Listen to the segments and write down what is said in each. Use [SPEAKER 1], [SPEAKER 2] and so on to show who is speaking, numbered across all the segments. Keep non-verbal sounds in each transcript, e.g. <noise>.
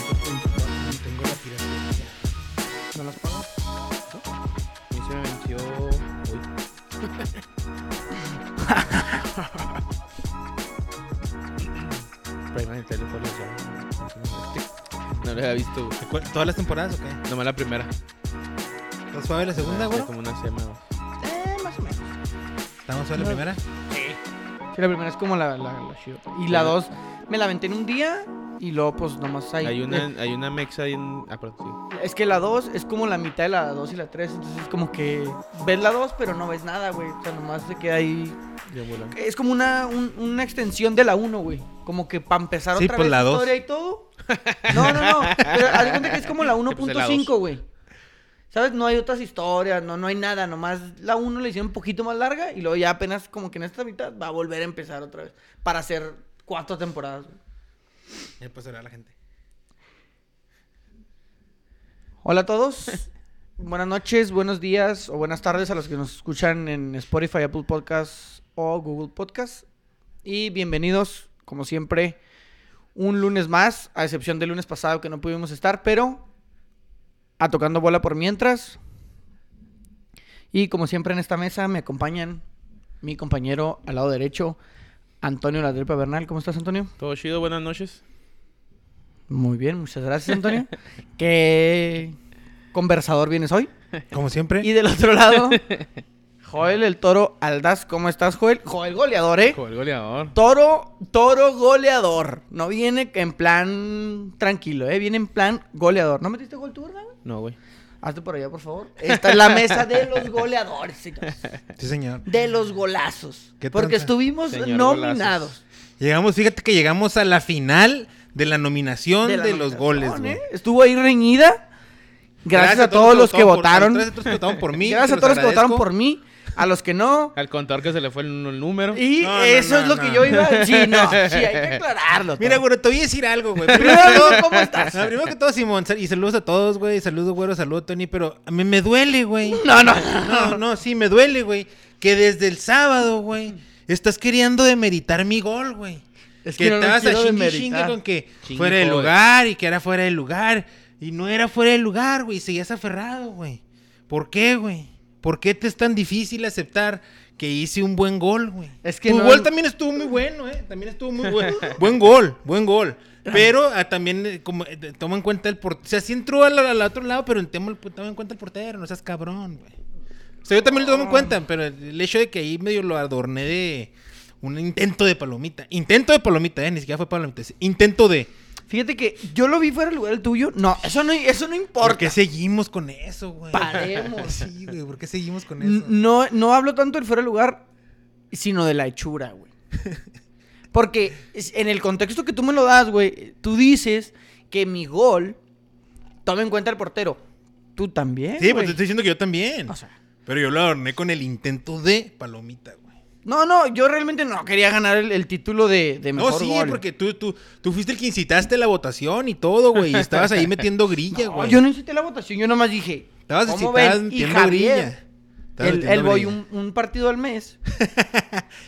[SPEAKER 1] <laughs>
[SPEAKER 2] Rayman en teléfono, ya.
[SPEAKER 3] No lo había visto, güey.
[SPEAKER 2] ¿De cuál- ¿Todas las temporadas o qué?
[SPEAKER 3] Nomás la primera.
[SPEAKER 2] ¿Está suave la segunda,
[SPEAKER 3] güey?
[SPEAKER 2] güey?
[SPEAKER 3] Como una semana. güey.
[SPEAKER 1] Eh, más o menos.
[SPEAKER 2] ¿Está más suave la primera?
[SPEAKER 1] Sí, la primera es como la, la, la chida. Y la dos, me la aventé en un día y luego pues nomás ahí.
[SPEAKER 3] Hay una, hay una mexa ahí en. Ah, perdón, sí.
[SPEAKER 1] Es que la 2 es como la mitad de la 2 y la 3, entonces es como que ves la 2 pero no ves nada, güey. O sea, nomás se queda ahí. Es como una, un- una extensión de la 1, güey. Como que para empezar
[SPEAKER 2] Sí,
[SPEAKER 1] otra
[SPEAKER 2] pues,
[SPEAKER 1] vez
[SPEAKER 2] la
[SPEAKER 1] la
[SPEAKER 2] dos.
[SPEAKER 1] historia y todo. No, no, no. Pero haz de cuenta que es como la
[SPEAKER 3] Pues, la
[SPEAKER 1] 1.5,
[SPEAKER 3] dos.
[SPEAKER 1] güey. ¿Sabes? No hay otras historias, no, no hay nada. Nomás la 1 le hicieron un poquito más larga y luego ya apenas como que en esta mitad va a volver a empezar otra vez. Para hacer cuatro temporadas, güey.
[SPEAKER 2] Ya puedes hablar a Eh, pues la gente.
[SPEAKER 1] Hola a todos. <laughs> Buenas noches, buenos días o buenas tardes a los que nos escuchan en Spotify, Apple Podcasts o Google Podcasts. Y bienvenidos, como siempre, un lunes más, a excepción del lunes pasado que no pudimos estar, pero a tocando bola por mientras. Y como siempre en esta mesa me acompañan mi compañero al lado derecho, Antonio Ladrepa Bernal. ¿Cómo estás, Antonio?
[SPEAKER 3] Todo chido, buenas noches.
[SPEAKER 1] Muy bien, muchas gracias, Antonio. <laughs> ¿Qué conversador vienes hoy?
[SPEAKER 2] Como
[SPEAKER 1] <laughs>
[SPEAKER 2] siempre.
[SPEAKER 1] Y del otro lado, Joel el Toro Aldaz. ¿Cómo estás, Joel? Joel goleador, ¿eh?
[SPEAKER 3] Joder, goleador.
[SPEAKER 1] Toro, toro goleador. No viene en plan tranquilo, ¿eh? Viene en plan goleador. ¿No metiste gol tú, verdad? güey?
[SPEAKER 3] No, güey.
[SPEAKER 1] Hazte por allá, por favor. Esta es la mesa de los goleadores, señores.
[SPEAKER 2] Sí, señor.
[SPEAKER 1] De los golazos.
[SPEAKER 2] ¿Qué
[SPEAKER 1] Porque
[SPEAKER 2] tranza?
[SPEAKER 1] estuvimos
[SPEAKER 3] Señor
[SPEAKER 1] nominados.
[SPEAKER 2] Llegamos, fíjate que llegamos a la final de la nominación de,
[SPEAKER 1] la
[SPEAKER 2] los
[SPEAKER 1] nominación,
[SPEAKER 2] goles, güey.
[SPEAKER 1] ¿eh? Estuvo ahí reñida. Gracias, a todos los que
[SPEAKER 2] por-
[SPEAKER 1] votaron.
[SPEAKER 2] Gracias a todos los que votaron por mí.
[SPEAKER 1] <laughs> Gracias
[SPEAKER 2] se
[SPEAKER 1] a todos los que votaron
[SPEAKER 2] agradezco.
[SPEAKER 1] por mí. A los que no,
[SPEAKER 3] Al contador que se le fue el, el número.
[SPEAKER 1] Y
[SPEAKER 2] No, no,
[SPEAKER 1] eso
[SPEAKER 2] no,
[SPEAKER 1] es lo
[SPEAKER 2] no.
[SPEAKER 1] que yo iba
[SPEAKER 2] <laughs>
[SPEAKER 1] a Sí, no, sí, hay que aclararlo.
[SPEAKER 2] Mira,
[SPEAKER 1] todo.
[SPEAKER 2] güey, te voy a decir algo, güey.
[SPEAKER 1] Primero, luego, ¿cómo estás?
[SPEAKER 2] No, primero que todo, Simón, sal- y saludos a todos, güey. Saludos, güero, saludos, Tony. Pero a mí me duele, güey.
[SPEAKER 1] No, no.
[SPEAKER 2] No, no, sí, me duele, güey. Que desde el sábado, güey, estás queriendo demeritar mi gol, güey.
[SPEAKER 1] Es
[SPEAKER 2] que
[SPEAKER 1] que no lo
[SPEAKER 2] estabas a
[SPEAKER 1] quiero
[SPEAKER 2] chingue,
[SPEAKER 1] demeritar.
[SPEAKER 2] chingue con que
[SPEAKER 3] Chingue,
[SPEAKER 2] fuera de
[SPEAKER 3] joder.
[SPEAKER 2] lugar y que era fuera de lugar. Y no era fuera de lugar, güey. Seguías aferrado, güey. ¿Por qué, güey? ¿Por qué te es tan difícil aceptar que hice un buen gol, güey?
[SPEAKER 1] Es que
[SPEAKER 2] tu
[SPEAKER 1] no-
[SPEAKER 2] gol también estuvo muy bueno, ¿eh? También estuvo muy
[SPEAKER 1] <laughs>
[SPEAKER 2] bueno. buen gol, buen gol. Pero ah, también eh, como, eh, toma en cuenta el portero. O sea, sí entró al, al otro lado, pero toma, el- toma en cuenta el portero. No seas cabrón, güey. O sea, yo también lo tomo en cuenta, pero el hecho de que ahí medio lo adorné de un intento de palomita. Intento de palomita, eh, ni siquiera fue palomita. es Intento de.
[SPEAKER 1] Fíjate que yo lo vi fuera del lugar del tuyo. No, eso no, eso no
[SPEAKER 2] ¿Por
[SPEAKER 1] importa.
[SPEAKER 2] qué seguimos con eso, güey?
[SPEAKER 1] Paremos.
[SPEAKER 2] <laughs> Sí, güey, ¿por qué seguimos con
[SPEAKER 1] N-
[SPEAKER 2] eso?
[SPEAKER 1] No, no hablo tanto del fuera de lugar, sino de la hechura, güey. <laughs> Porque es- en el contexto que tú me lo das, güey, tú dices que mi gol toma en cuenta el portero. Tú también.
[SPEAKER 2] Sí, pues
[SPEAKER 1] güey.
[SPEAKER 2] te estoy diciendo que yo también.
[SPEAKER 1] O sea,
[SPEAKER 2] Pero yo lo adorné con el intento de palomita, güey.
[SPEAKER 1] no, no, yo realmente no quería ganar el, el título de, de mejor
[SPEAKER 2] No, sí,
[SPEAKER 1] gol.
[SPEAKER 2] porque tú, tú, tú fuiste el que incitaste la votación y todo, güey. Y estabas
[SPEAKER 1] <laughs>
[SPEAKER 2] ahí metiendo grilla,
[SPEAKER 1] No,
[SPEAKER 2] güey.
[SPEAKER 1] yo no incité la votación, yo nomás dije.
[SPEAKER 2] Estabas
[SPEAKER 1] ¿cómo
[SPEAKER 2] incitando,
[SPEAKER 1] ven? Y
[SPEAKER 2] metiendo grilla.
[SPEAKER 1] Javier,
[SPEAKER 2] Estabas
[SPEAKER 1] el,
[SPEAKER 2] metiendo
[SPEAKER 1] el boy
[SPEAKER 2] grilla.
[SPEAKER 1] un, un partido
[SPEAKER 2] <laughs>
[SPEAKER 1] al mes,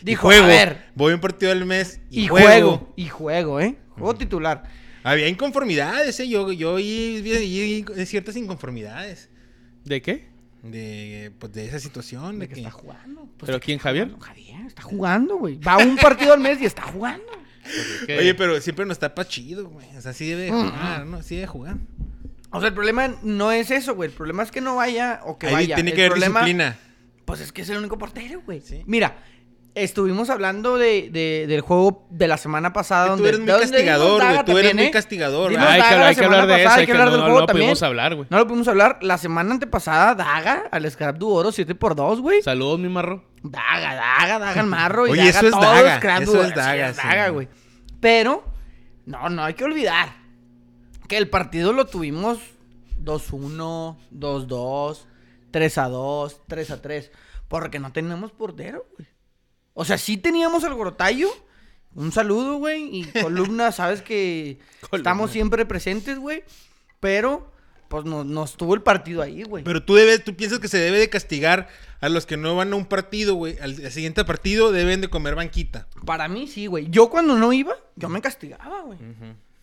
[SPEAKER 1] dijo,
[SPEAKER 2] juego,
[SPEAKER 1] a ver,
[SPEAKER 2] Voy un partido al mes
[SPEAKER 1] y juego, y juego, ¿eh? Juego titular.
[SPEAKER 2] Había inconformidades, ¿eh? Yo, yo oí vi- vi ciertas inconformidades
[SPEAKER 3] ¿De qué?
[SPEAKER 2] de, pues, de esa situación. De
[SPEAKER 1] De que
[SPEAKER 2] que-
[SPEAKER 1] está jugando. pues,
[SPEAKER 3] ¿Pero
[SPEAKER 1] de que
[SPEAKER 3] quién,
[SPEAKER 1] está
[SPEAKER 3] Javier?
[SPEAKER 1] jugando, Javier, está jugando, güey. Va un partido al mes y está jugando.
[SPEAKER 3] ¿Qué?
[SPEAKER 2] Oye, pero siempre nos tapa chido, güey. O sea, sí debe de
[SPEAKER 1] Mm.
[SPEAKER 2] jugar, ¿no? Sí debe jugar.
[SPEAKER 1] O sea, el problema no es eso, güey. El problema es que no vaya o que
[SPEAKER 2] Ahí
[SPEAKER 1] vaya.
[SPEAKER 2] tiene
[SPEAKER 1] El
[SPEAKER 2] que haber
[SPEAKER 1] problema-
[SPEAKER 2] disciplina.
[SPEAKER 1] Pues es que es el único portero, güey.
[SPEAKER 2] Sí.
[SPEAKER 1] Mira, estuvimos hablando de, de- del juego de la semana pasada.
[SPEAKER 2] Tú
[SPEAKER 1] donde,
[SPEAKER 2] eres muy
[SPEAKER 1] donde dimos
[SPEAKER 2] castigador,
[SPEAKER 1] daga
[SPEAKER 2] güey, tú eres muy
[SPEAKER 1] ¿eh?
[SPEAKER 2] castigador,
[SPEAKER 1] Dimos
[SPEAKER 2] ¿verdad?
[SPEAKER 3] Hay que
[SPEAKER 1] daga
[SPEAKER 3] hablar-
[SPEAKER 1] la
[SPEAKER 3] hay que hablar
[SPEAKER 1] semana
[SPEAKER 3] de
[SPEAKER 1] pasada,
[SPEAKER 3] eso,
[SPEAKER 1] hay que
[SPEAKER 3] que
[SPEAKER 1] hablar
[SPEAKER 3] no-
[SPEAKER 1] del
[SPEAKER 3] no
[SPEAKER 1] juego
[SPEAKER 3] lo pudimos
[SPEAKER 1] también.
[SPEAKER 3] hablar, güey.
[SPEAKER 1] No lo pudimos hablar. La semana antepasada, daga al Scrap Du Oro 7x2, güey.
[SPEAKER 3] Saludos, mi marro.
[SPEAKER 1] Daga, daga, daga al marro. Y
[SPEAKER 2] Oye,
[SPEAKER 1] daga
[SPEAKER 2] eso es
[SPEAKER 1] todo
[SPEAKER 2] daga,
[SPEAKER 1] Scrap
[SPEAKER 2] eso
[SPEAKER 1] Du Oro,
[SPEAKER 2] es
[SPEAKER 1] sí,
[SPEAKER 2] daga,
[SPEAKER 1] es
[SPEAKER 2] sí.
[SPEAKER 1] daga, güey. Pero, no, no hay que olvidar que el partido lo tuvimos 2-1, 2-2, 3-2, 3-3. Porque no teníamos portero, güey. O sea, sí teníamos al Gorotayo. Un saludo, güey.
[SPEAKER 2] <laughs>
[SPEAKER 1] Y columna, sabes que estamos siempre presentes, güey. Pero, pues no- nos tuvo el partido ahí, güey.
[SPEAKER 2] Pero tú debes, tú piensas que se debe de castigar a los que no van a un partido, güey. Al, al siguiente partido deben de comer banquita.
[SPEAKER 1] Para mí sí, güey. Yo cuando no iba, yo me castigaba, güey.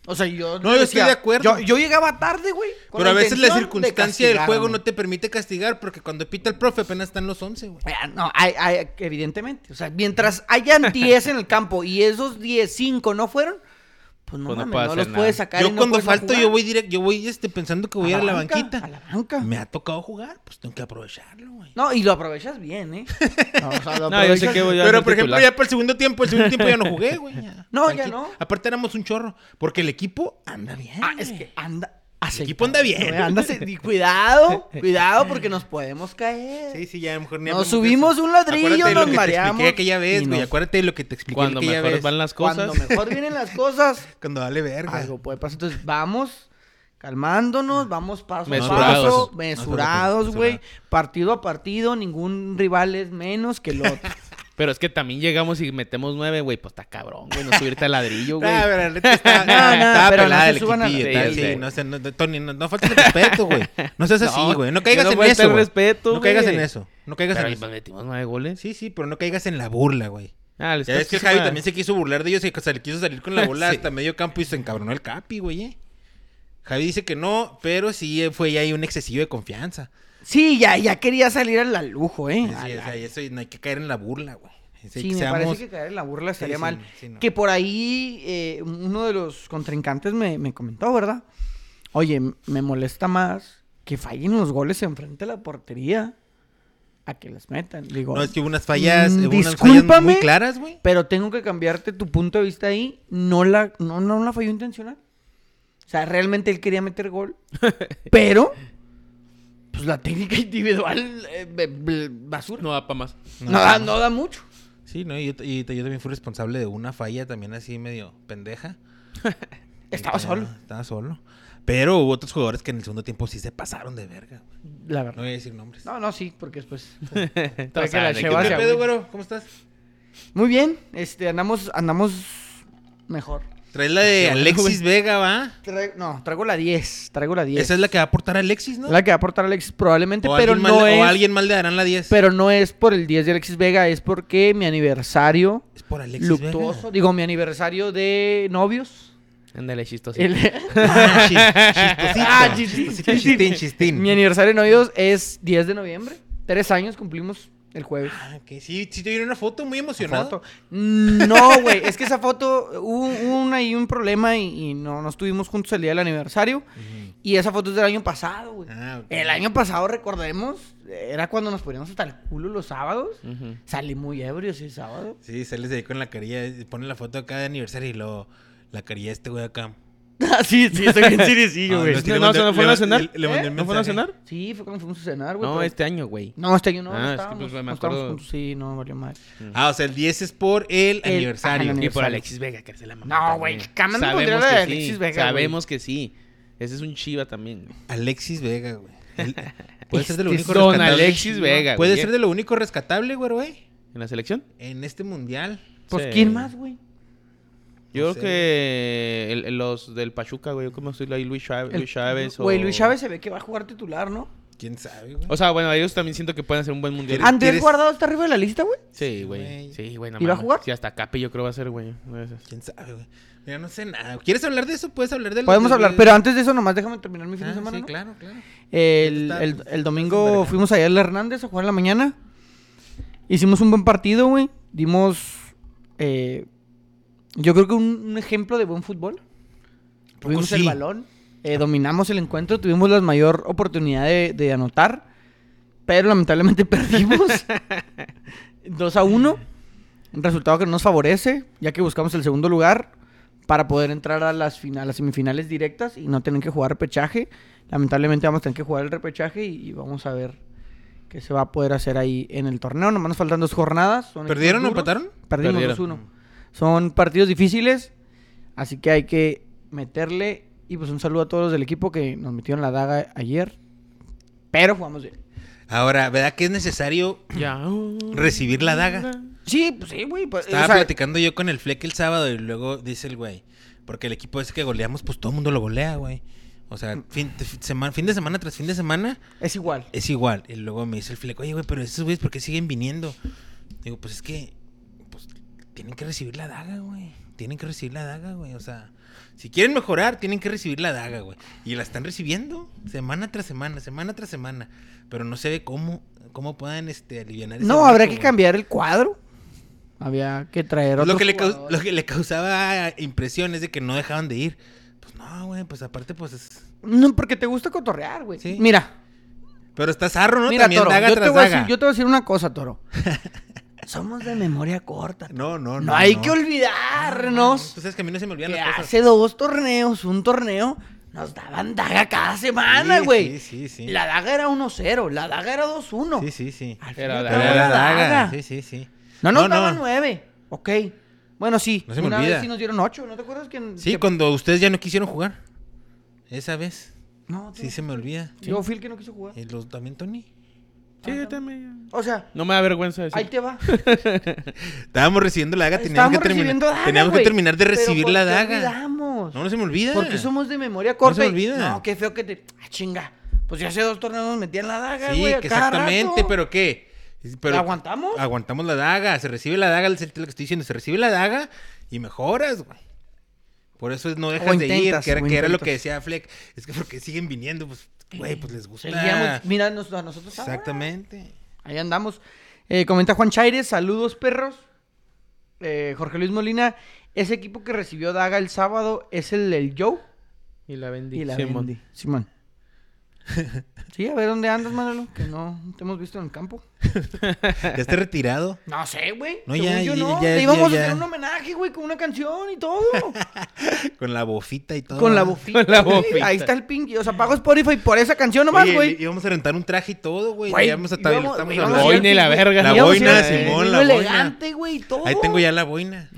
[SPEAKER 1] O sea, yo.
[SPEAKER 2] No, yo estoy de acuerdo.
[SPEAKER 1] Yo, yo llegaba tarde, güey. con
[SPEAKER 2] Pero a veces la
[SPEAKER 1] intención de
[SPEAKER 2] circunstancia del
[SPEAKER 1] castigar,
[SPEAKER 2] juego
[SPEAKER 1] güey.
[SPEAKER 2] no te permite castigar porque cuando pita el profe apenas están los 11, güey.
[SPEAKER 1] Ah, No, hay, hay- evidentemente. O sea, mientras hayan 10 en el campo y esos 10, 5 no fueron, pues no,
[SPEAKER 3] Pues no
[SPEAKER 1] mames,
[SPEAKER 3] puedes
[SPEAKER 1] no
[SPEAKER 3] hacer
[SPEAKER 1] los puedes
[SPEAKER 3] nada.
[SPEAKER 1] sacar. y
[SPEAKER 2] Yo
[SPEAKER 1] no
[SPEAKER 2] cuando
[SPEAKER 1] puedes no
[SPEAKER 2] falto,
[SPEAKER 1] jugar.
[SPEAKER 2] yo voy directo, yo voy este, pensando que voy a ir a la
[SPEAKER 1] banca,
[SPEAKER 2] banquita.
[SPEAKER 1] A la banca.
[SPEAKER 2] Me ha tocado jugar, pues tengo que aprovecharlo, güey.
[SPEAKER 1] No, y lo aprovechas
[SPEAKER 2] <laughs>
[SPEAKER 1] bien, ¿eh? No, o sea, lo
[SPEAKER 3] No, yo sé
[SPEAKER 1] aprovechas-
[SPEAKER 3] que voy a
[SPEAKER 2] Pero,
[SPEAKER 3] ser
[SPEAKER 2] por ejemplo,
[SPEAKER 3] titular.
[SPEAKER 2] ya para el segundo tiempo, el segundo tiempo ya no jugué, güey.
[SPEAKER 1] <laughs> No, ya
[SPEAKER 2] Tranquilo.
[SPEAKER 1] no.
[SPEAKER 2] Aparte éramos un chorro, porque el equipo anda bien.
[SPEAKER 1] Ah, es
[SPEAKER 2] güey.
[SPEAKER 1] que anda.
[SPEAKER 2] El equipo anda bien.
[SPEAKER 1] güey, anda ace- y cuidado, cuidado porque nos podemos caer.
[SPEAKER 2] Sí, sí, ya mejor ni
[SPEAKER 1] Nos
[SPEAKER 2] hablemos de
[SPEAKER 1] subimos
[SPEAKER 2] eso.
[SPEAKER 1] un ladrillo,
[SPEAKER 2] Acuérdate de
[SPEAKER 1] nos
[SPEAKER 2] lo que
[SPEAKER 1] mareamos
[SPEAKER 2] Te expliqué aquella
[SPEAKER 1] y
[SPEAKER 2] vez, güey.
[SPEAKER 1] nos-
[SPEAKER 2] Acuérdate de lo que te expliqué
[SPEAKER 3] Cuando
[SPEAKER 2] aquella
[SPEAKER 3] mejor
[SPEAKER 2] vez.
[SPEAKER 3] van las cosas.
[SPEAKER 1] Cuando mejor vienen
[SPEAKER 2] <laughs>
[SPEAKER 1] las cosas,
[SPEAKER 2] Cuando vale verga.
[SPEAKER 1] algo puede pasar. Entonces, vamos calmándonos, vamos paso
[SPEAKER 3] Mesurados.
[SPEAKER 1] a paso, mesurados,
[SPEAKER 2] Mesurados.
[SPEAKER 1] güey. Partido a partido, ningún rival es menos que el otro. <laughs>
[SPEAKER 3] Pero es que también llegamos y metemos nueve, güey. Pues está cabrón, güey. No subirte
[SPEAKER 2] <laughs>
[SPEAKER 3] al ladrillo, güey.
[SPEAKER 2] Ah, pero la neta está-
[SPEAKER 1] <laughs> No, no,
[SPEAKER 2] estaba
[SPEAKER 1] pero no
[SPEAKER 2] pelada
[SPEAKER 1] se
[SPEAKER 2] el
[SPEAKER 1] suban a la-
[SPEAKER 2] equipillo,
[SPEAKER 3] Sí,
[SPEAKER 2] tal,
[SPEAKER 3] ya
[SPEAKER 2] sí,
[SPEAKER 3] sé.
[SPEAKER 2] no, sé, no, no, Tony, no, no faltes el respeto, güey. No seas así, güey. No caigas
[SPEAKER 3] yo no
[SPEAKER 2] en
[SPEAKER 3] falté
[SPEAKER 2] eso.
[SPEAKER 3] el
[SPEAKER 2] güey.
[SPEAKER 3] respeto,
[SPEAKER 2] No caigas
[SPEAKER 3] güey.
[SPEAKER 2] en eso. No caigas
[SPEAKER 3] Pero
[SPEAKER 2] en
[SPEAKER 3] pues,
[SPEAKER 2] eso.
[SPEAKER 3] metimos nueve goles.
[SPEAKER 2] Sí, sí, pero no caigas en la burla, güey.
[SPEAKER 3] Ah, les
[SPEAKER 2] Ya ves que el
[SPEAKER 3] prestas
[SPEAKER 2] Javi
[SPEAKER 3] una-
[SPEAKER 2] también se quiso burlar de ellos y que se le quiso salir
[SPEAKER 1] <laughs>
[SPEAKER 2] con la bola
[SPEAKER 3] Sí.
[SPEAKER 2] hasta medio campo y se encabronó el Capi, güey. eh. Javi dice que no, pero sí eh, fue ya ahí un excesivo de confianza.
[SPEAKER 1] Sí, ya, ya quería salir al al lujo, ¿eh?
[SPEAKER 2] Sí,
[SPEAKER 1] Al-
[SPEAKER 2] o sea, y eso y no hay que caer en la burla, güey. Es
[SPEAKER 1] Sí,
[SPEAKER 2] que
[SPEAKER 1] me
[SPEAKER 2] seamos-
[SPEAKER 1] parece que caer en la burla estaría
[SPEAKER 2] sí,
[SPEAKER 1] mal.
[SPEAKER 2] sí, no.
[SPEAKER 1] Que por ahí eh, uno de los contrincantes me, me comentó, ¿verdad? Oye, m- me molesta más que fallen los goles enfrente de la portería a que les metan. Le Digo,
[SPEAKER 2] No, es que hubo unas fallas,
[SPEAKER 1] Mm,
[SPEAKER 2] hubo unas fallas
[SPEAKER 1] discúlpame.
[SPEAKER 2] muy claras, güey.
[SPEAKER 1] pero tengo que cambiarte tu punto de vista ahí. No la, no, no la falló intencional. O sea, realmente él quería meter
[SPEAKER 2] <laughs>
[SPEAKER 1] gol, pero pues la técnica individual eh, be- be-
[SPEAKER 3] <laughs>
[SPEAKER 1] basura.
[SPEAKER 3] No va
[SPEAKER 2] <laughs>
[SPEAKER 3] para más.
[SPEAKER 1] No, da, no da mucho.
[SPEAKER 2] Sí, no, y yo, y t- yo también fui responsable de una falla también así medio pendeja.
[SPEAKER 1] Estaba solo.
[SPEAKER 2] Estaba solo. Pero hubo otros jugadores que en el segundo tiempo sí se pasaron de verga. güey.
[SPEAKER 1] La
[SPEAKER 2] No
[SPEAKER 1] verdad.
[SPEAKER 2] voy a decir nombres.
[SPEAKER 1] No, no, sí, porque pues, después.
[SPEAKER 3] Está
[SPEAKER 1] que la
[SPEAKER 3] sano, hay
[SPEAKER 1] llevas
[SPEAKER 2] ¿Qué
[SPEAKER 1] hacia-
[SPEAKER 3] ver.
[SPEAKER 2] pedo, güero? ¿Cómo estás?
[SPEAKER 1] Muy bien, este, andamos, andamos mejor.
[SPEAKER 2] Traes la de
[SPEAKER 3] bueno,
[SPEAKER 2] Alexis Vega, ¿va?
[SPEAKER 1] Tra- no, traigo la 10, traigo la 10.
[SPEAKER 2] Esa es la que va a aportar Alexis, ¿no?
[SPEAKER 1] La que va a aportar Alexis probablemente,
[SPEAKER 2] o
[SPEAKER 1] pero
[SPEAKER 2] alguien más
[SPEAKER 1] no
[SPEAKER 2] le-
[SPEAKER 1] es.
[SPEAKER 2] o alguien más le darán la 10.
[SPEAKER 1] Pero no es por el 10 de Alexis Vega, es porque mi aniversario
[SPEAKER 2] es por Alexis
[SPEAKER 1] luctuoso,
[SPEAKER 2] Vega.
[SPEAKER 1] digo, mi aniversario de novios.
[SPEAKER 3] Ándale, chistoso.
[SPEAKER 1] el-
[SPEAKER 2] <laughs>
[SPEAKER 1] <laughs>
[SPEAKER 2] Ah, chis-
[SPEAKER 1] Ah,
[SPEAKER 2] chistosito.
[SPEAKER 1] chistín,
[SPEAKER 2] Chistín,
[SPEAKER 1] chistín.
[SPEAKER 2] chistín.
[SPEAKER 1] mi aniversario de novios es 10 de noviembre. Tres años cumplimos el jueves.
[SPEAKER 2] Ah, ok, Sí, sí te dieron una foto muy emocionado.
[SPEAKER 1] Foto. No, güey, es que esa foto hubo un, ahí un problema y, y no, no estuvimos juntos el día del aniversario.
[SPEAKER 2] Ujú.
[SPEAKER 1] Y esa foto es del año pasado, güey.
[SPEAKER 2] Ah, ok.
[SPEAKER 1] El año pasado, recordemos, era cuando nos poníamos hasta el culo los sábados.
[SPEAKER 3] Ujú.
[SPEAKER 1] Salí muy ebrio ese sábado.
[SPEAKER 2] Sí, sales ahí con la carilla, eh, pone la foto acá de aniversario y luego la carilla de este güey acá.
[SPEAKER 1] <laughs> Ah, sí, sí, estoy <laughs> bien
[SPEAKER 2] Ah,
[SPEAKER 1] seriecillo, güey.
[SPEAKER 2] no, sí,
[SPEAKER 3] No,
[SPEAKER 2] le
[SPEAKER 3] no,
[SPEAKER 2] mandé-
[SPEAKER 3] ¿se no
[SPEAKER 2] le
[SPEAKER 3] fueron a
[SPEAKER 2] mandé-
[SPEAKER 3] cenar?
[SPEAKER 2] le- le mandé un
[SPEAKER 3] ¿No fueron a
[SPEAKER 2] mensaje.
[SPEAKER 3] cenar?
[SPEAKER 1] Sí, fue cuando fuimos a cenar, güey.
[SPEAKER 3] No,
[SPEAKER 1] pero-
[SPEAKER 3] este año, güey.
[SPEAKER 1] No, este año no.
[SPEAKER 3] Ah,
[SPEAKER 1] no
[SPEAKER 3] es que,
[SPEAKER 1] estábamos,
[SPEAKER 3] pues, me
[SPEAKER 1] no estábamos
[SPEAKER 3] acuerdo.
[SPEAKER 1] juntos, Sí, no, valió madre.
[SPEAKER 2] Ah, o sea, el 10 es por el,
[SPEAKER 1] El-
[SPEAKER 2] aniversario.
[SPEAKER 1] ajá, el
[SPEAKER 3] Y por
[SPEAKER 1] aniversario.
[SPEAKER 3] Alexis Vega, que se la mamá.
[SPEAKER 1] No,
[SPEAKER 3] también.
[SPEAKER 1] güey, jamás me
[SPEAKER 3] Sabemos
[SPEAKER 1] pondría la de
[SPEAKER 3] que sí,
[SPEAKER 1] Alexis Vega, güey.
[SPEAKER 3] Sabemos que sí. Ese es un chiva también. güey.
[SPEAKER 2] Alexis Vega, güey.
[SPEAKER 1] <laughs>
[SPEAKER 2] El- Puede ser de lo
[SPEAKER 1] Este es
[SPEAKER 2] único
[SPEAKER 3] Don
[SPEAKER 2] rescatable.
[SPEAKER 3] Alexis Vega.
[SPEAKER 2] Puede
[SPEAKER 3] güey.
[SPEAKER 2] ser de lo único rescatable, güey, güey.
[SPEAKER 3] ¿En la selección?
[SPEAKER 2] En este mundial.
[SPEAKER 1] Pues,
[SPEAKER 3] Sí.
[SPEAKER 1] ¿quién más, güey?
[SPEAKER 3] Yo
[SPEAKER 2] No
[SPEAKER 3] creo
[SPEAKER 2] sé.
[SPEAKER 3] que el- el- los del Pachuca, güey. ¿Cómo estoy ahí? Luis Chávez.
[SPEAKER 1] El-
[SPEAKER 3] Luis Chávez o-
[SPEAKER 1] Güey, Luis Chávez se ve que va a jugar titular, ¿no?
[SPEAKER 2] ¿Quién sabe, güey?
[SPEAKER 3] O sea, bueno, ellos también siento que pueden hacer un buen mundial.
[SPEAKER 2] Ah,
[SPEAKER 1] Andrés
[SPEAKER 2] ¿Quieres-
[SPEAKER 1] Guardado está arriba de la lista, güey.
[SPEAKER 3] sí,
[SPEAKER 2] güey.
[SPEAKER 3] güey. Sí, güey. no
[SPEAKER 1] ¿Y va a
[SPEAKER 3] mames.
[SPEAKER 1] jugar?
[SPEAKER 3] Sí, hasta Cape yo creo va a ser, güey. una de esas.
[SPEAKER 2] ¿Quién sabe, güey? Mira, no sé nada. ¿Quieres hablar de eso? Puedes hablar de lo
[SPEAKER 1] Podemos
[SPEAKER 2] de-
[SPEAKER 1] hablar,
[SPEAKER 2] de-
[SPEAKER 1] pero antes de eso, nomás déjame terminar mi fin
[SPEAKER 2] Ah,
[SPEAKER 1] de semana.
[SPEAKER 2] sí,
[SPEAKER 1] ¿no?
[SPEAKER 2] claro, claro.
[SPEAKER 1] El,
[SPEAKER 2] Está-
[SPEAKER 1] el- el
[SPEAKER 2] está
[SPEAKER 1] domingo
[SPEAKER 2] envergado.
[SPEAKER 1] fuimos allá al Hernández a jugar en la mañana. Hicimos un buen partido, güey. Dimos, eh, yo creo que un, un ejemplo de buen fútbol.
[SPEAKER 2] poco
[SPEAKER 1] Tuvimos el
[SPEAKER 2] sí?
[SPEAKER 1] balón, eh, dominamos el encuentro, tuvimos la mayor oportunidad de, de anotar, pero
[SPEAKER 2] <laughs>
[SPEAKER 1] lamentablemente <laughs> perdimos 2 a 1. Un resultado que no nos favorece, ya que buscamos el segundo lugar para poder entrar a las, fina- a las semifinales directas y no tener que jugar repechaje. Lamentablemente vamos a tener que jugar el repechaje y, y vamos a ver qué se va a poder hacer ahí en el torneo. Nomás nos faltan dos jornadas. son equipos
[SPEAKER 2] ¿Perdieron o
[SPEAKER 1] duros.
[SPEAKER 2] empataron?
[SPEAKER 1] Perdimos
[SPEAKER 3] Perdieron.
[SPEAKER 1] 2-1. Son partidos difíciles, así que hay que meterle. Y pues un saludo a todos los del equipo que nos metieron la daga ayer. Pero jugamos bien.
[SPEAKER 2] Ahora, ¿verdad que es necesario
[SPEAKER 3] Ya.
[SPEAKER 2] recibir la daga?
[SPEAKER 1] Sí, pues sí, güey. pues,
[SPEAKER 2] Estaba
[SPEAKER 1] o sea,
[SPEAKER 2] platicando yo con el Fleck el sábado y luego dice el güey, porque el equipo ese que goleamos, pues todo el mundo lo golea, güey. O sea, fin, te- fin- semana, fin de semana tras fin de semana
[SPEAKER 1] Es igual.
[SPEAKER 2] es igual. Y luego me dice el Fleck, oye, güey, pero esos güeyes, ¿por qué siguen viniendo? Digo, pues es que pues, tienen que recibir la daga, güey. tienen que recibir la daga, güey. O sea, si quieren mejorar, tienen que recibir la daga, güey. Y la están recibiendo semana tras semana, semana tras semana. Pero no se ve cómo, cómo puedan este, aliviar ese
[SPEAKER 1] No, habrá
[SPEAKER 2] hueco,
[SPEAKER 1] que
[SPEAKER 2] güey.
[SPEAKER 1] cambiar el cuadro. Había que traer otro.
[SPEAKER 2] Lo que, le cau- lo que le causaba impresión es de que no dejaban de ir. Pues no, güey, pues aparte, pues es...
[SPEAKER 1] No, porque te gusta cotorrear, güey.
[SPEAKER 2] Sí.
[SPEAKER 1] Mira,
[SPEAKER 2] Pero está zarro, ¿no?
[SPEAKER 1] mira,
[SPEAKER 2] También
[SPEAKER 1] Toro.
[SPEAKER 2] daga
[SPEAKER 1] Yo te,
[SPEAKER 2] tras
[SPEAKER 1] voy a
[SPEAKER 2] daga.
[SPEAKER 1] decir, yo te voy a decir una cosa, Toro. Somos de memoria corta. Toro.
[SPEAKER 2] No, no, no.
[SPEAKER 1] No, hay
[SPEAKER 2] no.
[SPEAKER 1] que olvidarnos
[SPEAKER 2] Tú sabes Pues que a mí no se me olvidan
[SPEAKER 1] que
[SPEAKER 2] las cosas.
[SPEAKER 1] hace dos torneos, un torneo, nos daban daga cada semana,
[SPEAKER 2] Sí, Sí,
[SPEAKER 1] güey.
[SPEAKER 2] sí, sí.
[SPEAKER 1] La daga era 1-0, la daga era 2-1.
[SPEAKER 2] Sí, sí, sí.
[SPEAKER 1] Al fin
[SPEAKER 3] Era
[SPEAKER 1] le
[SPEAKER 3] daga.
[SPEAKER 2] Pero era
[SPEAKER 1] daban la
[SPEAKER 2] daga. Sí, sí, sí.
[SPEAKER 1] No nos
[SPEAKER 2] No,
[SPEAKER 1] daban
[SPEAKER 2] no.
[SPEAKER 1] nueve. Ok. Bueno, sí.
[SPEAKER 2] No se me
[SPEAKER 1] una
[SPEAKER 2] olvida.
[SPEAKER 1] vez sí nos dieron ocho. ¿No te acuerdas que...
[SPEAKER 2] Sí,
[SPEAKER 1] que-
[SPEAKER 2] cuando ustedes ya no quisieron jugar. Esa vez.
[SPEAKER 1] No, tú-
[SPEAKER 2] Sí, Eh. se me olvida.
[SPEAKER 1] Yo fui el que no quiso jugar.
[SPEAKER 2] Y los también, Tony.
[SPEAKER 3] Sí, yo también.
[SPEAKER 1] O sea,
[SPEAKER 3] No me da vergüenza
[SPEAKER 1] ahí
[SPEAKER 3] decir.
[SPEAKER 2] <laughs>
[SPEAKER 1] te va.
[SPEAKER 2] Estábamos recibiendo la daga, teníamos
[SPEAKER 1] Estábamos
[SPEAKER 2] Pues que terminar.
[SPEAKER 1] recibiendo daga,
[SPEAKER 2] teníamos que
[SPEAKER 1] güey.
[SPEAKER 2] terminar de
[SPEAKER 1] Pero
[SPEAKER 2] recibir
[SPEAKER 1] ¿por
[SPEAKER 2] la
[SPEAKER 1] qué
[SPEAKER 2] daga.
[SPEAKER 1] olvidamos?
[SPEAKER 2] No, no se me olvida.
[SPEAKER 1] Porque somos de memoria corta.
[SPEAKER 2] No se
[SPEAKER 1] y-
[SPEAKER 2] olvida.
[SPEAKER 1] No, qué feo que te... Ah, chinga. Pues ya hace dos torneos nos metían la daga,
[SPEAKER 2] Sí,
[SPEAKER 1] güey. a
[SPEAKER 2] que
[SPEAKER 1] cada
[SPEAKER 2] exactamente,
[SPEAKER 1] rato.
[SPEAKER 2] pero ¿qué? Pero
[SPEAKER 1] ¿La aguantamos?
[SPEAKER 2] Aguantamos la daga, se recibe la daga, es lo que estoy diciendo, se recibe la daga y mejoras, güey. Por eso es no dejas de ir,
[SPEAKER 1] intentas,
[SPEAKER 2] que, era,
[SPEAKER 1] o
[SPEAKER 2] que era lo
[SPEAKER 1] intentas.
[SPEAKER 2] que decía Fleck. Es que porque siguen viniendo, pues, güey, pues les gusta.
[SPEAKER 1] Seguíamos- Mira, nos- a nosotros ahora.
[SPEAKER 2] Exactamente.
[SPEAKER 1] Ahí andamos. Eh, comenta Juan Chaires, saludos perros. Eh, Jorge Luis Molina, ese equipo que recibió Daga el sábado es el del Joe
[SPEAKER 3] Y la vendí.
[SPEAKER 1] y la
[SPEAKER 3] Simón. <laughs>
[SPEAKER 1] Bendy. <laughs> Simón. Sí, a ver dónde andas, Manolo, que no te hemos visto en el campo.
[SPEAKER 2] Ya está retirado.
[SPEAKER 1] No sé, güey.
[SPEAKER 2] No,
[SPEAKER 1] Según
[SPEAKER 2] ya,
[SPEAKER 1] yo
[SPEAKER 2] ya,
[SPEAKER 1] no.
[SPEAKER 2] ya,
[SPEAKER 1] Te
[SPEAKER 2] ya,
[SPEAKER 1] íbamos
[SPEAKER 2] ya.
[SPEAKER 1] a hacer un homenaje, güey, con una canción y
[SPEAKER 2] <laughs>
[SPEAKER 1] todo.
[SPEAKER 2] Con la bofita y todo.
[SPEAKER 1] con <laughs> la bofita.
[SPEAKER 3] Con la
[SPEAKER 1] güey.
[SPEAKER 3] bofita.
[SPEAKER 1] Ahí está el ping. O sea, pago Spotify por esa canción nomás,
[SPEAKER 2] Oye,
[SPEAKER 1] güey.
[SPEAKER 2] y- Íbamos a rentar un traje y todo, güey.
[SPEAKER 1] Güey,
[SPEAKER 2] Ya hemos hasta-
[SPEAKER 1] íbamos-
[SPEAKER 2] estamos
[SPEAKER 1] íbamos
[SPEAKER 2] hablando.
[SPEAKER 1] a ir al
[SPEAKER 3] Boina y la
[SPEAKER 1] ping, güey.
[SPEAKER 3] verga.
[SPEAKER 2] La
[SPEAKER 1] Íbamos a ir
[SPEAKER 2] boina,
[SPEAKER 1] al ping,
[SPEAKER 2] Simón,
[SPEAKER 1] güey,
[SPEAKER 2] la boina.
[SPEAKER 1] elegante, güey, y todo.
[SPEAKER 2] Ahí tengo ya la boina.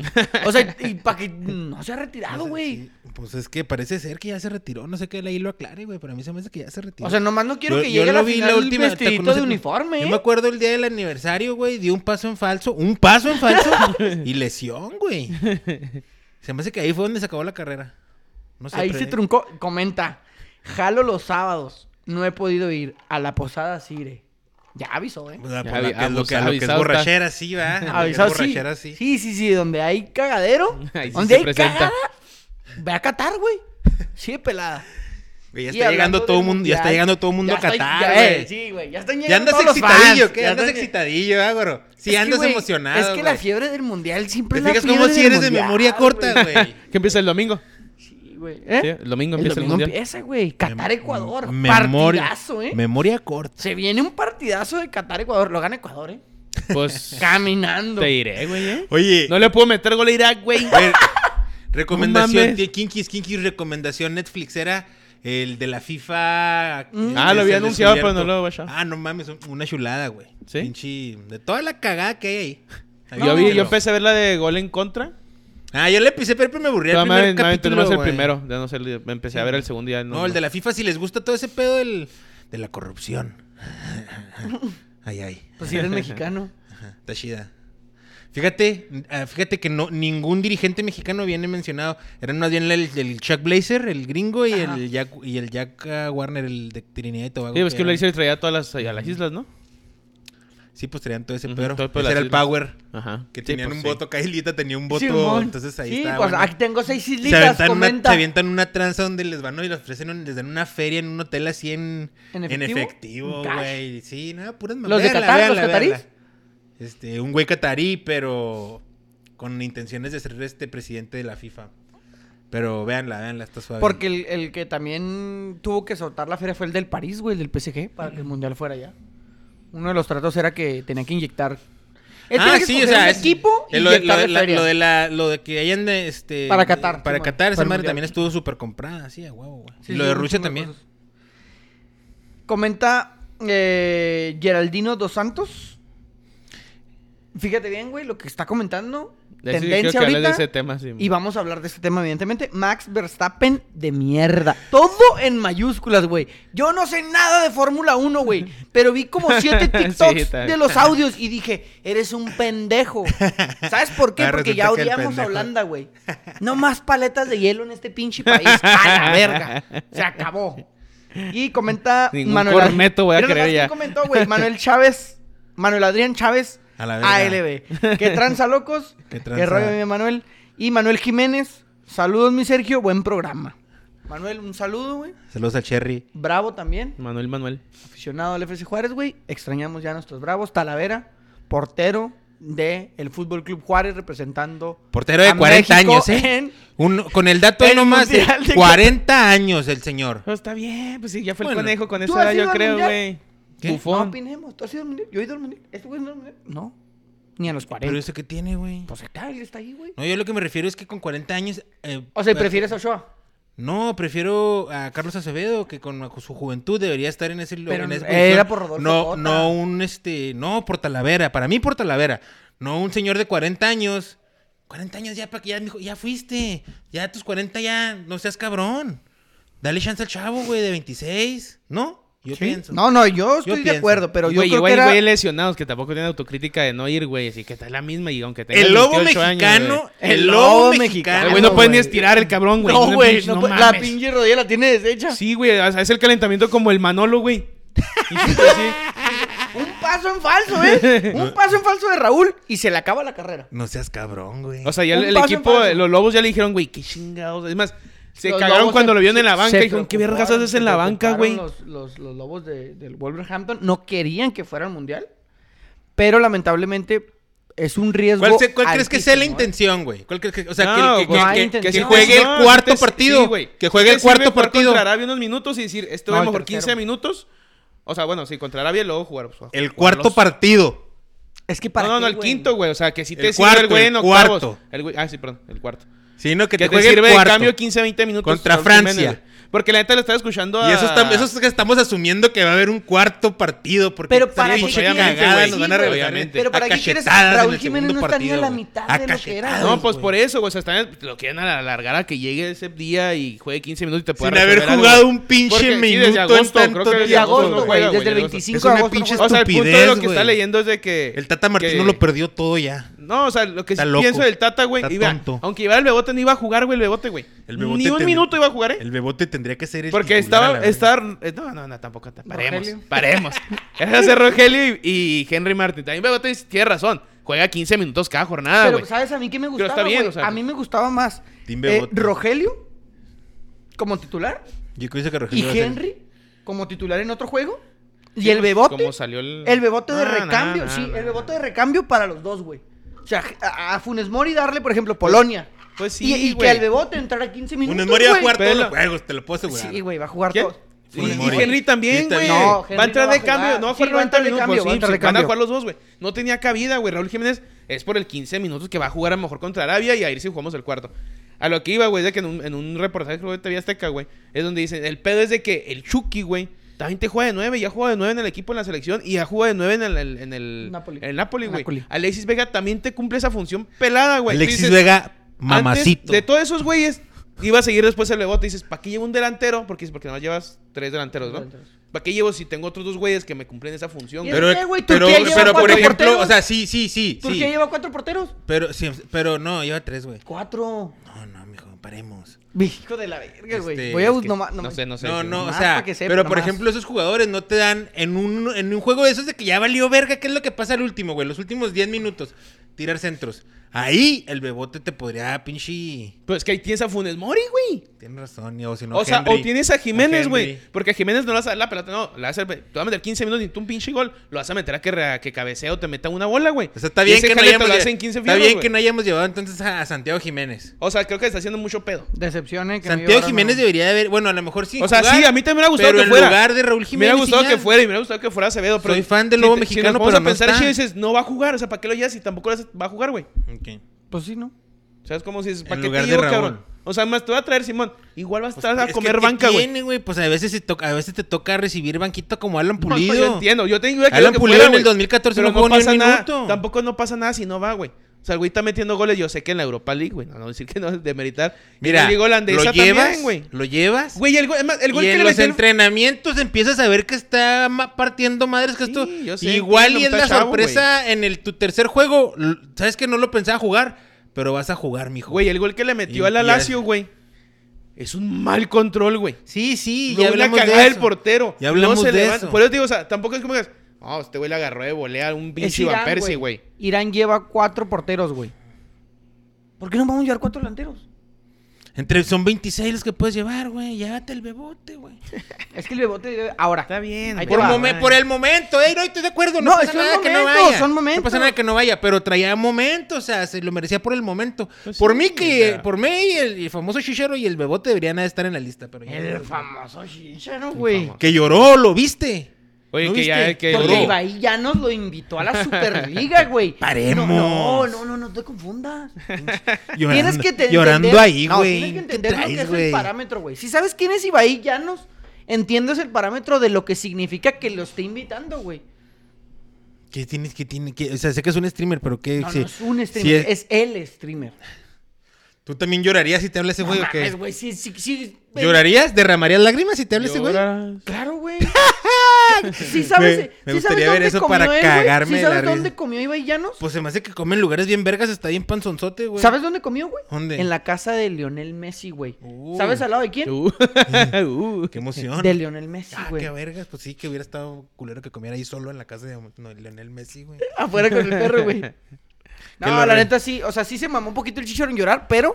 [SPEAKER 1] O sea, y para que no se
[SPEAKER 2] <laughs>
[SPEAKER 1] ha retirado, güey.
[SPEAKER 2] Sí, pues es que parece ser que ya se retiró. No sé qué ahí lo aclare, güey. Pero a mí se me hace que ya se retiró.
[SPEAKER 1] O sea, nomás no quiero
[SPEAKER 2] Yo-
[SPEAKER 1] que
[SPEAKER 2] yo
[SPEAKER 1] llegue a la
[SPEAKER 2] lo vi
[SPEAKER 1] final
[SPEAKER 2] la última ¿te
[SPEAKER 1] vestidito
[SPEAKER 2] acuerdas?
[SPEAKER 1] de uniforme,
[SPEAKER 2] Yo
[SPEAKER 1] ¿eh?
[SPEAKER 2] me acuerdo el día del aniversario, güey, dio un paso en falso, un paso en
[SPEAKER 1] <laughs>
[SPEAKER 2] falso y lesión, güey. Se me hace que ahí fue donde se acabó la carrera. No sé,
[SPEAKER 1] Ahí
[SPEAKER 2] pero-
[SPEAKER 1] se truncó. Comenta, jalo los sábados. No he podido ir a la posada Cire. Ya avisó, ¿eh?
[SPEAKER 2] Pues, a-
[SPEAKER 3] Ya
[SPEAKER 2] por la
[SPEAKER 3] vi-
[SPEAKER 2] que es lo que, a lo que es
[SPEAKER 3] avisado está.
[SPEAKER 2] borrachera, sí,
[SPEAKER 1] <laughs>
[SPEAKER 2] va. A lo que es
[SPEAKER 1] Avisado, sí.
[SPEAKER 2] borrachera, sí.
[SPEAKER 1] Sí, sí, sí. Donde hay cagadero,
[SPEAKER 3] <laughs> Ahí sí
[SPEAKER 1] donde
[SPEAKER 3] se
[SPEAKER 1] hay
[SPEAKER 3] presenta.
[SPEAKER 1] cagada, ve a Catar, güey. Sí, pelada.
[SPEAKER 2] Güey, ya
[SPEAKER 1] Y
[SPEAKER 2] está
[SPEAKER 1] hablando
[SPEAKER 2] llegando todo
[SPEAKER 1] del
[SPEAKER 2] el mundo, ya está
[SPEAKER 1] mundial,
[SPEAKER 2] llegando todo el mundo
[SPEAKER 1] ya
[SPEAKER 2] a
[SPEAKER 1] está-
[SPEAKER 2] Qatar,
[SPEAKER 1] ya,
[SPEAKER 2] güey.
[SPEAKER 1] eh, Sí, güey. Ya están
[SPEAKER 2] ya
[SPEAKER 1] llegando
[SPEAKER 2] andas
[SPEAKER 1] todos los
[SPEAKER 2] excitadillo,
[SPEAKER 1] fans.
[SPEAKER 2] ¿qué?
[SPEAKER 1] Ya
[SPEAKER 2] Andas
[SPEAKER 1] están-
[SPEAKER 2] excitadillo, ¿eh, güero? Sí,
[SPEAKER 1] Es que,
[SPEAKER 2] andas
[SPEAKER 1] güey,
[SPEAKER 2] emocionado.
[SPEAKER 1] Es que la
[SPEAKER 2] güey.
[SPEAKER 1] fiebre del mundial siempre
[SPEAKER 2] ¿Te
[SPEAKER 1] es la
[SPEAKER 2] fijas
[SPEAKER 1] fiebre
[SPEAKER 2] cómo si
[SPEAKER 1] del
[SPEAKER 2] eres de
[SPEAKER 1] mundial,
[SPEAKER 2] memoria corta, güey?
[SPEAKER 3] ¿Qué empieza el domingo?
[SPEAKER 1] Sí, güey. ¿Eh?
[SPEAKER 3] Sí, el domingo
[SPEAKER 1] El
[SPEAKER 3] empieza el
[SPEAKER 1] domingo
[SPEAKER 3] mundial.
[SPEAKER 1] empieza, güey. Qatar-Ecuador.
[SPEAKER 2] Memoria-
[SPEAKER 1] Partidazo, ¿eh?
[SPEAKER 2] Memoria corta.
[SPEAKER 1] Se viene un partidazo de Qatar-Ecuador. Lo gana Ecuador,
[SPEAKER 2] <laughs>
[SPEAKER 1] ¿eh?
[SPEAKER 3] Pues
[SPEAKER 1] Caminando.
[SPEAKER 3] te diré, güey, ¿eh?
[SPEAKER 2] Oye,
[SPEAKER 3] No le puedo meter gol a Irak, güey. <laughs>
[SPEAKER 2] Ver,
[SPEAKER 3] No
[SPEAKER 2] recomendación,
[SPEAKER 3] mames.
[SPEAKER 2] tío, Kinkis, Kinkis, recomendación Netflix era el de la FIFA.
[SPEAKER 3] Ah, lo había
[SPEAKER 2] el del
[SPEAKER 3] anunciado,
[SPEAKER 2] desierto.
[SPEAKER 3] pero no lo voy a bajar.
[SPEAKER 2] Ah, no mames, un- una chulada, güey.
[SPEAKER 3] ¿Sí?
[SPEAKER 2] Pinche, de toda la cagada que hay ahí. Había
[SPEAKER 3] Yo,
[SPEAKER 2] un
[SPEAKER 3] vi,
[SPEAKER 2] libro.
[SPEAKER 3] yo empecé a ver la de gol en contra.
[SPEAKER 2] Ah, yo le empecé, pero me aburrí el
[SPEAKER 3] No,
[SPEAKER 2] primer
[SPEAKER 3] me, me aventé
[SPEAKER 2] capítulo,
[SPEAKER 3] nomás el
[SPEAKER 2] güey.
[SPEAKER 3] primero. Ya no sé, me empecé a ver el segundo y ya no.
[SPEAKER 2] No, el de la FIFA, si les gusta todo ese pedo del- de la
[SPEAKER 3] <laughs>
[SPEAKER 2] corrupción. ay, ay.
[SPEAKER 1] Pues si eres mexicano.
[SPEAKER 2] Está chida. Fíjate, ah, fíjate que no, ningún dirigente mexicano viene mencionado. Eran más bien el, el Chuck Blazer, el gringo, y
[SPEAKER 1] Ajá.
[SPEAKER 2] el Jack, y el Jack ah, Warner, el de Trinidad y Tobago.
[SPEAKER 3] Sí, ves pues, que
[SPEAKER 2] eran-
[SPEAKER 3] lo hice y traía a todas las, a las islas, ¿no?
[SPEAKER 2] Sí, pues traían todo ese
[SPEAKER 3] Ujú,
[SPEAKER 2] pero
[SPEAKER 3] todo el pedo de
[SPEAKER 2] Ese era
[SPEAKER 3] las
[SPEAKER 2] el
[SPEAKER 3] islas.
[SPEAKER 2] power.
[SPEAKER 3] Ajá.
[SPEAKER 2] Que
[SPEAKER 3] Sí,
[SPEAKER 2] tenían
[SPEAKER 3] pues
[SPEAKER 2] un
[SPEAKER 3] sí.
[SPEAKER 2] voto, Cailita tenía un voto.
[SPEAKER 1] Simón.
[SPEAKER 2] Entonces ahí
[SPEAKER 1] sí,
[SPEAKER 2] está.
[SPEAKER 1] pues
[SPEAKER 2] bueno.
[SPEAKER 3] ah,
[SPEAKER 1] aquí tengo seis
[SPEAKER 2] se,
[SPEAKER 1] islitas,
[SPEAKER 2] aventan una,
[SPEAKER 1] comenta.
[SPEAKER 2] se avientan una tranza donde les van ¿no? y les ofrecen un- les dan una feria en un hotel así en,
[SPEAKER 1] ¿En
[SPEAKER 2] en
[SPEAKER 1] efectivo?
[SPEAKER 2] efectivo,
[SPEAKER 1] ¿En cash?
[SPEAKER 2] güey. Sí, nada, puras
[SPEAKER 1] ¿Los de
[SPEAKER 2] mamadas. Véanla,
[SPEAKER 1] Qatar, los
[SPEAKER 2] véanla, véanla.
[SPEAKER 1] catarís?
[SPEAKER 2] Este, un güey catarí, pero con intenciones de ser este presidente de la FIFA. Pero véanla, véanla, está suave.
[SPEAKER 1] Porque el, el que también tuvo que soltar la feria fue el del París, güey, el del PSG, para que el mundial fuera allá. Uno de los tratos era que tenía que inyectar. Él tenía
[SPEAKER 2] ah,
[SPEAKER 1] que
[SPEAKER 2] sí, o
[SPEAKER 1] escoger
[SPEAKER 2] sea,
[SPEAKER 1] un
[SPEAKER 2] es-
[SPEAKER 1] equipo y
[SPEAKER 2] eh, lo, de- lo
[SPEAKER 1] inyectarle
[SPEAKER 2] de la-
[SPEAKER 1] feria.
[SPEAKER 2] lo de la- lo de que hayan de, este
[SPEAKER 1] Para Qatar,
[SPEAKER 2] para
[SPEAKER 1] Simón,
[SPEAKER 2] Qatar
[SPEAKER 1] para
[SPEAKER 2] esa
[SPEAKER 1] el
[SPEAKER 2] madre
[SPEAKER 1] Mundial.
[SPEAKER 2] también estuvo súper comprada, sí, a huevo, güey.
[SPEAKER 1] Sí,
[SPEAKER 2] y lo
[SPEAKER 1] sí,
[SPEAKER 2] de
[SPEAKER 1] un
[SPEAKER 2] Rusia
[SPEAKER 1] chingo
[SPEAKER 2] también.
[SPEAKER 1] cosas. Comenta eh, Geraldino dos Santos. Fíjate bien, güey, lo que está comentando.
[SPEAKER 3] De eso yo quiero
[SPEAKER 1] tendencia
[SPEAKER 3] que hables
[SPEAKER 1] ahorita.
[SPEAKER 3] de ese tema, sí.
[SPEAKER 1] Y vamos a hablar de este tema, evidentemente. Max Verstappen de mierda. Todo en mayúsculas, güey. Yo no sé nada de Fórmula 1,
[SPEAKER 2] <laughs>
[SPEAKER 1] güey. Pero vi como siete TikToks
[SPEAKER 3] está bien.
[SPEAKER 1] de los audios y dije, eres un pendejo. ¿Sabes por qué?
[SPEAKER 2] Ah, resulta
[SPEAKER 1] Porque ya
[SPEAKER 2] que el
[SPEAKER 1] odiamos a
[SPEAKER 2] pendejo.
[SPEAKER 1] Holanda, güey. No más paletas de hielo en este pinche país. A la verga. Se acabó. Y comenta
[SPEAKER 3] Ningún corneto voy a
[SPEAKER 1] Mira nomás
[SPEAKER 3] querer
[SPEAKER 1] quién
[SPEAKER 3] ya.
[SPEAKER 1] comentó, güey. Manuel Chávez. Manuel Adrián Chávez.
[SPEAKER 2] A la verga.
[SPEAKER 1] ALB. ¿Qué tranza, locos?
[SPEAKER 2] ¿Qué
[SPEAKER 1] ¿Qué,
[SPEAKER 2] tranza?
[SPEAKER 1] rollo, mi Manuel? Y Manuel Jiménez, saludos mi Sergio, buen programa. Manuel, un saludo, güey.
[SPEAKER 2] Saludos al Cherry.
[SPEAKER 1] Bravo también,
[SPEAKER 3] Manuel Manuel.
[SPEAKER 1] aficionado al FC Juárez, güey. Extrañamos ya a nuestros bravos. Talavera, portero de el Fútbol Club Juárez representando
[SPEAKER 2] Portero
[SPEAKER 1] a
[SPEAKER 2] de 40
[SPEAKER 1] México
[SPEAKER 2] años, ¿eh?
[SPEAKER 1] en-
[SPEAKER 2] Un- con el dato ahí
[SPEAKER 1] El
[SPEAKER 2] nomás, de
[SPEAKER 1] Mundial de-
[SPEAKER 2] 40 años el señor.
[SPEAKER 3] Pero está bien, pues sí, ya fue
[SPEAKER 2] Bueno,
[SPEAKER 3] el conejo con
[SPEAKER 1] ¿tú
[SPEAKER 3] esa
[SPEAKER 1] has
[SPEAKER 3] edad,
[SPEAKER 1] ido
[SPEAKER 3] yo
[SPEAKER 1] al
[SPEAKER 3] creo,
[SPEAKER 1] mundial?
[SPEAKER 3] güey.
[SPEAKER 2] ¿Qué?
[SPEAKER 1] No
[SPEAKER 3] Bufón.
[SPEAKER 1] opinemos. ¿Tú has ido al mundial? Yo he ido al mundial. ¿Este güey no ha ido al mundial? No. Ni a los 40.
[SPEAKER 2] Pero eso que tiene, güey.
[SPEAKER 1] Pues acá, él está ahí, güey.
[SPEAKER 2] No, yo lo que me refiero es que con 40 años. eh,
[SPEAKER 1] O sea, ¿y
[SPEAKER 2] eh,
[SPEAKER 1] prefieres a Ochoa?
[SPEAKER 2] No, prefiero a Carlos Acevedo, que con su juventud debería estar en ese lugar.
[SPEAKER 1] Pero
[SPEAKER 2] en esa posición.
[SPEAKER 1] era por Rodolfo
[SPEAKER 2] No,
[SPEAKER 1] Cota.
[SPEAKER 2] no un este. No, por Talavera. Para mí, por Talavera. No un señor de 40 años. 40 años ya, pa' que ya, mijo, ya fuiste. Ya a tus 40 ya, no seas cabrón. Dale chance al chavo, güey, de 26. ¿No? Yo pienso.
[SPEAKER 1] No, no, yo estoy de
[SPEAKER 2] pienso.
[SPEAKER 1] acuerdo, pero yo
[SPEAKER 3] Güey,
[SPEAKER 1] creo que
[SPEAKER 3] igual
[SPEAKER 1] era...
[SPEAKER 3] hay güeyes lesionados que tampoco tienen autocrítica de no ir, güey. Así que está la misma y aunque tenga
[SPEAKER 2] El lobo
[SPEAKER 3] 28 años,
[SPEAKER 2] mexicano.
[SPEAKER 3] güey.
[SPEAKER 2] el lobo
[SPEAKER 1] El
[SPEAKER 2] mexicano.
[SPEAKER 1] lobo
[SPEAKER 3] El
[SPEAKER 1] mexicano,
[SPEAKER 3] güey no puede ni
[SPEAKER 1] Ah, güey.
[SPEAKER 3] estirar el cabrón, güey.
[SPEAKER 1] No, güey, no
[SPEAKER 3] no
[SPEAKER 1] puede- la
[SPEAKER 3] mames.
[SPEAKER 1] pinche rodilla la tiene deshecha.
[SPEAKER 3] Sí, güey, o sea, es el calentamiento como el Manolo, güey. Y siempre así.
[SPEAKER 1] Un paso en falso,
[SPEAKER 3] <laughs>
[SPEAKER 1] ¿eh? Un paso en falso de Raúl y se le acaba la carrera.
[SPEAKER 2] No seas cabrón, güey.
[SPEAKER 3] O sea, ya
[SPEAKER 1] Un
[SPEAKER 3] el, el
[SPEAKER 1] paso en
[SPEAKER 3] equipo,
[SPEAKER 1] falso.
[SPEAKER 3] los lobos ya le dijeron, güey, qué chingados. Es más, se
[SPEAKER 1] Los
[SPEAKER 3] cagaron
[SPEAKER 1] Lobos
[SPEAKER 3] cuando
[SPEAKER 1] se-
[SPEAKER 3] lo vieron en la
[SPEAKER 1] se-
[SPEAKER 3] banca
[SPEAKER 1] se
[SPEAKER 3] y dijeron, ¿qué vergas
[SPEAKER 1] preocuparon,
[SPEAKER 3] haces en
[SPEAKER 1] se
[SPEAKER 3] la banca, güey?
[SPEAKER 1] preocuparon Los, los- los lobos de- del Wolverhampton no querían que fuera al mundial, pero lamentablemente es un riesgo.
[SPEAKER 2] ¿Cuál, se- cuál crees que sea la
[SPEAKER 1] altísimo, ¿eh?
[SPEAKER 2] intención, güey? ¿Cuál crees que, o sea,
[SPEAKER 3] No,
[SPEAKER 2] que- que,
[SPEAKER 3] pues,
[SPEAKER 2] que-
[SPEAKER 1] no hay
[SPEAKER 2] que-
[SPEAKER 1] intención.
[SPEAKER 2] que
[SPEAKER 1] No,
[SPEAKER 2] juegue
[SPEAKER 3] no,
[SPEAKER 2] el cuarto
[SPEAKER 3] antes-
[SPEAKER 2] partido,
[SPEAKER 3] sí, güey.
[SPEAKER 2] que juegue
[SPEAKER 3] ¿Qué
[SPEAKER 2] el
[SPEAKER 3] sirve
[SPEAKER 2] cuarto
[SPEAKER 3] jugar
[SPEAKER 2] partido.
[SPEAKER 3] contra Arabia unos minutos y decir, esto
[SPEAKER 1] No,
[SPEAKER 3] a
[SPEAKER 1] el
[SPEAKER 3] lo mejor
[SPEAKER 1] tercero.
[SPEAKER 3] 15 minutos. O sea, bueno, sí, contra Arabia y luego jugar. pues, jugar
[SPEAKER 2] El cuarto
[SPEAKER 3] los-
[SPEAKER 2] partido.
[SPEAKER 1] Es que para
[SPEAKER 3] No, no, no,
[SPEAKER 1] qué,
[SPEAKER 3] el
[SPEAKER 1] güey?
[SPEAKER 3] quinto, güey. O sea, que si te
[SPEAKER 2] El
[SPEAKER 3] sirve el
[SPEAKER 2] cuarto,
[SPEAKER 3] güey
[SPEAKER 2] el
[SPEAKER 3] en octavos.
[SPEAKER 2] cuarto.
[SPEAKER 3] El güey- ah, sí, perdón, el cuarto.
[SPEAKER 2] Sino que
[SPEAKER 3] Que,
[SPEAKER 2] te,
[SPEAKER 3] te
[SPEAKER 2] juegue el
[SPEAKER 3] sirve de
[SPEAKER 2] cuarto.
[SPEAKER 3] cambio 15, 20 minutos.
[SPEAKER 2] Contra
[SPEAKER 3] Raúl
[SPEAKER 2] Francia.
[SPEAKER 3] Jiménez, güey. Porque la neta lo estaba escuchando a...
[SPEAKER 2] Y eso, está- eso es que estamos asumiendo que va a haber un cuarto partido. Porque
[SPEAKER 1] Pero
[SPEAKER 2] esa
[SPEAKER 1] para qué
[SPEAKER 2] pinche
[SPEAKER 3] quieres,
[SPEAKER 2] cagada
[SPEAKER 3] güey.
[SPEAKER 2] nos van a
[SPEAKER 3] Sí, güey,
[SPEAKER 2] regalar
[SPEAKER 3] obviamente.
[SPEAKER 2] en-
[SPEAKER 1] Pero
[SPEAKER 2] a
[SPEAKER 1] para qué quieres-
[SPEAKER 2] cachetadas en
[SPEAKER 1] Raúl
[SPEAKER 2] el
[SPEAKER 1] Jiménez
[SPEAKER 2] segundo
[SPEAKER 1] no está ni a la
[SPEAKER 2] partido, güey.
[SPEAKER 1] mitad
[SPEAKER 2] A
[SPEAKER 1] de lo que era,
[SPEAKER 2] cachetadas,
[SPEAKER 3] No, pues
[SPEAKER 2] güey.
[SPEAKER 3] por eso, güey. O sea, están- pues, lo quieren alargar a que llegue ese día y juegue 15 minutos y te pueda
[SPEAKER 2] Sin haber
[SPEAKER 3] resolver algo.
[SPEAKER 2] jugado un pinche
[SPEAKER 3] Porque sí, desde
[SPEAKER 2] minuto en
[SPEAKER 3] agosto,
[SPEAKER 2] tanto
[SPEAKER 3] creo que desde
[SPEAKER 1] De
[SPEAKER 2] tiempo,
[SPEAKER 3] agosto,
[SPEAKER 1] agosto,
[SPEAKER 3] no
[SPEAKER 1] güey,
[SPEAKER 3] juega,
[SPEAKER 1] desde
[SPEAKER 3] güey,
[SPEAKER 1] el 25
[SPEAKER 2] es una
[SPEAKER 1] de agosto.
[SPEAKER 2] pinche
[SPEAKER 1] no
[SPEAKER 3] O
[SPEAKER 1] juega.
[SPEAKER 3] sea, el punto de lo que
[SPEAKER 2] Estupidez,
[SPEAKER 3] está
[SPEAKER 2] güey.
[SPEAKER 3] leyendo es de que...
[SPEAKER 2] El Tata Martino
[SPEAKER 3] que-
[SPEAKER 2] lo perdió todo ya.
[SPEAKER 3] No, o sea, lo que
[SPEAKER 2] Está
[SPEAKER 3] sí
[SPEAKER 2] loco.
[SPEAKER 3] pienso del Tata, güey.
[SPEAKER 2] Está
[SPEAKER 3] iba-
[SPEAKER 2] tonto.
[SPEAKER 3] Aunque llevara el Bebote, no iba a jugar, güey, el Bebote, güey.
[SPEAKER 2] El Bebote
[SPEAKER 3] Ni un
[SPEAKER 2] tendría-
[SPEAKER 3] minuto iba a jugar, ¿eh?
[SPEAKER 2] El bebote tendría que ser el
[SPEAKER 3] Porque
[SPEAKER 2] titular a la
[SPEAKER 3] estaba,
[SPEAKER 2] verga.
[SPEAKER 3] estar, eh, no, no, no, tampoco, ta- paremos,
[SPEAKER 1] Rogelio. <laughs>
[SPEAKER 3] paremos. Era ese Rogelio y, y Henry Martin. También Bebote dice, tiene razón, juega 15 minutos cada jornada,
[SPEAKER 1] Pero, pues,
[SPEAKER 3] güey.
[SPEAKER 1] ¿sabes a mí qué me
[SPEAKER 3] Pero
[SPEAKER 1] gustaba,
[SPEAKER 3] está bien,
[SPEAKER 1] güey?
[SPEAKER 3] o sea.
[SPEAKER 1] A mí me gustaba más
[SPEAKER 2] Team
[SPEAKER 1] eh,
[SPEAKER 2] Bebote.
[SPEAKER 1] Rogelio como titular
[SPEAKER 2] Yo creo que
[SPEAKER 1] y
[SPEAKER 2] Rogelio va a ser-
[SPEAKER 1] Henry como titular en otro juego. Y
[SPEAKER 3] Sí,
[SPEAKER 1] el
[SPEAKER 3] pues,
[SPEAKER 1] Bebote,
[SPEAKER 3] como salió el...
[SPEAKER 1] el Bebote
[SPEAKER 3] No,
[SPEAKER 1] de
[SPEAKER 3] no,
[SPEAKER 1] recambio,
[SPEAKER 3] no,
[SPEAKER 1] sí,
[SPEAKER 3] no,
[SPEAKER 1] el
[SPEAKER 3] no.
[SPEAKER 1] Bebote de recambio para los dos, güey. O sea, a, a Funes Mori darle, por ejemplo, Polonia.
[SPEAKER 3] Pues
[SPEAKER 1] Y-
[SPEAKER 3] sí,
[SPEAKER 1] y, que
[SPEAKER 3] güey.
[SPEAKER 1] al Bebote entrara 15 minutos,
[SPEAKER 2] Funes Mori va a
[SPEAKER 1] güey.
[SPEAKER 2] jugar todos los
[SPEAKER 3] Pero-
[SPEAKER 2] juegos, te lo puedo asegurar.
[SPEAKER 1] Sí, güey, va a jugar
[SPEAKER 3] ¿Quién?
[SPEAKER 1] todo.
[SPEAKER 3] Y,
[SPEAKER 2] Funes
[SPEAKER 3] Pues, y
[SPEAKER 2] Mori.
[SPEAKER 3] Henry
[SPEAKER 2] Sí,
[SPEAKER 3] también, güey.
[SPEAKER 2] también.
[SPEAKER 1] No, Henry
[SPEAKER 3] va a entrar
[SPEAKER 1] no va
[SPEAKER 3] de
[SPEAKER 1] a jugar.
[SPEAKER 3] cambio. No va a
[SPEAKER 1] Sí,
[SPEAKER 3] jugar
[SPEAKER 1] va a entrar de
[SPEAKER 3] 90 minutos.
[SPEAKER 1] cambio,
[SPEAKER 3] sí,
[SPEAKER 1] va a entrar
[SPEAKER 3] sí,
[SPEAKER 1] de
[SPEAKER 3] van a
[SPEAKER 1] cambio.
[SPEAKER 3] jugar los dos, güey. No tenía cabida, güey. Raúl Jiménez es por el 15 minutos que va a jugar a lo mejor contra Arabia y a ir si jugamos el cuarto. A lo que iba, güey, de que en un, en un reportaje creo que de TV Azteca, güey, es donde dicen, el pedo es de que el Chucky, güey, también te juega de 9, ya juega de 9 en el equipo en la selección y ya juega de 9 en el, en el, en el
[SPEAKER 1] Napoli.
[SPEAKER 3] en el Napoli, güey.
[SPEAKER 1] Napoli.
[SPEAKER 3] Alexis Vega también te cumple esa función pelada, güey. Tú
[SPEAKER 2] Alexis
[SPEAKER 3] dices,
[SPEAKER 2] Vega,
[SPEAKER 3] antes
[SPEAKER 2] mamacito.
[SPEAKER 3] de todos esos güeyes, iba a seguir después el bebote. Dices, ¿para qué llevo un delantero? Porque, porque no llevas tres delanteros, ¿no?
[SPEAKER 1] Delanteros.
[SPEAKER 3] ¿Para qué llevo si tengo otros dos güeyes que me cumplen esa función?
[SPEAKER 1] ¿Y
[SPEAKER 3] güey?
[SPEAKER 2] Pero,
[SPEAKER 1] ¿Por qué, güey?
[SPEAKER 2] pero,
[SPEAKER 1] Turquía lleva
[SPEAKER 2] pero por
[SPEAKER 1] cuatro
[SPEAKER 2] ejemplo,
[SPEAKER 1] porteros.
[SPEAKER 2] o sea, sí, sí, sí.
[SPEAKER 1] Turquía
[SPEAKER 2] sí.
[SPEAKER 1] lleva cuatro porteros.
[SPEAKER 2] Pero, sí, pero no, lleva tres, güey.
[SPEAKER 1] Cuatro.
[SPEAKER 2] No, no, mijo, paremos.
[SPEAKER 1] Hijo de la verga, güey.
[SPEAKER 2] Este,
[SPEAKER 1] Voy a
[SPEAKER 2] es
[SPEAKER 1] buscar.
[SPEAKER 3] que- no sé, no sé.
[SPEAKER 2] No,
[SPEAKER 3] sí,
[SPEAKER 2] no, o
[SPEAKER 1] Nomás
[SPEAKER 2] sea,
[SPEAKER 1] pa' que sepa,
[SPEAKER 2] pero por
[SPEAKER 1] nomás.
[SPEAKER 2] ejemplo, esos jugadores no te dan en un, en un juego de esos de que ya valió verga, ¿qué es lo que pasa al último, güey? Los últimos 10 minutos, tirar centros. Ahí el bebote te podría, pinche.
[SPEAKER 3] Pero es Pues que ahí tienes a Funes Mori, güey.
[SPEAKER 2] Tienes razón, y o si no,
[SPEAKER 3] o sea,
[SPEAKER 2] Henry.
[SPEAKER 3] o tienes a Jiménez,
[SPEAKER 2] Henry.
[SPEAKER 3] güey. Porque a Jiménez no le vas a dar la pelota, no. Le vas a, dar- te va a meter 15 minutos y tú un pinche gol. Lo vas a meter a que, re- a que cabecea o te meta una bola, güey.
[SPEAKER 2] O sea, está
[SPEAKER 3] Y
[SPEAKER 2] bien,
[SPEAKER 3] ese
[SPEAKER 2] que no,
[SPEAKER 3] jale te
[SPEAKER 2] hayamos,
[SPEAKER 3] lo
[SPEAKER 2] lle-
[SPEAKER 3] hacen 15
[SPEAKER 2] está
[SPEAKER 3] fierros,
[SPEAKER 2] bien
[SPEAKER 3] güey.
[SPEAKER 2] que no hayamos llevado entonces a, a Santiago Jiménez.
[SPEAKER 3] O sea, creo que está haciendo mucho pedo.
[SPEAKER 1] Decepciones. que no
[SPEAKER 2] Santiago
[SPEAKER 1] llevaron a-
[SPEAKER 2] Jiménez debería de haber, bueno, a lo mejor <laughs> sí.
[SPEAKER 3] O sea, sí, a mí también me hubiera gustado
[SPEAKER 2] pero
[SPEAKER 3] que
[SPEAKER 2] en
[SPEAKER 3] fuera.
[SPEAKER 2] lugar de Raúl
[SPEAKER 3] Me hubiera
[SPEAKER 2] Jiménez.
[SPEAKER 3] gustado
[SPEAKER 2] y
[SPEAKER 3] que
[SPEAKER 2] ya.
[SPEAKER 3] fuera y me hubiera gustado que fuera Acevedo. Pero
[SPEAKER 2] Soy fan del
[SPEAKER 3] si
[SPEAKER 2] Lobo
[SPEAKER 3] te-
[SPEAKER 2] Mexicano,
[SPEAKER 3] Si nos vamos
[SPEAKER 2] pero
[SPEAKER 3] a
[SPEAKER 2] no
[SPEAKER 3] pensar,
[SPEAKER 2] está.
[SPEAKER 3] chido, dices, no va a jugar. O sea, ¿para qué lo llevas si tampoco lo haces- va a jugar, güey?
[SPEAKER 2] Ok.
[SPEAKER 1] Pues sí, ¿no?
[SPEAKER 3] ¿Sabes cómo si es
[SPEAKER 2] En
[SPEAKER 3] ¿Para qué
[SPEAKER 2] lugar
[SPEAKER 3] te
[SPEAKER 2] de
[SPEAKER 3] llevo,
[SPEAKER 2] Raúl.
[SPEAKER 3] cabrón? O sea, más te va a traer Simón. Igual vas a estar
[SPEAKER 2] Pues,
[SPEAKER 3] a
[SPEAKER 2] es
[SPEAKER 3] comer
[SPEAKER 2] que, ¿qué
[SPEAKER 3] banca, güey.
[SPEAKER 2] tiene, güey? Pues a veces, se toca, a veces te toca recibir banquita como Alan
[SPEAKER 3] No, no,
[SPEAKER 2] Pulido.
[SPEAKER 3] <laughs> yo entiendo. Yo tengo idea que
[SPEAKER 2] Alan
[SPEAKER 3] lo que
[SPEAKER 2] Pulido
[SPEAKER 3] fuera,
[SPEAKER 2] en el
[SPEAKER 3] güey.
[SPEAKER 2] 2014
[SPEAKER 3] Pero
[SPEAKER 2] no jugó ni
[SPEAKER 3] pasa
[SPEAKER 2] un
[SPEAKER 3] nada.
[SPEAKER 2] minuto.
[SPEAKER 3] Tampoco no pasa nada si no va, güey. O sea, el güey está metiendo goles. Yo sé que en la Europa League, güey. No, no decir que no es de meritar.
[SPEAKER 2] Mira,
[SPEAKER 3] digo holandesa
[SPEAKER 2] lo llevas,
[SPEAKER 3] también, güey.
[SPEAKER 2] lo llevas.
[SPEAKER 3] Güey, el, gol- es más, el gol
[SPEAKER 2] y
[SPEAKER 3] que
[SPEAKER 2] en
[SPEAKER 3] le
[SPEAKER 2] los
[SPEAKER 3] metió el-
[SPEAKER 2] entrenamientos empiezas a ver que está ma- partiendo madres que
[SPEAKER 3] Sí,
[SPEAKER 2] esto.
[SPEAKER 3] yo sé,
[SPEAKER 2] Igual y
[SPEAKER 3] entiendo,
[SPEAKER 2] es la
[SPEAKER 3] está chavo,
[SPEAKER 2] sorpresa en el tu tercer juego. L- Sabes que no lo pensaba jugar, pero vas a jugar, mijo.
[SPEAKER 3] Güey, el gol que le metió al
[SPEAKER 2] Y- y-
[SPEAKER 3] Alacio, güey. Es un mal control, güey.
[SPEAKER 2] Sí, sí,
[SPEAKER 3] Luego
[SPEAKER 2] ya
[SPEAKER 3] una
[SPEAKER 2] hablamos
[SPEAKER 3] cagada
[SPEAKER 2] de
[SPEAKER 3] del
[SPEAKER 2] eso.
[SPEAKER 3] portero.
[SPEAKER 2] Ya hablamos
[SPEAKER 3] No se
[SPEAKER 2] de
[SPEAKER 3] levanta.
[SPEAKER 2] eso.
[SPEAKER 3] Por eso te digo, o sea, tampoco es como que. No, este güey le agarró de volea a un
[SPEAKER 1] Es
[SPEAKER 3] pinche Iván
[SPEAKER 1] Irán,
[SPEAKER 3] Percy, güey.
[SPEAKER 1] Irán lleva cuatro porteros, güey. ¿Por qué no vamos a llevar cuatro delanteros?
[SPEAKER 2] Entre, son 26 los que puedes llevar, güey. Llévate el bebote, güey.
[SPEAKER 1] Es que el bebote debe- ahora.
[SPEAKER 3] Está bien.
[SPEAKER 1] Ahí
[SPEAKER 3] güey.
[SPEAKER 2] Por,
[SPEAKER 1] te va.
[SPEAKER 2] momen-
[SPEAKER 3] e-,
[SPEAKER 2] por el momento, eh, no estoy de acuerdo. No,
[SPEAKER 1] No,
[SPEAKER 2] pasa
[SPEAKER 1] son
[SPEAKER 2] nada que no
[SPEAKER 1] momentos,
[SPEAKER 2] vaya.
[SPEAKER 1] son
[SPEAKER 2] No
[SPEAKER 1] momentos.
[SPEAKER 2] pasa nada que no vaya, pero traía momentos, o sea, se lo merecía por el momento.
[SPEAKER 3] Pues
[SPEAKER 2] por
[SPEAKER 3] sí,
[SPEAKER 2] mí que,
[SPEAKER 3] ya.
[SPEAKER 2] por mí y el, y el famoso Chichero y el Bebote deberían de estar en la lista, pero ya.
[SPEAKER 1] El famoso Chicharo, güey.
[SPEAKER 3] famoso.
[SPEAKER 2] Que lloró, lo viste.
[SPEAKER 3] Oye,
[SPEAKER 2] ¿No
[SPEAKER 3] que ya-
[SPEAKER 2] viste?
[SPEAKER 3] que-
[SPEAKER 2] Lloró.
[SPEAKER 1] Porque Ibai ya nos lo invitó a la
[SPEAKER 2] <laughs>
[SPEAKER 1] Superliga, güey.
[SPEAKER 2] Paremos.
[SPEAKER 1] No, no, no, no, no te confundas.
[SPEAKER 2] <laughs> Llorando-
[SPEAKER 1] tienes que te-
[SPEAKER 2] Llorando
[SPEAKER 1] entender-
[SPEAKER 2] ahí,
[SPEAKER 1] no,
[SPEAKER 2] güey.
[SPEAKER 1] Tienes que
[SPEAKER 2] ¿Qué
[SPEAKER 1] entender lo que
[SPEAKER 2] traes,
[SPEAKER 1] es
[SPEAKER 2] güey?
[SPEAKER 1] el parámetro, güey. Si sabes quién es Ibai Llanos, entiendes el parámetro de lo que significa que lo esté invitando, güey.
[SPEAKER 2] ¿Qué tienes que tiene que- O sea, sé que es un streamer, pero que.
[SPEAKER 1] No,
[SPEAKER 2] si-
[SPEAKER 1] no es un
[SPEAKER 2] si
[SPEAKER 1] streamer,
[SPEAKER 2] es-
[SPEAKER 1] es... el streamer.
[SPEAKER 2] ¿Tú también llorarías si te habla ese güey
[SPEAKER 1] No
[SPEAKER 2] o qué?
[SPEAKER 1] mames, güey, sí, sí,
[SPEAKER 2] <laughs>
[SPEAKER 1] sí.
[SPEAKER 2] ¿Llorarías? ¿Derramarías lágrimas si te habla ese güey?
[SPEAKER 3] Llorarás.
[SPEAKER 2] <laughs>
[SPEAKER 1] Claro, güey.
[SPEAKER 2] Me- me
[SPEAKER 1] Sí sabes, sí sabes
[SPEAKER 2] gustaría ver
[SPEAKER 1] dónde
[SPEAKER 2] eso
[SPEAKER 1] comió
[SPEAKER 2] para
[SPEAKER 1] él, güey.
[SPEAKER 2] cagarme de
[SPEAKER 1] ¿Sí
[SPEAKER 2] la
[SPEAKER 1] sabes
[SPEAKER 2] risa.
[SPEAKER 1] dónde comió Ibai Llanos?
[SPEAKER 2] Pues se me hace que comen lugares bien vergas, está bien panzonzote, güey.
[SPEAKER 1] ¿Sabes dónde comió, güey?
[SPEAKER 2] ¿Dónde?
[SPEAKER 1] En la casa de Lionel Messi, güey.
[SPEAKER 2] Uh.
[SPEAKER 1] ¿Sabes al lado de quién?
[SPEAKER 3] Uh, <laughs> uh.
[SPEAKER 2] Qué emoción.
[SPEAKER 1] De Lionel Messi,
[SPEAKER 2] Ah,
[SPEAKER 1] güey.
[SPEAKER 2] qué vergas, pues sí, que hubiera estado culero que comiera ahí solo en la casa de no, Lionel Messi, güey.
[SPEAKER 1] <laughs> Afuera con el
[SPEAKER 2] <laughs>
[SPEAKER 1] perro, güey.
[SPEAKER 2] lo
[SPEAKER 1] No, la
[SPEAKER 2] re-
[SPEAKER 1] neta sí, o sea, sí se mamó un poquito el chicharo en llorar, pero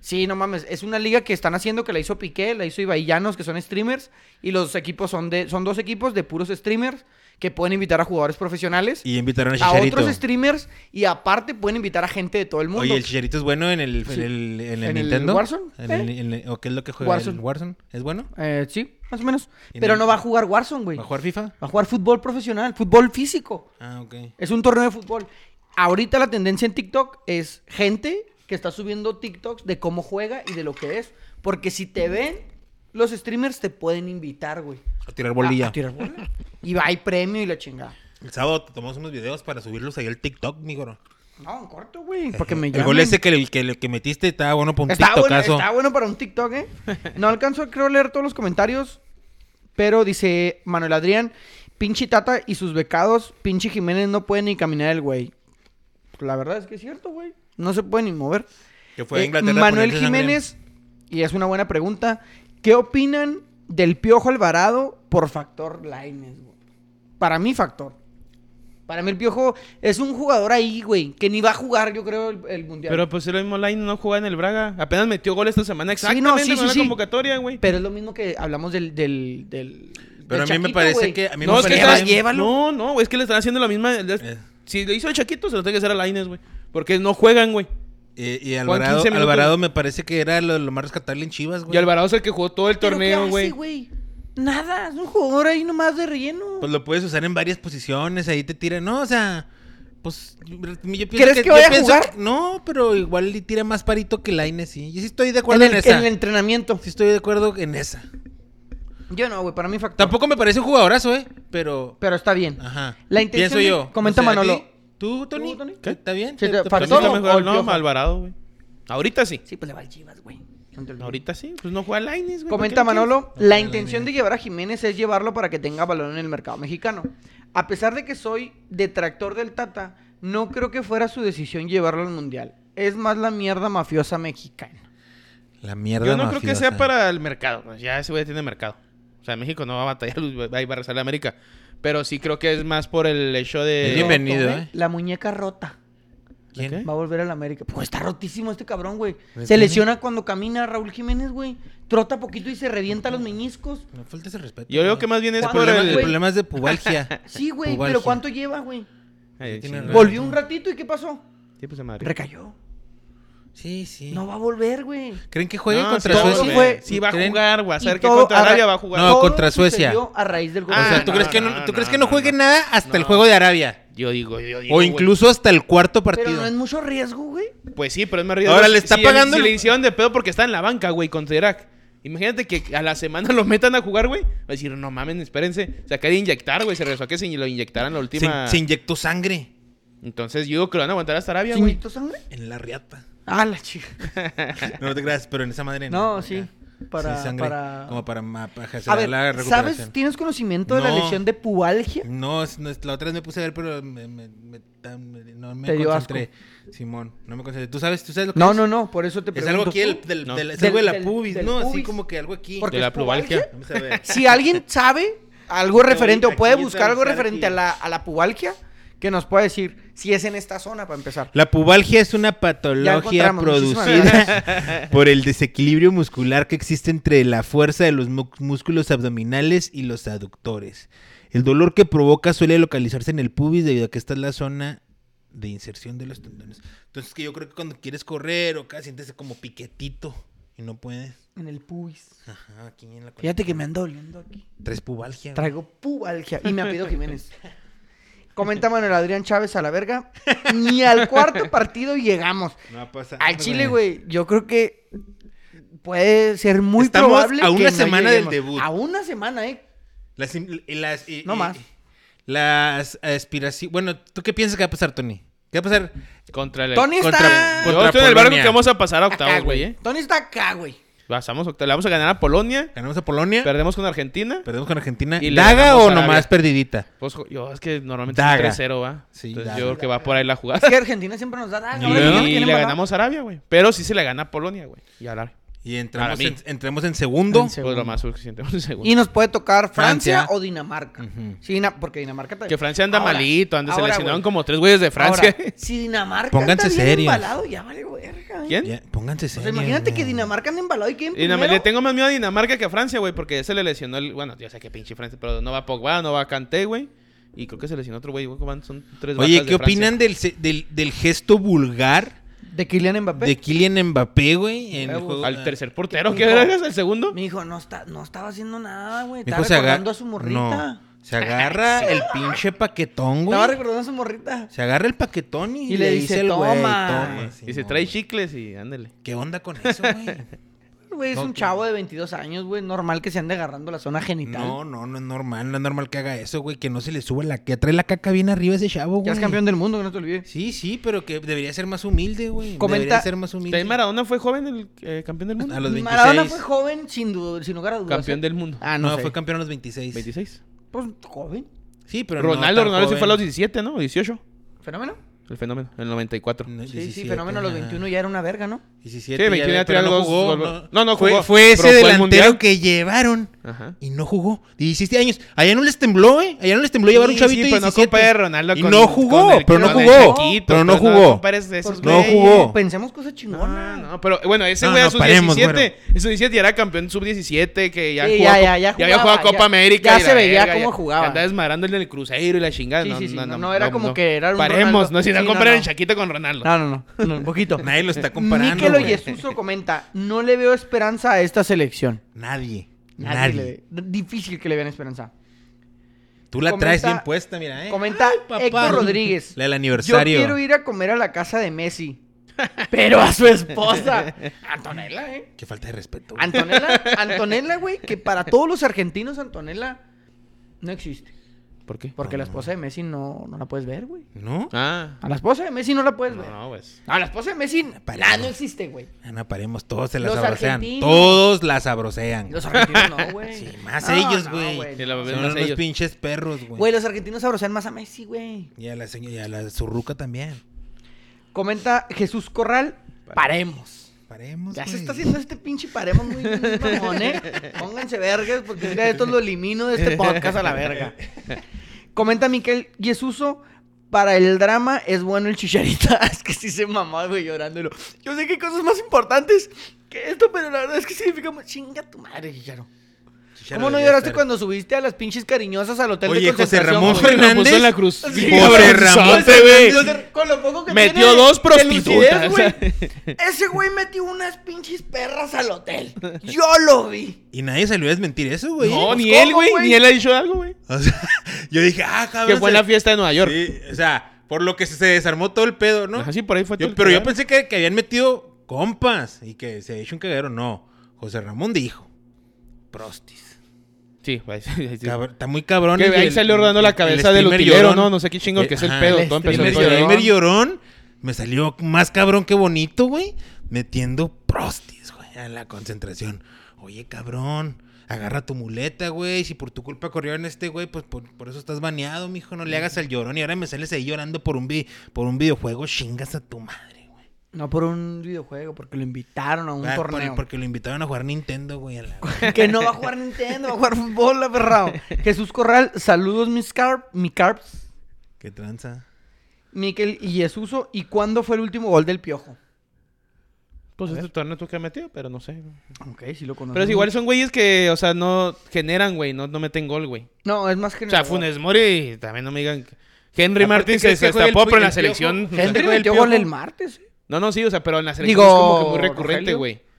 [SPEAKER 1] sí, no mames, es una liga que están haciendo que la hizo Piqué, la hizo Ibaillanos, que son streamers, y los equipos son de, son dos equipos de puros streamers que pueden invitar a jugadores profesionales,
[SPEAKER 2] Y invitaron a
[SPEAKER 1] a
[SPEAKER 2] Chicharito.
[SPEAKER 1] otros streamers, y aparte pueden invitar a gente de todo el mundo.
[SPEAKER 2] Oye, ¿el Chicharito es bueno en el, en el, en el
[SPEAKER 1] ¿En el
[SPEAKER 2] Nintendo?
[SPEAKER 1] Warzone?
[SPEAKER 2] ¿En el- en el- ¿O qué es lo que juega
[SPEAKER 1] Warzone.
[SPEAKER 2] el Warzone? ¿Es bueno?
[SPEAKER 1] Eh, sí, más o menos.
[SPEAKER 2] ¿Y
[SPEAKER 1] Pero
[SPEAKER 2] no-
[SPEAKER 1] no va a jugar Warzone, güey.
[SPEAKER 2] ¿Va a jugar FIFA?
[SPEAKER 1] Va a jugar fútbol profesional, fútbol físico.
[SPEAKER 2] Ah, ok.
[SPEAKER 1] Es un torneo de fútbol. Ahorita la tendencia en TikTok es gente que está subiendo TikToks de cómo juega y de lo que es. Porque si te ven, los streamers te pueden invitar, güey.
[SPEAKER 2] A tirar bolilla.
[SPEAKER 1] Ah, A, a tirar bola. Y va, hay premio y la chingada.
[SPEAKER 2] El sábado tomamos unos videos para subirlos ahí al TikTok, mi gorro.
[SPEAKER 1] No, en corto, güey. Porque me
[SPEAKER 2] El
[SPEAKER 1] llaman.
[SPEAKER 2] gol ese que, el, que, el que metiste estaba bueno para un
[SPEAKER 1] Está bueno,
[SPEAKER 2] TikTokazo.
[SPEAKER 1] está bueno para un TikTok, ¿eh? No alcanzo, creo, leer todos los comentarios. Pero dice Manuel Adrián, pinche Tata y sus becados, pinche Jiménez no puede ni caminar el güey. La verdad es que es cierto, güey. No se puede ni mover.
[SPEAKER 2] Que fue a
[SPEAKER 1] Eh,
[SPEAKER 2] Inglaterra a
[SPEAKER 1] Manuel
[SPEAKER 2] ponerse sangre.
[SPEAKER 1] Jiménez, y es una buena pregunta, ¿qué opinan del Piojo Alvarado por factor Lainez? güey? Para mí, factor. Para mí el Piojo es un jugador ahí, güey, que ni va a jugar, yo creo, el, el Mundial.
[SPEAKER 3] Pero pues el mismo Line no juega en el Braga. Apenas metió gol esta semana.
[SPEAKER 1] Sí, no,
[SPEAKER 3] Exactamente
[SPEAKER 1] sí, sí,
[SPEAKER 3] con la
[SPEAKER 1] sí.
[SPEAKER 3] convocatoria, güey.
[SPEAKER 1] Pero es lo mismo que hablamos del... del, del
[SPEAKER 2] Pero a
[SPEAKER 1] del
[SPEAKER 2] mí me
[SPEAKER 1] Chaquito,
[SPEAKER 2] parece
[SPEAKER 1] güey.
[SPEAKER 2] que... A mí
[SPEAKER 3] No,
[SPEAKER 2] me
[SPEAKER 3] es que
[SPEAKER 2] parece-
[SPEAKER 1] lleva-
[SPEAKER 3] estás-
[SPEAKER 1] llévalo.
[SPEAKER 3] No, no, güey, es que le están haciendo la misma. le-
[SPEAKER 2] Eh.
[SPEAKER 3] Si lo hizo el Chaquito, se lo tiene que hacer a Laines, güey. Porque no juegan, güey.
[SPEAKER 2] Eh, y
[SPEAKER 3] Juan,
[SPEAKER 2] Alvarado,
[SPEAKER 3] 15 minutos.
[SPEAKER 2] Alvarado me parece que era lo, lo más rescatable en Chivas, güey.
[SPEAKER 3] Y Alvarado es el que jugó todo el
[SPEAKER 1] ¿Pero qué
[SPEAKER 3] torneo,
[SPEAKER 1] hace,
[SPEAKER 3] güey.
[SPEAKER 1] Nada, es un jugador ahí nomás de relleno.
[SPEAKER 2] Pues lo puedes usar en varias posiciones, ahí te tira, no, o sea, pues yo pienso
[SPEAKER 1] ¿Crees que
[SPEAKER 2] yo
[SPEAKER 1] vaya a
[SPEAKER 2] pienso
[SPEAKER 1] jugar?
[SPEAKER 2] que- no, pero igual le tira más parito que Laine, sí. Yo sí estoy de
[SPEAKER 1] en,
[SPEAKER 2] acuerdo en,
[SPEAKER 1] el,
[SPEAKER 2] esa.
[SPEAKER 1] en el entrenamiento.
[SPEAKER 2] Sí estoy de acuerdo en esa.
[SPEAKER 1] Yo no, güey, para mí factor.
[SPEAKER 2] Tampoco me parece un jugadorazo, eh, pero
[SPEAKER 1] Pero está bien.
[SPEAKER 2] ajá.
[SPEAKER 1] La intención
[SPEAKER 2] Pienso
[SPEAKER 1] de-
[SPEAKER 2] yo.
[SPEAKER 1] comenta
[SPEAKER 2] ¿a ti?
[SPEAKER 1] Manolo.
[SPEAKER 2] ¿Tú, Tony?
[SPEAKER 1] ¿Tú, Tony?
[SPEAKER 2] ¿Qué? ¿Está bien?
[SPEAKER 1] Sí, te-
[SPEAKER 3] Para mí
[SPEAKER 1] ¿Todo
[SPEAKER 3] está
[SPEAKER 1] o
[SPEAKER 3] mejor,
[SPEAKER 1] el
[SPEAKER 3] no,
[SPEAKER 1] Piojo?
[SPEAKER 3] Alvarado, güey. Ahorita sí.
[SPEAKER 1] Sí, pues le va al Chivas, güey. No te olvides.
[SPEAKER 3] Ahorita sí. Pues no juega Laines, güey.
[SPEAKER 1] Comenta
[SPEAKER 3] ¿por qué lo
[SPEAKER 1] Manolo,
[SPEAKER 2] No,
[SPEAKER 1] la
[SPEAKER 2] no, no,
[SPEAKER 1] intención
[SPEAKER 2] no.
[SPEAKER 1] de llevar a Jiménez es llevarlo para que tenga valor en el mercado mexicano. A pesar de que soy detractor del Tata, no creo que fuera su decisión llevarlo al Mundial. Es más la mierda mafiosa mexicana.
[SPEAKER 2] La
[SPEAKER 3] quieres?
[SPEAKER 2] mierda
[SPEAKER 3] Yo no creo que sea
[SPEAKER 2] mafiosa.
[SPEAKER 3] para el mercado. pues, Ya ese güey tiene mercado. O sea, México no va a batallar, ahí va a rezar la América. Pero sí creo que es más por el hecho
[SPEAKER 2] Es
[SPEAKER 3] de.
[SPEAKER 2] bien- bienvenido,
[SPEAKER 1] Tomé
[SPEAKER 2] ¿eh?
[SPEAKER 1] La muñeca rota.
[SPEAKER 2] ¿Quién?
[SPEAKER 3] ¿Qué?
[SPEAKER 1] Va a volver al América. Pues está rotísimo este cabrón, güey.
[SPEAKER 2] ¿Ves
[SPEAKER 1] Se
[SPEAKER 2] quién?
[SPEAKER 1] lesiona cuando camina Raúl Jiménez, güey. Trota poquito y se revienta los meñiscos.
[SPEAKER 2] No faltes el respeto.
[SPEAKER 3] Yo
[SPEAKER 2] creo
[SPEAKER 3] creo que más bien es
[SPEAKER 2] el
[SPEAKER 1] ¿Cuándo,
[SPEAKER 3] por
[SPEAKER 2] problema, el
[SPEAKER 3] el.
[SPEAKER 1] güey?
[SPEAKER 2] problema es de pubalgia.
[SPEAKER 1] Sí, güey, pero
[SPEAKER 2] Pubalgia.
[SPEAKER 1] ¿cuánto lleva, güey?
[SPEAKER 3] Ay,
[SPEAKER 2] Tiene
[SPEAKER 3] chinga.
[SPEAKER 2] razón.
[SPEAKER 1] Volvió un ratito y ¿qué pasó?
[SPEAKER 3] Sí, pues, a Madrid.
[SPEAKER 1] Recayó.
[SPEAKER 2] Sí, sí.
[SPEAKER 1] No va a volver, güey.
[SPEAKER 2] ¿Creen que juegue
[SPEAKER 3] No,
[SPEAKER 2] contra
[SPEAKER 3] sí,
[SPEAKER 1] todo
[SPEAKER 2] Suecia?
[SPEAKER 1] fue-
[SPEAKER 3] Sí, va a
[SPEAKER 2] ¿Creen?
[SPEAKER 3] jugar, güey. A
[SPEAKER 1] Y
[SPEAKER 3] saber que
[SPEAKER 1] todo
[SPEAKER 3] contra
[SPEAKER 1] a ra-
[SPEAKER 3] Arabia va a jugar.
[SPEAKER 2] No,
[SPEAKER 1] Todo
[SPEAKER 2] contra Suecia.
[SPEAKER 1] sucedió A raíz del gol.
[SPEAKER 2] O sea,
[SPEAKER 3] Ah,
[SPEAKER 2] ¿tú crees que
[SPEAKER 3] no,
[SPEAKER 2] no, tú
[SPEAKER 3] no,
[SPEAKER 2] crees
[SPEAKER 3] no,
[SPEAKER 2] que no
[SPEAKER 3] no,
[SPEAKER 2] juegue
[SPEAKER 3] no.
[SPEAKER 2] nada hasta el
[SPEAKER 3] No.
[SPEAKER 2] juego de Arabia?
[SPEAKER 3] Yo digo, yo digo.
[SPEAKER 2] O
[SPEAKER 3] güey.
[SPEAKER 2] incluso hasta el cuarto
[SPEAKER 1] Pero
[SPEAKER 2] partido.
[SPEAKER 1] no es mucho riesgo, güey.
[SPEAKER 3] Pues sí, pero es más riesgo.
[SPEAKER 2] Ahora le está
[SPEAKER 3] si-
[SPEAKER 2] pagando
[SPEAKER 3] Si
[SPEAKER 2] el-
[SPEAKER 3] le hicieron de pedo porque está en la banca, güey, contra Irak. Imagínate que a la semana <laughs> lo metan a jugar, güey. Va a decir, no mamen, espérense. Se acaba de inyectar, güey. Se regresó a que se lo inyectaran la
[SPEAKER 2] Se-
[SPEAKER 3] última.
[SPEAKER 2] se, inyectó sangre
[SPEAKER 3] Entonces, yo creo que lo van a aguantar hasta Arabia, güey.
[SPEAKER 1] ¿Sinyectó sangre?
[SPEAKER 2] en la riata.
[SPEAKER 1] Ah, la chica.
[SPEAKER 2] <laughs> No te creas, pero en esa madre.
[SPEAKER 1] No,
[SPEAKER 2] acá.
[SPEAKER 1] sí. Para.
[SPEAKER 2] Sí, sangre,
[SPEAKER 1] para...
[SPEAKER 2] Como para, ma- para
[SPEAKER 1] A
[SPEAKER 2] acelerar la
[SPEAKER 1] ver,
[SPEAKER 2] recuperación.
[SPEAKER 1] ¿sabes? ¿Tienes conocimiento de la
[SPEAKER 2] No.
[SPEAKER 1] lesión de pubalgia?
[SPEAKER 2] No, es- no es- la otra vez me puse a ver, pero me, me- me- tan- me- no me
[SPEAKER 1] Te dio
[SPEAKER 2] concentré. Simón, no me concentré. ¿Tú sabes, tú sabes lo que
[SPEAKER 1] No,
[SPEAKER 2] es?
[SPEAKER 1] no, no. Por eso te
[SPEAKER 2] Es
[SPEAKER 1] pregunto.
[SPEAKER 2] algo aquí del, del-
[SPEAKER 3] No.
[SPEAKER 2] del- es
[SPEAKER 1] Del-
[SPEAKER 2] algo de la
[SPEAKER 1] del-
[SPEAKER 2] pubis,
[SPEAKER 1] del
[SPEAKER 2] ¿no? Así
[SPEAKER 1] pubis.
[SPEAKER 2] como que algo aquí.
[SPEAKER 1] Porque
[SPEAKER 3] de la
[SPEAKER 1] es pubalgia.
[SPEAKER 3] plubalgia.
[SPEAKER 2] Vamos a ver.
[SPEAKER 1] Si alguien sabe algo referente o
[SPEAKER 2] aquí
[SPEAKER 1] puede
[SPEAKER 2] está
[SPEAKER 1] buscar algo
[SPEAKER 2] el
[SPEAKER 1] referente a
[SPEAKER 2] Sergio.
[SPEAKER 1] la, a la pubalgia, que nos pueda decir si es en esta zona para empezar.
[SPEAKER 2] La pubalgia es una
[SPEAKER 1] Ya
[SPEAKER 2] patología
[SPEAKER 1] encontramos, muchísimas
[SPEAKER 2] producida por el desequilibrio muscular que existe entre la fuerza de los mu- músculos abdominales y los aductores. El dolor que provoca suele localizarse en el pubis debido a que esta es la zona de inserción de los tendones. Entonces que yo creo que cuando quieres correr o acá sientes como piquetito y no puedes.
[SPEAKER 1] En el pubis.
[SPEAKER 2] Ajá, aquí en la
[SPEAKER 1] Fíjate que me ando oliendo aquí.
[SPEAKER 2] Tres pubalgia. güey.
[SPEAKER 1] Traigo pubalgia. Y me apellido Jiménez. Comenta Manuel Adrián Chávez a la verga. Ni al cuarto partido llegamos.
[SPEAKER 2] No pasa.
[SPEAKER 1] Al Chile, güey, yo creo que puede ser muy
[SPEAKER 2] Estamos
[SPEAKER 1] probable
[SPEAKER 2] a
[SPEAKER 1] que
[SPEAKER 2] una
[SPEAKER 1] no
[SPEAKER 2] semana del
[SPEAKER 1] lleguemos.
[SPEAKER 2] debut.
[SPEAKER 1] A una semana, ¿eh?
[SPEAKER 2] Las, im- las- y-
[SPEAKER 1] No
[SPEAKER 2] y-
[SPEAKER 1] más.
[SPEAKER 2] Las aspiraciones. Bueno, ¿tú qué piensas que va a pasar, Tony? ¿Qué va a pasar?
[SPEAKER 3] Contra el...
[SPEAKER 1] Tony
[SPEAKER 2] contra-
[SPEAKER 1] está...
[SPEAKER 3] Yo
[SPEAKER 2] contra
[SPEAKER 3] estoy en el barco
[SPEAKER 2] Polonia.
[SPEAKER 3] que vamos a pasar a
[SPEAKER 1] acá,
[SPEAKER 3] octavos, güey, ¿eh?
[SPEAKER 1] Tony está acá, güey.
[SPEAKER 3] Pasamos octavos. Le vamos a ganar a Polonia.
[SPEAKER 2] Ganamos a Polonia,
[SPEAKER 3] Perdemos con Argentina.
[SPEAKER 2] perdemos con Argentina.
[SPEAKER 3] Y le
[SPEAKER 2] ¿Daga
[SPEAKER 3] ganamos
[SPEAKER 2] o
[SPEAKER 3] a Arabia.
[SPEAKER 2] nomás perdidita?
[SPEAKER 3] Pues, jo- yo, es que normalmente
[SPEAKER 2] Daga.
[SPEAKER 3] es un 3-0, ¿va?
[SPEAKER 2] Sí,
[SPEAKER 3] Entonces
[SPEAKER 2] daga.
[SPEAKER 3] yo creo que va por ahí la
[SPEAKER 1] Es
[SPEAKER 3] jugada.
[SPEAKER 1] que Argentina siempre nos da...
[SPEAKER 2] <laughs>
[SPEAKER 1] daga,
[SPEAKER 2] Y
[SPEAKER 1] ahora
[SPEAKER 2] luego-
[SPEAKER 1] ya no
[SPEAKER 3] Y,
[SPEAKER 1] tienen
[SPEAKER 3] le
[SPEAKER 1] barra.
[SPEAKER 3] ganamos a Arabia, güey. Pero sí se le gana a Polonia, güey. Y a Arabia.
[SPEAKER 2] Y entramos,
[SPEAKER 3] Para mí.
[SPEAKER 2] en, entremos en segundo.
[SPEAKER 1] En seg-
[SPEAKER 3] Pues lo más suficiente. <laughs> Un segundo.
[SPEAKER 1] Y nos puede tocar Francia,
[SPEAKER 2] Francia.
[SPEAKER 1] o Dinamarca.
[SPEAKER 2] Ujú.
[SPEAKER 1] Sí, Dina- porque Dinamarca también.
[SPEAKER 3] Que Francia anda
[SPEAKER 1] Ahora,
[SPEAKER 3] malito, anda, se
[SPEAKER 1] ahora,
[SPEAKER 3] lesionaron
[SPEAKER 1] güey,
[SPEAKER 3] como tres güeyes de Francia.
[SPEAKER 1] ahora, si Dinamarca
[SPEAKER 2] Pónganse
[SPEAKER 1] anda bien
[SPEAKER 2] serios.
[SPEAKER 1] embalado, ya vale verga. ¿eh?
[SPEAKER 3] ¿Quién?
[SPEAKER 2] Ya, pónganse
[SPEAKER 1] O sea,
[SPEAKER 2] serios,
[SPEAKER 1] imagínate que
[SPEAKER 2] güey.
[SPEAKER 1] Dinamarca anda embalado y que en
[SPEAKER 3] <laughs> Dinam-
[SPEAKER 1] primero.
[SPEAKER 3] le tengo más miedo a Dinamarca que a Francia, güey, porque ya se le lesionó el. Bueno, yo sé que pinche Francia, pero no va Pogba, no va Kanté, güey. Y creo que se lesionó otro güey, güey, van- son tres
[SPEAKER 2] Oye,
[SPEAKER 3] bajas de
[SPEAKER 2] ¿qué
[SPEAKER 3] Francia.
[SPEAKER 2] opinan del, se- del, del gesto vulgar
[SPEAKER 1] De Kylian Mbappé.
[SPEAKER 2] de Kylian Mbappé, güey? En el
[SPEAKER 1] Huevos.
[SPEAKER 2] juego?
[SPEAKER 3] Al tercer portero,
[SPEAKER 1] ¿Qué
[SPEAKER 3] ¿qué
[SPEAKER 1] dijo?
[SPEAKER 3] vergas? ¿El segundo?
[SPEAKER 1] Mi hijo no, está, no estaba haciendo nada, güey.
[SPEAKER 2] Mi
[SPEAKER 1] Estaba
[SPEAKER 2] hijo se agarra-
[SPEAKER 1] recordando a su morrita.
[SPEAKER 2] No, se
[SPEAKER 3] <laughs>
[SPEAKER 2] agarra el pinche paquetón, güey.
[SPEAKER 1] Estaba recordando a su morrita.
[SPEAKER 2] Se agarra el paquetón y,
[SPEAKER 1] Y le dice,
[SPEAKER 2] al güey,
[SPEAKER 1] "Toma".
[SPEAKER 2] sí,
[SPEAKER 3] y se
[SPEAKER 2] no,
[SPEAKER 3] trae
[SPEAKER 2] güey.
[SPEAKER 3] chicles y ándale.
[SPEAKER 2] ¿Qué onda con eso,
[SPEAKER 1] <laughs>
[SPEAKER 2] güey?
[SPEAKER 1] Güey, es
[SPEAKER 2] No,
[SPEAKER 1] un
[SPEAKER 2] que-
[SPEAKER 1] chavo de 22 años, güey. Normal que se ande agarrando la zona genital.
[SPEAKER 2] No, no, no es normal, no es normal que haga eso, güey, que no se le suba la que trae la caca bien arriba a ese chavo, güey.
[SPEAKER 1] ya es campeón del mundo, que no te olvides.
[SPEAKER 2] Sí, sí, pero que debería ser más humilde, güey.
[SPEAKER 1] Comenta-
[SPEAKER 2] Debería ser más humilde.
[SPEAKER 3] También Maradona fue joven el eh, campeón del mundo.
[SPEAKER 2] A los 26.
[SPEAKER 1] Maradona fue joven, sin, duda, sin lugar a dudas.
[SPEAKER 3] Campeón
[SPEAKER 1] ¿eh?
[SPEAKER 3] del mundo.
[SPEAKER 1] Ah, no,
[SPEAKER 2] No,
[SPEAKER 1] sé.
[SPEAKER 2] fue campeón a los 26.
[SPEAKER 3] 26.
[SPEAKER 1] Pues joven.
[SPEAKER 2] Sí, pero
[SPEAKER 3] Ronaldo,
[SPEAKER 2] no tan
[SPEAKER 3] Ronaldo sí fue a los
[SPEAKER 2] joven.
[SPEAKER 3] 17, ¿no? 18.
[SPEAKER 1] ¿Fenómeno?
[SPEAKER 3] El fenómeno, el 94.
[SPEAKER 2] No,
[SPEAKER 1] Sí,
[SPEAKER 2] 17,
[SPEAKER 1] sí, fenómeno a los
[SPEAKER 2] ajá.
[SPEAKER 1] 21 ya era una verga, ¿no?
[SPEAKER 2] 17,
[SPEAKER 3] Sí,
[SPEAKER 2] ya
[SPEAKER 3] 21 ya
[SPEAKER 2] ve, pero
[SPEAKER 3] tenía
[SPEAKER 2] no
[SPEAKER 3] dos
[SPEAKER 2] jugó.
[SPEAKER 3] gol- no, no
[SPEAKER 2] Fue,
[SPEAKER 3] jugó.
[SPEAKER 2] fue ese
[SPEAKER 3] Pero fue al
[SPEAKER 2] delantero
[SPEAKER 3] Mundial.
[SPEAKER 2] que llevaron
[SPEAKER 3] Ajá.
[SPEAKER 2] y no jugó. 17 años. Allá no les tembló, ¿eh? Allá no les tembló llevar un
[SPEAKER 3] Sí,
[SPEAKER 2] chavito
[SPEAKER 3] sí,
[SPEAKER 2] de
[SPEAKER 3] pero
[SPEAKER 2] 17.
[SPEAKER 3] no compare Ronaldo
[SPEAKER 2] Y
[SPEAKER 3] con-
[SPEAKER 2] no jugó,
[SPEAKER 3] con el-
[SPEAKER 2] pero no
[SPEAKER 3] con el
[SPEAKER 2] jugó,
[SPEAKER 3] chiquito,
[SPEAKER 2] pero no
[SPEAKER 3] no
[SPEAKER 2] jugó.
[SPEAKER 3] compares esos
[SPEAKER 2] No
[SPEAKER 3] güeyes.
[SPEAKER 2] jugó.
[SPEAKER 1] Pues, Pensemos cosas
[SPEAKER 3] No,
[SPEAKER 1] chingonas.
[SPEAKER 3] no, pero bueno, ese
[SPEAKER 2] No,
[SPEAKER 3] güey
[SPEAKER 2] no,
[SPEAKER 3] a sus
[SPEAKER 2] paremos,
[SPEAKER 3] 17, en sus 17 ya era campeón sub-17, que ya,
[SPEAKER 1] Sí,
[SPEAKER 3] jugó
[SPEAKER 1] ya,
[SPEAKER 3] a
[SPEAKER 1] ya,
[SPEAKER 3] Cop-
[SPEAKER 1] ya
[SPEAKER 3] había
[SPEAKER 1] jugaba,
[SPEAKER 3] jugado Copa
[SPEAKER 1] ya-
[SPEAKER 3] América.
[SPEAKER 1] ya
[SPEAKER 3] y
[SPEAKER 1] se
[SPEAKER 3] la
[SPEAKER 1] veía
[SPEAKER 3] verga,
[SPEAKER 1] cómo
[SPEAKER 3] ya-
[SPEAKER 1] jugaba.
[SPEAKER 3] ya Andaba esmerando en el Cruzeiro y la chingada.
[SPEAKER 1] Sí,
[SPEAKER 3] no,
[SPEAKER 1] sí, sí,
[SPEAKER 3] no, no,
[SPEAKER 1] no, no era como que era un
[SPEAKER 3] Paremos,
[SPEAKER 1] Ronaldo.
[SPEAKER 3] no, si no
[SPEAKER 1] Sí, no,
[SPEAKER 3] comparan
[SPEAKER 1] no.
[SPEAKER 3] el Chaquito con Ronaldo.
[SPEAKER 1] Ah, No, no, no, <laughs> no, un poquito.
[SPEAKER 2] Nadie lo está comparando.
[SPEAKER 1] Níquelo
[SPEAKER 2] güey.
[SPEAKER 1] Yesuso comenta, no le veo esperanza a esta selección.
[SPEAKER 2] Nadie.
[SPEAKER 1] Nadie
[SPEAKER 2] Nadie.
[SPEAKER 1] le ve- Difícil que le vean esperanza.
[SPEAKER 2] Tú la
[SPEAKER 1] Comenta-
[SPEAKER 2] traes bien puesta, mira, ¿eh?
[SPEAKER 1] Comenta
[SPEAKER 2] Ay, papá.
[SPEAKER 1] Héctor Rodríguez.
[SPEAKER 2] La del
[SPEAKER 1] Yo
[SPEAKER 2] aniversario.
[SPEAKER 1] quiero ir a comer a la casa de <laughs> Messi, pero a su esposa. <laughs> Antonella, ¿eh?
[SPEAKER 2] Qué falta de respeto. güey.
[SPEAKER 1] Antonella, Antonella, güey, que para todos los argentinos Antonella no existe.
[SPEAKER 3] ¿Por qué?
[SPEAKER 1] Porque la
[SPEAKER 2] No.
[SPEAKER 1] esposa de Messi no, no la puedes ver, güey.
[SPEAKER 2] ¿No?
[SPEAKER 3] Ah,
[SPEAKER 1] A la esposa de Messi no la puedes
[SPEAKER 3] no,
[SPEAKER 1] ver.
[SPEAKER 3] no, pues.
[SPEAKER 1] A la esposa de Messi,
[SPEAKER 2] Palabra.
[SPEAKER 1] nah, no existe, güey.
[SPEAKER 2] Ana, Ah, paremos, todos se las
[SPEAKER 1] Los
[SPEAKER 2] abrocean.
[SPEAKER 1] argentinos.
[SPEAKER 2] Todos las abrocean.
[SPEAKER 1] Los argentinos no, güey. <laughs>
[SPEAKER 2] Sí, más
[SPEAKER 1] No,
[SPEAKER 2] ellos,
[SPEAKER 1] no,
[SPEAKER 2] güey.
[SPEAKER 3] Sí, la-
[SPEAKER 2] Son
[SPEAKER 3] Más
[SPEAKER 2] unos
[SPEAKER 3] ellos.
[SPEAKER 2] pinches perros, güey.
[SPEAKER 1] Güey, los argentinos abrocean más a Messi, güey.
[SPEAKER 2] Y a la señora, y a la zurruca también.
[SPEAKER 1] Comenta Jesús Corral, paremos.
[SPEAKER 2] Paremos.
[SPEAKER 1] Ya se
[SPEAKER 2] güey.
[SPEAKER 1] está haciendo este pinche paremos muy bien, mamón, ¿eh? Pónganse vergas porque mira, esto lo elimino de este podcast a la verga. Comenta Miquel Yesuso, para el drama es bueno el chicharita. <laughs> Es que sí se mamó, güey, llorándolo. Yo sé que hay cosas más importantes que esto, pero la verdad es que significa... mu- Chinga tu madre, Chicharo.
[SPEAKER 2] Chicharo
[SPEAKER 1] ¿Cómo no
[SPEAKER 2] debería
[SPEAKER 1] lloraste
[SPEAKER 2] estar.
[SPEAKER 1] cuando subiste a las pinches cariñosas al hotel de
[SPEAKER 2] Oye, José
[SPEAKER 1] concentración?
[SPEAKER 2] Ramón
[SPEAKER 3] <laughs>
[SPEAKER 1] güey?
[SPEAKER 2] Fernández.
[SPEAKER 3] Lo puso en la cruz.
[SPEAKER 2] José
[SPEAKER 1] Sí,
[SPEAKER 3] cabrón,
[SPEAKER 2] Ramón,
[SPEAKER 3] sote, güey.
[SPEAKER 1] Con lo poco que
[SPEAKER 3] Metió
[SPEAKER 1] tiene
[SPEAKER 3] dos
[SPEAKER 1] de lucidez,
[SPEAKER 3] prostitutas.
[SPEAKER 1] güey. Ese güey metió unas pinches perras al hotel. Yo lo vi.
[SPEAKER 2] Y nadie salió a desmentir eso, güey.
[SPEAKER 3] No,
[SPEAKER 2] ¿eh?
[SPEAKER 3] ni
[SPEAKER 1] ¿cómo,
[SPEAKER 3] él, güey,
[SPEAKER 1] güey?
[SPEAKER 3] ni él ha dicho algo, güey.
[SPEAKER 2] O sea, <laughs> yo dije, ah, cabrón.
[SPEAKER 3] Que fue en
[SPEAKER 2] se-
[SPEAKER 3] la fiesta de Nueva York.
[SPEAKER 2] Sí, o sea, por lo que se desarmó todo el pedo, ¿no?
[SPEAKER 3] Así por ahí fue
[SPEAKER 2] Yo-
[SPEAKER 3] todo el
[SPEAKER 2] pero yo
[SPEAKER 3] pedo.
[SPEAKER 2] pensé que, que habían metido compas y que se había hecho un cagadero. No, José Ramón dijo. Prostis.
[SPEAKER 3] Sí, güey, <laughs> sí, sí.
[SPEAKER 2] Cabr- está muy cabrón.
[SPEAKER 3] Que
[SPEAKER 2] el-
[SPEAKER 3] ahí
[SPEAKER 2] el-
[SPEAKER 3] salió rodando la
[SPEAKER 2] el
[SPEAKER 3] cabeza del
[SPEAKER 2] streamer
[SPEAKER 3] utilero,
[SPEAKER 2] llorón. Eh,
[SPEAKER 3] ¿no? No sé qué chingo que es el
[SPEAKER 2] Ajá,
[SPEAKER 3] pedo.
[SPEAKER 1] el
[SPEAKER 3] Todo empezó
[SPEAKER 2] Primer
[SPEAKER 1] streamer
[SPEAKER 3] todo
[SPEAKER 2] llorón.
[SPEAKER 3] llorón.
[SPEAKER 2] primer llorón, me salió más cabrón que bonito, güey. Metiendo prostis, güey, a la concentración. Oye, cabrón, agarra tu muleta, güey. Si por tu culpa corrieron este, güey, pues por, por eso estás baneado, mijo. No le hagas al llorón. Y ahora me sales ahí llorando por un, vi- por un videojuego. Chingas a tu madre, güey.
[SPEAKER 1] No por un videojuego, porque lo invitaron a un
[SPEAKER 2] Ah, por-
[SPEAKER 1] torneo.
[SPEAKER 2] Porque lo invitaron a jugar Nintendo, güey. a la-
[SPEAKER 1] Que no va a jugar Nintendo, va a jugar <laughs> fútbol, la perrao. Jesús Corral, saludos mis carp, mi carps.
[SPEAKER 2] Qué tranza.
[SPEAKER 1] Miquel y Yesuso. ¿Y cuándo fue el último gol del Piojo?
[SPEAKER 3] Pues este torneo tú que has metido, pero no sé.
[SPEAKER 1] Ok, sí lo conozco.
[SPEAKER 3] Pero es igual son güeyes que, o sea, no generan, güey. No, no meten gol, güey.
[SPEAKER 1] No, es más
[SPEAKER 3] O
[SPEAKER 1] general.
[SPEAKER 3] sea, Funes Mori, también no me digan. que- Henry
[SPEAKER 2] Aparte,
[SPEAKER 3] Martins se
[SPEAKER 2] ¿crees que juegue el
[SPEAKER 3] destapó, pero en la
[SPEAKER 2] Piojo?
[SPEAKER 3] selección. <laughs>
[SPEAKER 1] Henry
[SPEAKER 2] Fue el
[SPEAKER 1] metió gol
[SPEAKER 2] Piojo.
[SPEAKER 1] el martes. eh.
[SPEAKER 3] No, no, sí, o sea, pero en la selección
[SPEAKER 1] Digo,
[SPEAKER 3] es como que muy recurrente,
[SPEAKER 1] Rogelio.
[SPEAKER 3] güey.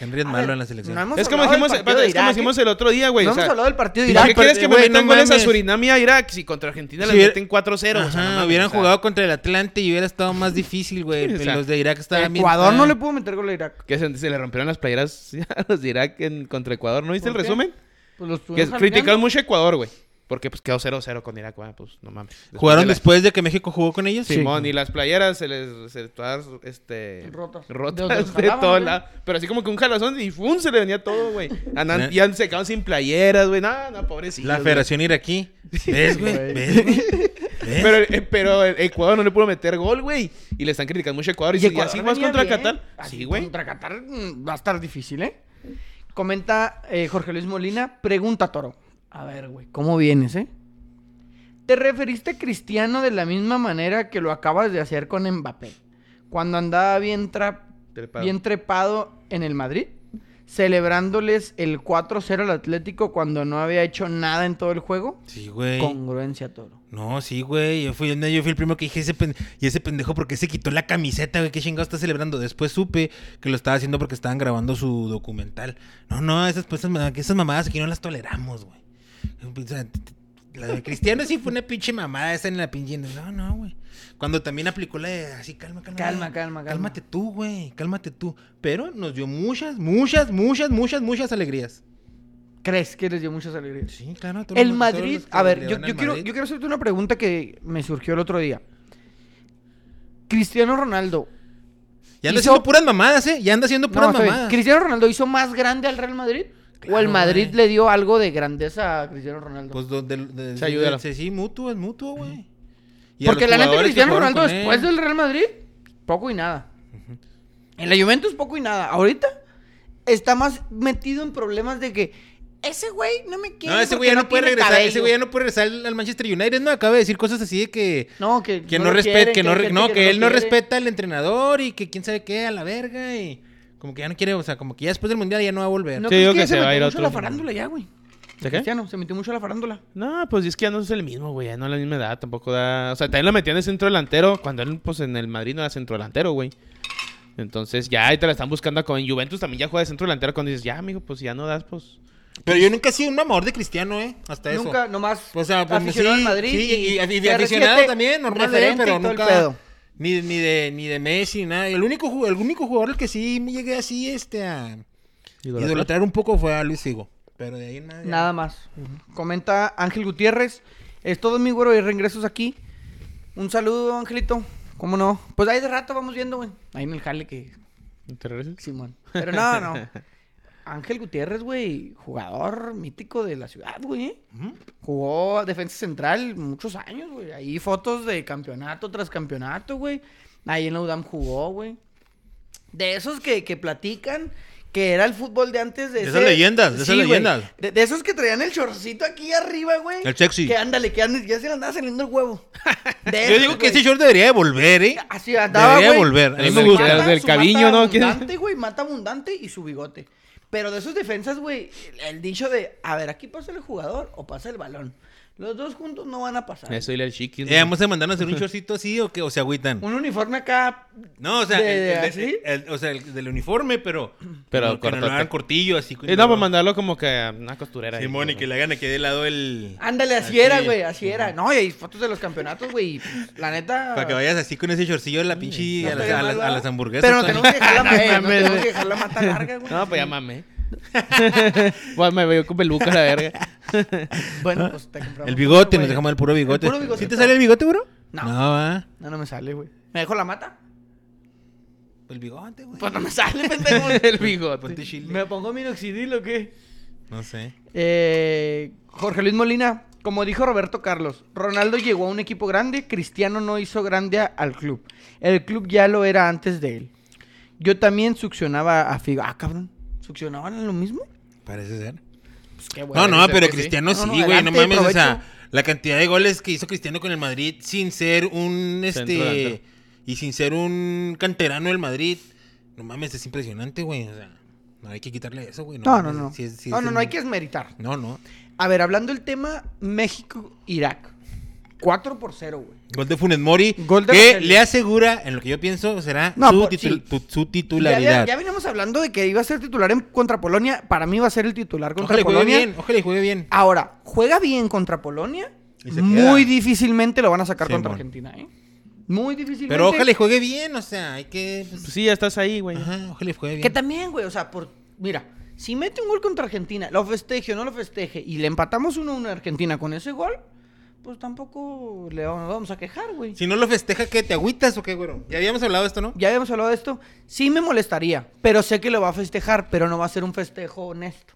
[SPEAKER 2] Henry es
[SPEAKER 1] A
[SPEAKER 2] malo
[SPEAKER 1] ver,
[SPEAKER 2] en la selección.
[SPEAKER 1] no hemos
[SPEAKER 3] Es como
[SPEAKER 1] hablado del
[SPEAKER 3] dijimos,
[SPEAKER 1] partido
[SPEAKER 3] espérate,
[SPEAKER 1] de
[SPEAKER 3] es como
[SPEAKER 1] Irak,
[SPEAKER 3] dijimos
[SPEAKER 1] eh.
[SPEAKER 3] el otro día, güey.
[SPEAKER 1] No
[SPEAKER 3] o sea,
[SPEAKER 1] hemos hablado del partido de
[SPEAKER 3] ¿Por qué
[SPEAKER 2] Irak,
[SPEAKER 1] Irak.
[SPEAKER 3] quieres que me
[SPEAKER 2] güey,
[SPEAKER 3] metan
[SPEAKER 2] no
[SPEAKER 3] goles
[SPEAKER 2] mames.
[SPEAKER 3] a Surinam y a Irak si contra Argentina
[SPEAKER 2] Si
[SPEAKER 3] les
[SPEAKER 2] hubiera-
[SPEAKER 3] meten 4-0? o sea, no
[SPEAKER 2] Ajá,
[SPEAKER 3] mames,
[SPEAKER 2] hubieran
[SPEAKER 3] o sea,
[SPEAKER 2] jugado contra el Atlante y hubiera estado más difícil,
[SPEAKER 3] <laughs>
[SPEAKER 2] güey.
[SPEAKER 3] Sí, o sea,
[SPEAKER 2] Los de Irak estaban bien.
[SPEAKER 1] Ecuador no le pudo meter gol a Irak.
[SPEAKER 3] Que se, se le rompieron las playeras <laughs> a los de Irak en, contra Ecuador. ¿No viste el
[SPEAKER 1] ¿Por qué?
[SPEAKER 3] resumen?
[SPEAKER 1] Pues los
[SPEAKER 3] Que
[SPEAKER 1] tuvimos
[SPEAKER 3] criticaron
[SPEAKER 1] jaldeando.
[SPEAKER 3] mucho a Ecuador, güey. Porque pues quedó 0-0 con Irak, güey. Pues no mames. Después
[SPEAKER 2] ¿Jugaron
[SPEAKER 3] de la-
[SPEAKER 2] después de que México jugó con ellos?
[SPEAKER 3] Simón, y las playeras se les. Se, todas, este,
[SPEAKER 1] Rotas. De donde los
[SPEAKER 3] Rotas <laughs> de,
[SPEAKER 1] jalaban,
[SPEAKER 3] todo
[SPEAKER 1] güey.
[SPEAKER 3] lado. Pero así como que un jalazón y ¡fum! se le venía
[SPEAKER 2] <laughs>
[SPEAKER 3] todo, güey.
[SPEAKER 2] Ne-
[SPEAKER 3] Andan, y han secado sin playeras, güey. Nada, no, pobrecito.
[SPEAKER 2] Eh. La Federación
[SPEAKER 3] <laughs>
[SPEAKER 2] Iraquí. ¿Ves, güey?
[SPEAKER 1] güey.
[SPEAKER 2] ¿Ves, güey? ¿Ves?
[SPEAKER 3] Pero, eh, pero el Ecuador no le pudo meter gol, güey. Y le están criticando mucho a Ecuador. Y,
[SPEAKER 1] Y
[SPEAKER 3] si
[SPEAKER 1] Ecuador
[SPEAKER 3] así vas
[SPEAKER 1] venía
[SPEAKER 3] contra
[SPEAKER 1] bien.
[SPEAKER 3] Qatar.
[SPEAKER 1] Así
[SPEAKER 3] Sí, güey.
[SPEAKER 1] Contra Qatar mm, va a estar difícil, ¿eh? Comenta eh, Jorge Luis Molina, pregunta Toro. A ver, güey, ¿cómo vienes, eh? ¿Te referiste a Cristiano de la misma manera que lo acabas de hacer con Mbappé? Cuando andaba bien, tra-
[SPEAKER 3] Trepado.
[SPEAKER 1] bien trepado en el Madrid, celebrándoles el 4-0 al Atlético cuando no había hecho nada en todo el juego.
[SPEAKER 2] Sí, güey.
[SPEAKER 1] Congruencia, Toro.
[SPEAKER 2] No, sí, güey. Yo fui, no, yo fui el primero que dije, ese pen- y ese pendejo, porque se quitó la camiseta, güey? ¿Qué chingado está celebrando? Después supe que lo estaba haciendo porque estaban grabando su documental. No, no, esas, pues, esas ma- esas mamadas aquí no las toleramos, güey. O sea, t- t- la de Cristiano sí fue una pinche mamada esa en la pinche. No, no, güey. Cuando también aplicó la de así, calma, calma.
[SPEAKER 1] Calma, calma, calma.
[SPEAKER 2] Cálmate tú, güey. Cálmate tú. Pero nos dio muchas, muchas, muchas, muchas, muchas alegrías.
[SPEAKER 1] ¿Crees que les dio muchas alegrías?
[SPEAKER 2] Sí, claro. todos
[SPEAKER 1] El
[SPEAKER 2] los- todos
[SPEAKER 1] Madrid,
[SPEAKER 2] los que
[SPEAKER 1] a ver,
[SPEAKER 2] le
[SPEAKER 1] yo,
[SPEAKER 2] van
[SPEAKER 1] yo
[SPEAKER 2] al
[SPEAKER 1] quiero,
[SPEAKER 2] Madrid.
[SPEAKER 1] yo quiero hacerte una pregunta que me surgió el otro día. Cristiano Ronaldo.
[SPEAKER 2] Ya anda
[SPEAKER 1] hizo-
[SPEAKER 2] haciendo puras mamadas, ¿eh? Ya anda haciendo
[SPEAKER 1] No,
[SPEAKER 2] puras
[SPEAKER 1] está bien.
[SPEAKER 2] mamadas.
[SPEAKER 1] ¿Cristiano Ronaldo hizo más grande al Real Madrid? ¿O el
[SPEAKER 2] Claro,
[SPEAKER 1] Madrid
[SPEAKER 2] güey.
[SPEAKER 1] le dio algo de grandeza a Cristiano Ronaldo?
[SPEAKER 2] Pues donde de,
[SPEAKER 3] Se ayuda.
[SPEAKER 2] Sí, sí, mutuo, es mutuo, güey. Y a
[SPEAKER 1] Porque
[SPEAKER 2] los
[SPEAKER 1] la neta,
[SPEAKER 2] jugadores que
[SPEAKER 1] Cristiano
[SPEAKER 2] jugaron
[SPEAKER 1] Ronaldo
[SPEAKER 2] con
[SPEAKER 1] después
[SPEAKER 2] él.
[SPEAKER 1] del Real Madrid, poco y nada. En la Juventus, poco y nada. Ahorita está más metido en problemas de que ese güey no me quiere.
[SPEAKER 2] No, ese
[SPEAKER 1] porque
[SPEAKER 2] güey ya no puede
[SPEAKER 1] tiene
[SPEAKER 2] regresar, ese
[SPEAKER 1] cabello".
[SPEAKER 2] güey ya no puede regresar al al Manchester United, no acaba de decir cosas así de que
[SPEAKER 1] No, que,
[SPEAKER 2] que no,
[SPEAKER 1] lo
[SPEAKER 2] respeta,
[SPEAKER 1] quieren,
[SPEAKER 2] que no,
[SPEAKER 1] hay
[SPEAKER 2] re-
[SPEAKER 1] gente
[SPEAKER 2] no,
[SPEAKER 1] que
[SPEAKER 2] que él no
[SPEAKER 1] quiere.
[SPEAKER 2] respeta al entrenador y que quién sabe qué a la verga y como que ya no quiere, o sea, como que ya después del mundial ya no va a volver.
[SPEAKER 1] No,
[SPEAKER 3] Sí,
[SPEAKER 1] pero es
[SPEAKER 3] digo
[SPEAKER 1] que
[SPEAKER 3] que
[SPEAKER 1] se,
[SPEAKER 3] se va a
[SPEAKER 1] metió
[SPEAKER 3] ir a
[SPEAKER 1] mucho a la
[SPEAKER 3] otro-
[SPEAKER 1] farándula ya, güey.
[SPEAKER 3] ¿De qué?
[SPEAKER 1] Cristiano, se metió mucho a la farándula.
[SPEAKER 3] No, pues es que ya no es el mismo, güey. Ya no es la misma edad, tampoco da. O sea, también lo metían de centro delantero cuando él, pues en el Madrid no era centro delantero, güey. Entonces, ya ahí te la están buscando con en Juventus también ya juega de centro delantero cuando dices, ya, amigo, pues si ya no das, pues.
[SPEAKER 2] Pero yo nunca he sido un amor de Cristiano, eh, hasta eso.
[SPEAKER 1] Nunca, nomás
[SPEAKER 2] O sea, pues,
[SPEAKER 1] aficionado
[SPEAKER 2] sí,
[SPEAKER 1] al Madrid.
[SPEAKER 2] sí, y, y- y de
[SPEAKER 1] CR7,
[SPEAKER 2] aficionado también, normal, eh,
[SPEAKER 1] referente y
[SPEAKER 2] pero
[SPEAKER 1] todo el
[SPEAKER 2] nunca
[SPEAKER 1] pedo.
[SPEAKER 2] ni, ni de ni de Messi, nada. El único ju- el único jugador al que sí me llegué así este a Idolatrar un poco fue a Luis Figo. Pero de ahí en nada. ya.
[SPEAKER 1] Nada más. Comenta Ángel Gutiérrez. Es todo mi güero y reingresos aquí. Un saludo, Angelito. ¿Cómo no? Pues ahí de rato vamos viendo, güey. Ahí en el jale que
[SPEAKER 3] ¿Te regresas?
[SPEAKER 1] Simón. <laughs> Pero no, no. Ángel Gutiérrez, güey, jugador mítico de la ciudad, güey. ¿eh? Jugó defensa central muchos años, güey. Ahí fotos de campeonato tras campeonato, güey. Ahí en la UDAM jugó, güey. De esos que, que platican que era el fútbol de antes de
[SPEAKER 2] De
[SPEAKER 1] ese-
[SPEAKER 2] esas leyendas, de esas
[SPEAKER 1] güey.
[SPEAKER 2] leyendas.
[SPEAKER 1] De, de esos que traían el chorcito aquí arriba, güey.
[SPEAKER 2] El sexy.
[SPEAKER 1] Que ándale, que ándale, ya se le andaba saliendo el huevo.
[SPEAKER 2] <laughs>
[SPEAKER 1] De
[SPEAKER 2] Yo
[SPEAKER 1] esos,
[SPEAKER 2] digo que
[SPEAKER 1] güey.
[SPEAKER 2] ese short debería de volver, ¿eh?
[SPEAKER 1] Así andaba,
[SPEAKER 2] Debería
[SPEAKER 1] güey.
[SPEAKER 2] volver. A mí
[SPEAKER 3] El
[SPEAKER 2] me
[SPEAKER 3] del-
[SPEAKER 2] gusta.
[SPEAKER 3] el del
[SPEAKER 1] su
[SPEAKER 3] Caviño,
[SPEAKER 1] mata
[SPEAKER 3] ¿no? ¿Quién es?
[SPEAKER 1] Abundante, güey, mata abundante y su bigote. Pero de esos defensas, güey, el- el dicho de, a ver, aquí pasa el jugador o pasa el balón. Los dos juntos no van a pasar.
[SPEAKER 3] Eso y el chiqui.
[SPEAKER 2] Ah, Eh, vamos a mandarnos a hacer un shortcito así o que o se agüitan.
[SPEAKER 1] Un uniforme acá.
[SPEAKER 2] No, o sea,
[SPEAKER 1] de-
[SPEAKER 2] el, el de-
[SPEAKER 1] así.
[SPEAKER 2] el- o sea, el del uniforme, pero,
[SPEAKER 3] <clears throat> Pero
[SPEAKER 2] no, que no lo
[SPEAKER 3] cortote.
[SPEAKER 2] hagan cortillo así.
[SPEAKER 3] Eh, no, pues mandarlo como que a una costurera. ahí,
[SPEAKER 2] Simón y que
[SPEAKER 3] güey.
[SPEAKER 2] le hagan aquí de lado el
[SPEAKER 1] Ándale, así,
[SPEAKER 2] Así.
[SPEAKER 1] era, güey, así era. No, y hay fotos de los campeonatos, güey, y, pues, la
[SPEAKER 2] <laughs>
[SPEAKER 1] neta...
[SPEAKER 2] para que vayas así con ese shortcillo de la pinche
[SPEAKER 1] no
[SPEAKER 2] a, las,
[SPEAKER 1] estaría
[SPEAKER 2] a las-
[SPEAKER 1] mal,
[SPEAKER 2] a
[SPEAKER 1] ¿va?
[SPEAKER 2] las hamburguesas.
[SPEAKER 1] Pero no
[SPEAKER 2] Tony. <laughs>
[SPEAKER 1] tenemos que dejar la,
[SPEAKER 3] No
[SPEAKER 1] eh, no
[SPEAKER 3] mames,
[SPEAKER 1] tenemos
[SPEAKER 3] güey.
[SPEAKER 1] que dejar la mata larga, güey.
[SPEAKER 3] No, pues ya <laughs> mame. pues me veo con peluca la verga.
[SPEAKER 1] Bueno, pues te compramos.
[SPEAKER 2] El bigote,
[SPEAKER 1] otro,
[SPEAKER 2] nos
[SPEAKER 1] güey.
[SPEAKER 2] dejamos el puro bigote.
[SPEAKER 1] puro bigote.
[SPEAKER 2] ¿Sí te sale el bigote, bro?
[SPEAKER 1] No.
[SPEAKER 2] ¿va?
[SPEAKER 1] No, no me sale, güey. ¿Me dejo la mata?
[SPEAKER 2] El bigote, güey.
[SPEAKER 1] Pues no me sale, <laughs> pendejo.
[SPEAKER 2] <laughs>
[SPEAKER 3] el bigote.
[SPEAKER 2] Ponte chile.
[SPEAKER 1] ¿Me pongo minoxidil o qué?
[SPEAKER 2] No sé.
[SPEAKER 1] Eh, Jorge Luis Molina, como dijo Roberto Carlos, Ronaldo llegó a un equipo grande, Cristiano no hizo grande a- al club. El club ya lo era antes de él. Yo también succionaba a Figo. Ah, cabrón. ¿Succionaban a lo mismo?
[SPEAKER 2] Parece ser.
[SPEAKER 1] Pues qué
[SPEAKER 2] No,
[SPEAKER 1] bueno.
[SPEAKER 2] no,
[SPEAKER 3] ser
[SPEAKER 2] pero
[SPEAKER 3] que sí.
[SPEAKER 2] Cristiano
[SPEAKER 1] No, no,
[SPEAKER 2] sí,
[SPEAKER 1] no,
[SPEAKER 2] güey, no,
[SPEAKER 1] adelante,
[SPEAKER 2] mames, o sea,
[SPEAKER 1] provecho.
[SPEAKER 2] la cantidad de goles que hizo Cristiano con el Madrid sin ser un
[SPEAKER 3] Centro delantero.
[SPEAKER 2] este y sin ser un canterano del Madrid. No mames, es impresionante, güey. O sea, no hay que quitarle eso, güey.
[SPEAKER 1] No, no,
[SPEAKER 2] mames,
[SPEAKER 1] no.
[SPEAKER 2] sí es- sí
[SPEAKER 1] no,
[SPEAKER 2] es
[SPEAKER 1] no,
[SPEAKER 2] el-
[SPEAKER 1] no hay que esmeritar.
[SPEAKER 2] No, no.
[SPEAKER 1] A ver, hablando del tema México-Irak. 4 por 0, güey.
[SPEAKER 2] Gol de Funes Mori
[SPEAKER 1] Gol de
[SPEAKER 2] que
[SPEAKER 1] Rogelio.
[SPEAKER 2] le asegura, en lo que yo pienso, será
[SPEAKER 1] No,
[SPEAKER 2] su,
[SPEAKER 1] por-
[SPEAKER 2] titul-
[SPEAKER 1] sí.
[SPEAKER 2] tu- su
[SPEAKER 1] Ya,
[SPEAKER 2] titularidad.
[SPEAKER 1] ya, ya veníamos hablando de que iba a ser titular en, contra Polonia. Para mí va a ser el titular contra
[SPEAKER 2] Ojalá y juegue
[SPEAKER 1] Polonia.
[SPEAKER 2] bien, ojalá y juegue bien.
[SPEAKER 1] Ahora, juega bien contra Polonia.
[SPEAKER 2] Y se
[SPEAKER 1] Muy
[SPEAKER 2] queda.
[SPEAKER 1] difícilmente lo van a sacar
[SPEAKER 2] Sí,
[SPEAKER 1] contra
[SPEAKER 2] mon.
[SPEAKER 1] Argentina, ¿eh? Muy difícilmente.
[SPEAKER 2] Pero ojalá y juegue bien, o sea, hay que... pues,
[SPEAKER 3] Pues sí, ya estás ahí, güey.
[SPEAKER 2] ajá, ojalá y juegue bien.
[SPEAKER 1] Que también, güey, o sea, por... Mira, si mete un gol contra Argentina, lo festeje o no lo festeje, y le empatamos 1-1 a Argentina con ese gol, pues tampoco le vamos, nos vamos a quejar, güey.
[SPEAKER 2] Si no lo festeja, ¿qué? ¿Te agüitas o qué, güero? Ya habíamos hablado de esto, ¿no?
[SPEAKER 1] Ya habíamos hablado de esto. Sí me molestaría, pero sé que lo va a festejar, pero no va a ser un festejo honesto.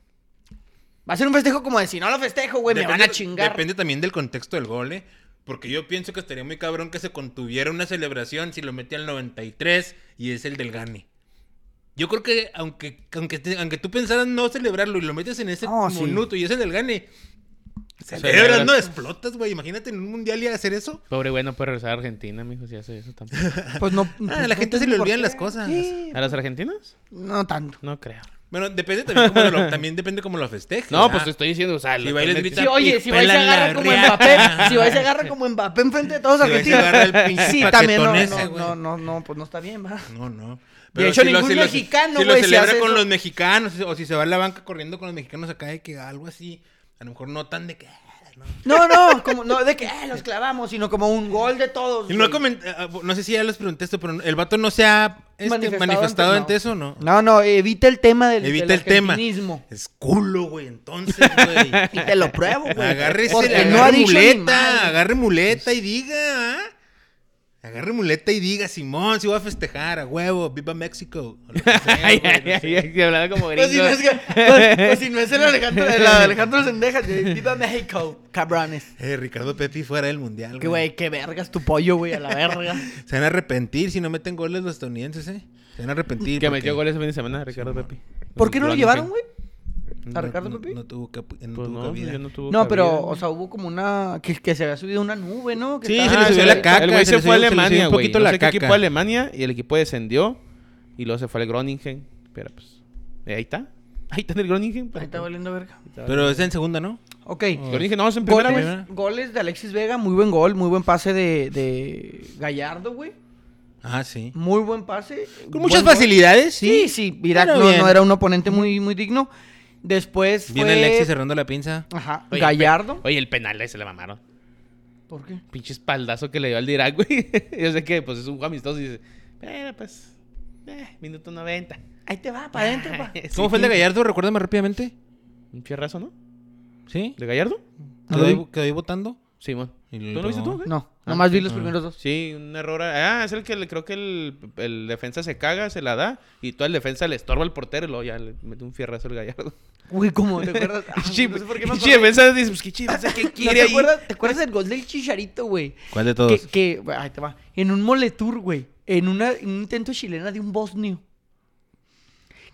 [SPEAKER 1] Va a ser un festejo como de si no lo festejo, güey, me van a chingar.
[SPEAKER 2] Depende también del contexto del gol, ¿eh? Porque yo pienso que estaría muy cabrón que se contuviera una celebración si lo metía al 93 y es el del Gane. Yo creo que aunque, aunque, te- aunque tú pensaras no celebrarlo y lo metes en ese
[SPEAKER 1] Oh, sí.
[SPEAKER 2] minuto y es el del Gane,
[SPEAKER 3] Celebras.
[SPEAKER 2] celebras, no explotas, güey. Imagínate en un mundial y hacer eso.
[SPEAKER 3] Pobre güey, no puede regresar a Argentina, mijo, si hace eso
[SPEAKER 2] <laughs>
[SPEAKER 3] tampoco.
[SPEAKER 1] Pues no.
[SPEAKER 2] Ah, a la gente se le olvidan las cosas.
[SPEAKER 1] Sí,
[SPEAKER 3] ¿A los argentinos?
[SPEAKER 1] no tanto.
[SPEAKER 3] No creo.
[SPEAKER 2] Bueno, depende también cómo lo, también depende cómo lo festejes.
[SPEAKER 3] No,
[SPEAKER 2] Ah,
[SPEAKER 3] pues te estoy diciendo, o sea,
[SPEAKER 2] Y bailes
[SPEAKER 3] totalmente-
[SPEAKER 2] gritan,
[SPEAKER 1] Sí, oye, si vais a
[SPEAKER 2] Pelan la
[SPEAKER 1] agarrar como
[SPEAKER 2] riata.
[SPEAKER 1] Mbappé,
[SPEAKER 2] <laughs>
[SPEAKER 1] si vais a agarrar como Mbappé enfrente de todos
[SPEAKER 2] Si vais a
[SPEAKER 1] Argentina.
[SPEAKER 2] agarrar el pinche
[SPEAKER 1] <laughs> sí, también no,
[SPEAKER 2] paquetón
[SPEAKER 1] no,
[SPEAKER 2] ese, güey.
[SPEAKER 1] no, no, no, pues no está bien, va.
[SPEAKER 2] No, no.
[SPEAKER 1] hecho, ningún mexicano,
[SPEAKER 2] si
[SPEAKER 1] güey, se
[SPEAKER 2] lo celebra
[SPEAKER 1] hace
[SPEAKER 2] con
[SPEAKER 1] eso.
[SPEAKER 2] los mexicanos, o si se va a la banca corriendo con los mexicanos acá de que algo así, a lo mejor no tan de que... ah, No.
[SPEAKER 1] No, no, como no de que eh, los clavamos, sino como un gol de todos.
[SPEAKER 2] Y no, he
[SPEAKER 1] güey.
[SPEAKER 2] coment- ah, no sé si ya les pregunté esto, pero el vato no se ha este, manifestado, ante, eso, ¿no?
[SPEAKER 1] No, no, evita el tema del,
[SPEAKER 2] Evita
[SPEAKER 1] del
[SPEAKER 2] el tema.
[SPEAKER 1] argentinismo.
[SPEAKER 2] Es culo, güey, entonces, güey.
[SPEAKER 1] Y te lo pruebo, <laughs> güey.
[SPEAKER 2] Agarre, ese-
[SPEAKER 1] Porque
[SPEAKER 2] agarre
[SPEAKER 1] no ha dicho ni
[SPEAKER 2] muleta,
[SPEAKER 1] madre.
[SPEAKER 2] agarre muleta y diga, ¿ah? Agarre muleta y diga, Simón, si voy a festejar, a huevo, viva México. o lo que
[SPEAKER 1] <laughs>
[SPEAKER 2] sea,
[SPEAKER 3] <laughs> Ay,
[SPEAKER 2] güey,
[SPEAKER 3] ay,
[SPEAKER 2] no sé.
[SPEAKER 3] ay, ay, que hablaba como
[SPEAKER 1] Pues si
[SPEAKER 3] gringo.
[SPEAKER 1] no es, que- pues- pues si no es el Alejandro, el Alejandro Sendejas, de Viva México, cabrones.
[SPEAKER 2] Eh, Ricardo Pepi fuera del mundial,
[SPEAKER 1] Que, güey, qué vergas tu pollo, güey, a
[SPEAKER 2] <laughs>
[SPEAKER 1] la verga.
[SPEAKER 2] Se van a arrepentir si no meten goles los estadounidenses, ¿eh? Se van a arrepentir.
[SPEAKER 3] Que
[SPEAKER 2] porque
[SPEAKER 3] metió goles ese fin de semana, Ricardo Pepi.
[SPEAKER 1] ¿Por qué no lo
[SPEAKER 3] Blondie
[SPEAKER 1] llevaron,
[SPEAKER 3] Pink.
[SPEAKER 1] güey?
[SPEAKER 2] no-
[SPEAKER 1] ¿A Ricardo
[SPEAKER 2] no-
[SPEAKER 1] Pepi?
[SPEAKER 2] No, tuvo, cap- no tuvo
[SPEAKER 3] Pues no,
[SPEAKER 2] cabida.
[SPEAKER 3] ya no tuvo
[SPEAKER 1] No, pero,
[SPEAKER 3] cabida,
[SPEAKER 1] o
[SPEAKER 3] güey.
[SPEAKER 1] sea, hubo como una. Que, que se había subido una nube, ¿no? Que
[SPEAKER 2] Sí,
[SPEAKER 1] estaba-
[SPEAKER 2] se le
[SPEAKER 3] Ah,
[SPEAKER 2] subió
[SPEAKER 3] sí,
[SPEAKER 2] la
[SPEAKER 3] el-
[SPEAKER 2] caca,
[SPEAKER 3] El güey
[SPEAKER 2] se
[SPEAKER 3] se,
[SPEAKER 2] le
[SPEAKER 3] fue
[SPEAKER 2] subió-
[SPEAKER 3] a
[SPEAKER 2] se le subió
[SPEAKER 3] Alemania,
[SPEAKER 2] un
[SPEAKER 3] güey.
[SPEAKER 2] poquito
[SPEAKER 3] No
[SPEAKER 2] la
[SPEAKER 3] sé qué
[SPEAKER 2] caca.
[SPEAKER 3] equipo de Alemania y el equipo descendió y luego se fue al Groningen. Pero pues, eh, ahí está. Ahí está en el Groningen. pero- Oh.
[SPEAKER 1] Ahí está valiendo verga.
[SPEAKER 2] Pero es en segunda, ¿no?
[SPEAKER 1] Ok.
[SPEAKER 3] Groningen, no, es en primera, güey.
[SPEAKER 1] Goles, goles de Alexis Vega, muy buen gol, muy buen pase de, de Gallardo, güey.
[SPEAKER 2] Ah, sí.
[SPEAKER 1] Muy buen pase.
[SPEAKER 2] Con muchas
[SPEAKER 1] buen gol.
[SPEAKER 2] facilidades, sí.
[SPEAKER 1] Sí, sí, Irak
[SPEAKER 2] Pero
[SPEAKER 1] no,
[SPEAKER 2] bien.
[SPEAKER 1] no era un oponente muy, muy digno. Después
[SPEAKER 2] Viene
[SPEAKER 1] fue...
[SPEAKER 2] Alexis cerrando la pinza.
[SPEAKER 1] Ajá,
[SPEAKER 3] Oye,
[SPEAKER 1] Gallardo.
[SPEAKER 3] Oye, el penal ahí se le mamaron.
[SPEAKER 1] ¿Por qué?
[SPEAKER 3] Pinche espaldazo que le dio al Dirac, güey. <laughs> Yo sé que pues es un juego amistoso y dice, pero pues, eh, minuto 90.
[SPEAKER 1] Ahí te va, para adentro,
[SPEAKER 3] <laughs>
[SPEAKER 2] <laughs>
[SPEAKER 1] pa.
[SPEAKER 2] ¿Cómo fue el de Gallardo? Recuérdame rápidamente.
[SPEAKER 3] Un fierrazo, ¿no?
[SPEAKER 2] ¿Sí?
[SPEAKER 3] ¿De Gallardo?
[SPEAKER 2] ¿Te doy, que doy votando?
[SPEAKER 3] Simón.
[SPEAKER 2] Y
[SPEAKER 3] ¿Tú
[SPEAKER 2] le
[SPEAKER 3] lo viste
[SPEAKER 2] pegó.
[SPEAKER 3] tú, güey?
[SPEAKER 1] No,
[SPEAKER 3] Ah,
[SPEAKER 1] nomás vi
[SPEAKER 3] sí.
[SPEAKER 1] los primeros dos.
[SPEAKER 3] Sí, un error. Ah, es el que le, creo que el, el defensa se caga, se la da y toda la defensa le estorba al portero y luego ya le mete un fierrazo al gallardo.
[SPEAKER 1] Uy, ¿cómo te
[SPEAKER 2] <laughs>
[SPEAKER 1] acuerdas? Ah,
[SPEAKER 3] Pinche
[SPEAKER 1] no sé por qué me
[SPEAKER 3] pinche
[SPEAKER 1] acordé.
[SPEAKER 3] defensa dice, pues qué chi- defensa, qué
[SPEAKER 1] ¿No
[SPEAKER 3] quiere
[SPEAKER 1] te,
[SPEAKER 3] ahí.
[SPEAKER 1] acuerdas, ¿Te acuerdas del gol del Chicharito, güey?
[SPEAKER 2] ¿Cuál de
[SPEAKER 1] Que,
[SPEAKER 2] todos?
[SPEAKER 1] que, ahí te va. En un moletur, güey. En, una, en un intento chilena de un bosnio.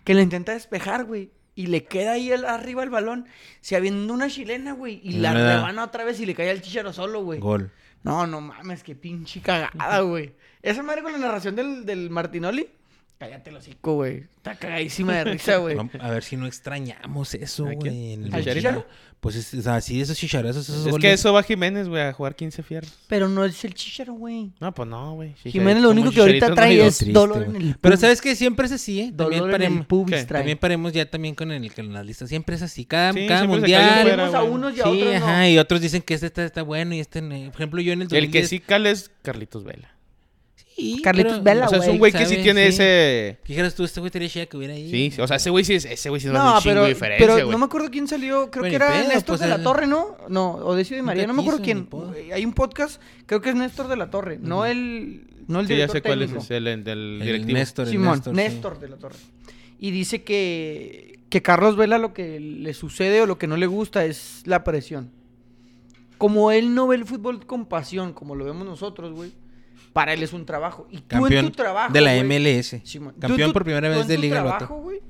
[SPEAKER 1] Que le intenta despejar, güey. Y le queda ahí el- arriba el balón. Se avienta una chilena, güey. Y
[SPEAKER 2] Y
[SPEAKER 1] la
[SPEAKER 2] no le da.
[SPEAKER 1] rebana otra vez y le cae al chicharo solo, güey.
[SPEAKER 2] Gol.
[SPEAKER 1] No, no mames, qué pinche cagada, güey. Esa madre con la narración del, del Martinoli. Cállate el hocico, güey. Está cagadísima de
[SPEAKER 2] <laughs>
[SPEAKER 1] risa, güey.
[SPEAKER 2] Vam- A ver si no extrañamos eso,
[SPEAKER 3] ¿A quién?
[SPEAKER 2] güey. en el
[SPEAKER 1] ¿Al
[SPEAKER 2] Chicharito.
[SPEAKER 1] Chicharo?
[SPEAKER 2] Pues, es- o sea, sí, esos chicharazos, esos
[SPEAKER 3] Es
[SPEAKER 2] goles.
[SPEAKER 3] que eso va Jiménez, güey, a jugar 15 fierros.
[SPEAKER 1] Pero no es el chicharo, güey.
[SPEAKER 3] No, pues no, güey.
[SPEAKER 1] Jiménez lo
[SPEAKER 3] Como
[SPEAKER 1] único que ahorita
[SPEAKER 3] Chicharito no
[SPEAKER 1] trae
[SPEAKER 3] ayudó.
[SPEAKER 1] es
[SPEAKER 2] Triste,
[SPEAKER 1] dolor en
[SPEAKER 2] güey.
[SPEAKER 1] el
[SPEAKER 2] Pero
[SPEAKER 1] pubis.
[SPEAKER 2] ¿sabes que Siempre es así, ¿eh? También
[SPEAKER 1] Dolor en el
[SPEAKER 2] paremos-
[SPEAKER 1] pubis
[SPEAKER 3] ¿Qué?
[SPEAKER 1] trae.
[SPEAKER 2] También paremos ya también con el con las listas. Siempre es así. Cada,
[SPEAKER 3] Sí,
[SPEAKER 2] cada
[SPEAKER 3] siempre se cayó
[SPEAKER 2] mundial.
[SPEAKER 3] fuera,
[SPEAKER 1] Tenemos a
[SPEAKER 3] güey.
[SPEAKER 1] unos y a
[SPEAKER 2] Sí,
[SPEAKER 1] otros no.
[SPEAKER 2] ajá. Y otros dicen que este está, está bueno y este, no. por ejemplo, yo en el
[SPEAKER 3] El que
[SPEAKER 2] 2010
[SPEAKER 3] sí cala es Carlitos Vela.
[SPEAKER 2] sí,
[SPEAKER 1] Carlitos
[SPEAKER 2] pero-
[SPEAKER 1] Vela,
[SPEAKER 3] O sea, es un güey que sí
[SPEAKER 2] ¿sabe?
[SPEAKER 3] tiene
[SPEAKER 2] Sí.
[SPEAKER 3] ese...
[SPEAKER 2] ¿Qué dijeras tú? Este güey tenía chida que hubiera ahí.
[SPEAKER 3] Sí, sí, o sea, ese güey sí es, ese güey sí es
[SPEAKER 1] No,
[SPEAKER 3] un chingo
[SPEAKER 1] pero,
[SPEAKER 3] de diferencia,
[SPEAKER 1] pero
[SPEAKER 3] güey.
[SPEAKER 1] no me acuerdo quién salió. Creo
[SPEAKER 2] Bueno,
[SPEAKER 1] que
[SPEAKER 2] ni
[SPEAKER 1] era
[SPEAKER 2] pedo,
[SPEAKER 1] Néstor
[SPEAKER 2] pues,
[SPEAKER 1] de la
[SPEAKER 2] el-
[SPEAKER 1] Torre, ¿no? No, Odesio de María, no me acuerdo
[SPEAKER 2] quiso, ni
[SPEAKER 1] quién.
[SPEAKER 2] podo.
[SPEAKER 1] Hay un podcast, creo que es Néstor de la Torre, no el, no el
[SPEAKER 3] Sí, ya
[SPEAKER 1] director
[SPEAKER 3] sé cuál es,
[SPEAKER 1] técnico.
[SPEAKER 3] es el, el del
[SPEAKER 2] El
[SPEAKER 3] directivo.
[SPEAKER 2] Néstor, el
[SPEAKER 1] Simón,
[SPEAKER 2] Néstor,
[SPEAKER 1] Néstor,
[SPEAKER 2] sí.
[SPEAKER 1] de la Torre. Y dice que, que Carlos Vela lo que le sucede o lo que no le gusta es la presión. Como él no ve el fútbol con pasión, como lo vemos nosotros, güey, para él es un trabajo. Y tú
[SPEAKER 2] Campeón
[SPEAKER 1] en tu trabajo.
[SPEAKER 2] de la
[SPEAKER 1] güey,
[SPEAKER 2] MLS.
[SPEAKER 1] Simón, tú en
[SPEAKER 2] Campeón
[SPEAKER 1] tu-
[SPEAKER 2] por primera
[SPEAKER 1] tú
[SPEAKER 2] vez
[SPEAKER 1] en
[SPEAKER 2] de
[SPEAKER 1] tu
[SPEAKER 2] Liga el
[SPEAKER 1] trabajo,
[SPEAKER 2] vato.
[SPEAKER 1] güey,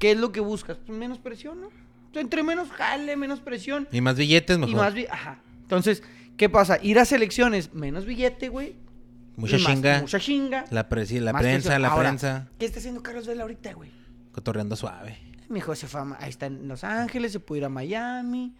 [SPEAKER 1] ¿Qué es lo que buscas? Pues menos presión, ¿no? Tú entre menos jale, menos presión.
[SPEAKER 2] Y más billetes mejor.
[SPEAKER 1] Y más bien, ajá. Entonces, ¿qué pasa? Ir a selecciones, menos billete, güey.
[SPEAKER 2] Mucha
[SPEAKER 1] y más-
[SPEAKER 2] chinga.
[SPEAKER 1] Mucha chinga.
[SPEAKER 2] La, pre- sí, la
[SPEAKER 1] más
[SPEAKER 2] prensa,
[SPEAKER 1] presión.
[SPEAKER 2] la
[SPEAKER 1] Ahora,
[SPEAKER 2] prensa.
[SPEAKER 1] ¿Qué está haciendo Carlos Vela ahorita, güey?
[SPEAKER 2] Cotorreando suave.
[SPEAKER 1] Mi hijo se fue a Ma- ahí está en Los Ángeles, se puede ir a Miami.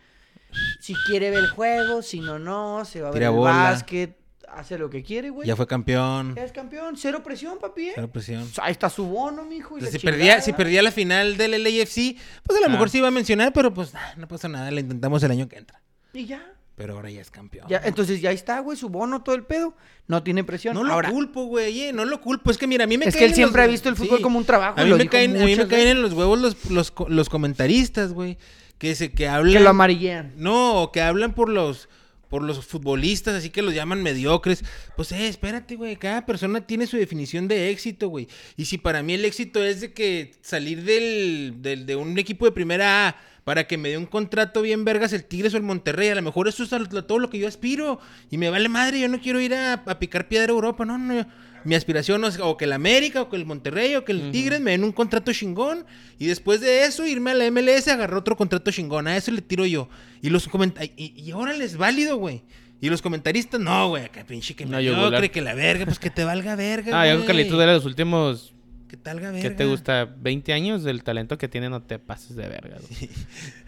[SPEAKER 1] Si quiere ver el juego, si no, no, se va a ver
[SPEAKER 2] Tira
[SPEAKER 1] el
[SPEAKER 2] bola.
[SPEAKER 1] básquet, hace lo que quiere, güey.
[SPEAKER 2] Ya fue campeón.
[SPEAKER 1] Ya es campeón, cero presión, papi. ¿eh?
[SPEAKER 2] Cero presión.
[SPEAKER 1] Ahí está su bono, mijo. y la
[SPEAKER 2] Entonces, si, perdía,
[SPEAKER 1] chingada.
[SPEAKER 2] si perdía la final del LAFC, pues a lo
[SPEAKER 3] Ah.
[SPEAKER 2] mejor sí iba a mencionar, pero pues ah, no pasa nada, la intentamos el año que entra.
[SPEAKER 1] Y ya.
[SPEAKER 2] Pero ahora ya es campeón.
[SPEAKER 1] Ya, entonces ya está, güey, su bono, todo el pedo. No tiene presión.
[SPEAKER 2] no lo
[SPEAKER 1] Ahora,
[SPEAKER 2] culpo, güey, eh, no lo culpo. Es que mira, a mí me
[SPEAKER 1] es que
[SPEAKER 2] caen
[SPEAKER 1] él siempre
[SPEAKER 2] los-
[SPEAKER 1] ha visto el fútbol
[SPEAKER 2] sí.
[SPEAKER 1] como un trabajo.
[SPEAKER 2] A
[SPEAKER 1] y
[SPEAKER 2] mí,
[SPEAKER 1] lo
[SPEAKER 2] me
[SPEAKER 1] dijo
[SPEAKER 2] caen, a mí me
[SPEAKER 1] muchas
[SPEAKER 2] caen
[SPEAKER 1] veces,
[SPEAKER 2] en los huevos los, los, co- los comentaristas, güey. Que, se, que hablan.
[SPEAKER 1] Que lo amarillean.
[SPEAKER 2] No, o que hablan por los por los futbolistas, así que los llaman mediocres. Pues eh, espérate, güey, cada persona tiene su definición de éxito, güey. Y si para mí el éxito es de que salir del, del- de un equipo de primera A para que me dé un contrato bien vergas el Tigres o el Monterrey, a lo mejor eso es a lo- todo lo que yo aspiro y me vale madre, yo no quiero ir a, a picar piedra a Europa, no, no. yo- mi aspiración es o que el América o que el Monterrey o que el Tigres me den un contrato chingón y después de eso irme a la MLS agarrar otro contrato chingón. A eso le tiro yo. Y los comenta y, y órale, es válido, güey. Y los comentaristas, no, güey, que pinche que
[SPEAKER 3] Una
[SPEAKER 2] me cree
[SPEAKER 3] yugular.
[SPEAKER 2] que la verga, pues que te valga verga,
[SPEAKER 3] Ah, yo creo
[SPEAKER 2] güey.
[SPEAKER 3] que Carlitos era de los últimos.
[SPEAKER 2] Que te valga verga.
[SPEAKER 3] ¿Qué te gusta? 20 años del talento que tiene, no te pases de verga. güey.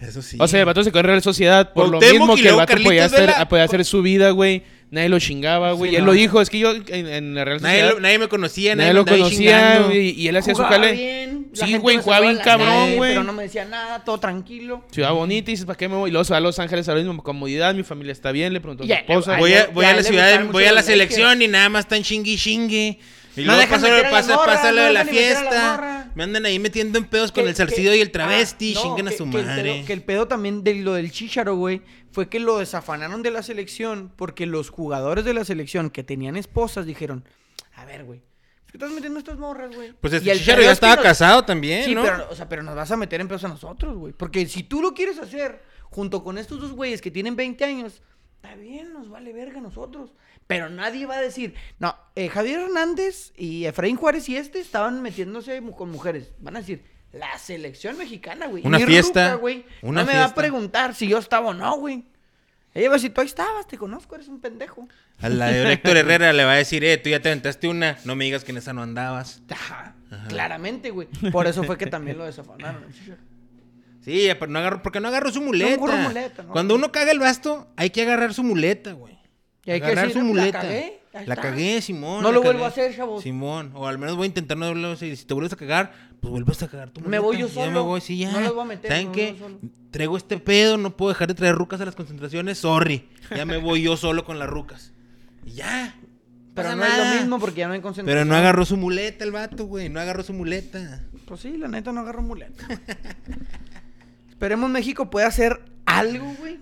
[SPEAKER 2] Eso sí.
[SPEAKER 3] O sea, el vato se quedó en Real Sociedad por lo
[SPEAKER 2] Cuauhtémoc
[SPEAKER 3] mismo
[SPEAKER 2] y
[SPEAKER 3] que el
[SPEAKER 2] luego
[SPEAKER 3] vato
[SPEAKER 2] Carlitos
[SPEAKER 3] podía hacer,
[SPEAKER 2] Vela.
[SPEAKER 3] podía hacer su vida, güey. Nadie lo chingaba, güey.
[SPEAKER 2] Sí,
[SPEAKER 3] él
[SPEAKER 2] no.
[SPEAKER 3] lo dijo, es que yo en, en la Real
[SPEAKER 2] nadie,
[SPEAKER 3] Sociedad.
[SPEAKER 2] lo- nadie me conocía, nadie,
[SPEAKER 3] nadie
[SPEAKER 2] me
[SPEAKER 3] lo
[SPEAKER 2] andaba
[SPEAKER 3] conocía
[SPEAKER 2] chingando.
[SPEAKER 3] y, y él hacía su
[SPEAKER 1] Jugaba
[SPEAKER 3] jale.
[SPEAKER 1] bien, la
[SPEAKER 3] Sí,
[SPEAKER 1] gente
[SPEAKER 3] güey,
[SPEAKER 1] me
[SPEAKER 3] jugaba
[SPEAKER 1] saludaba
[SPEAKER 3] bien
[SPEAKER 1] a la
[SPEAKER 3] cabrón,
[SPEAKER 1] calle,
[SPEAKER 3] güey.
[SPEAKER 1] Pero no me decía nada, todo tranquilo.
[SPEAKER 3] Ciudad bonita, y dices, ¿para qué me voy? Y luego se va a Los Ángeles a la misma comodidad, mi familia está bien, le preguntó a mi
[SPEAKER 1] Ya,
[SPEAKER 3] esposa.
[SPEAKER 1] ahí
[SPEAKER 2] Voy a,
[SPEAKER 1] le-
[SPEAKER 2] voy
[SPEAKER 1] ya
[SPEAKER 2] a la
[SPEAKER 1] le
[SPEAKER 2] ciudad,
[SPEAKER 1] gustaban mucho
[SPEAKER 2] voy a la
[SPEAKER 1] los Lakers.
[SPEAKER 2] selección y nada más están chingui chingue. Y
[SPEAKER 1] No
[SPEAKER 2] luego
[SPEAKER 1] dejan
[SPEAKER 2] pasa lo,
[SPEAKER 1] meter a las
[SPEAKER 2] pasa,
[SPEAKER 1] morras,
[SPEAKER 2] pasa lo
[SPEAKER 1] no
[SPEAKER 2] de la
[SPEAKER 1] dejan meter a las
[SPEAKER 2] fiesta.
[SPEAKER 1] morras.
[SPEAKER 2] Me andan ahí metiendo en pedos con
[SPEAKER 1] Que-
[SPEAKER 2] el zarcido
[SPEAKER 1] que-
[SPEAKER 2] y el travesti.
[SPEAKER 1] ah, no,
[SPEAKER 2] chinguen a
[SPEAKER 1] que-
[SPEAKER 2] su
[SPEAKER 1] que el
[SPEAKER 2] madre.
[SPEAKER 1] pedo- que el pedo también de lo del Chicharo, güey, fue que lo desafanaron de la selección porque los jugadores de la selección que tenían esposas dijeron, a ver, güey, ¿por ¿qué estás metiendo estas morras, güey?
[SPEAKER 2] Pues el
[SPEAKER 1] Y el
[SPEAKER 2] Chicharo
[SPEAKER 1] pedo
[SPEAKER 2] ya
[SPEAKER 1] es que
[SPEAKER 2] estaba
[SPEAKER 1] nos-
[SPEAKER 2] casado también,
[SPEAKER 1] Sí,
[SPEAKER 2] ¿no?
[SPEAKER 1] pero, o sea, pero nos vas a meter en pedos a nosotros, güey. Porque si tú lo quieres hacer junto con estos dos güeyes que tienen 20 años, está bien, nos vale verga a nosotros. Pero nadie va a decir, no, eh, Javier Hernández y Efraín Juárez y este estaban metiéndose mu- con mujeres. Van a decir, la selección mexicana, güey.
[SPEAKER 2] Una
[SPEAKER 1] Mi
[SPEAKER 2] fiesta,
[SPEAKER 1] ruca, güey.
[SPEAKER 2] una
[SPEAKER 1] no me va a
[SPEAKER 2] fiesta.
[SPEAKER 1] preguntar si yo estaba o no, güey. Ella va a decir, tú ahí estabas, te conozco, eres un pendejo.
[SPEAKER 2] A la de
[SPEAKER 1] <laughs>
[SPEAKER 2] Héctor Herrera le va a decir, eh, tú ya te aventaste una. No me digas que en esa no andabas.
[SPEAKER 1] Ajá, Claramente, güey. Por eso fue que también lo desafanaron.
[SPEAKER 2] Sí, pero no agarro, porque no agarro su muleta.
[SPEAKER 1] agarro muleta, no.
[SPEAKER 2] Cuando uno caga el basto, hay que agarrar su muleta, güey.
[SPEAKER 1] Y hay que
[SPEAKER 2] agarrar
[SPEAKER 1] decir,
[SPEAKER 2] su
[SPEAKER 1] "No, pues, la
[SPEAKER 2] muleta.
[SPEAKER 1] cagué, ahí
[SPEAKER 2] La
[SPEAKER 1] está".
[SPEAKER 2] cagué, Simón.
[SPEAKER 1] No
[SPEAKER 2] la
[SPEAKER 1] lo vuelvo
[SPEAKER 2] cagué.
[SPEAKER 1] a hacer, chavos.
[SPEAKER 2] Simón, o al menos voy a intentar no volverlo a hacer. Y Si te vuelves a cagar, pues vuelves a cagar tú.
[SPEAKER 1] Me voy yo
[SPEAKER 2] Ya me
[SPEAKER 1] solo.
[SPEAKER 2] voy, sí, ya.
[SPEAKER 1] No los voy a meter,
[SPEAKER 2] ¿Saben
[SPEAKER 1] me voy
[SPEAKER 2] qué?
[SPEAKER 1] yo solo.
[SPEAKER 2] Traigo este pedo, no puedo dejar de traer rucas a las concentraciones. Sorry. Ya me voy yo solo con las rucas. Y ya.
[SPEAKER 1] Pero
[SPEAKER 2] Pasa
[SPEAKER 1] no es
[SPEAKER 2] nada.
[SPEAKER 1] lo mismo porque ya no hay concentración.
[SPEAKER 2] Pero no agarró su muleta el vato, güey. No agarró su muleta.
[SPEAKER 1] Pues sí, la neta no agarró muleta. güey. Esperemos México pueda hacer algo, güey,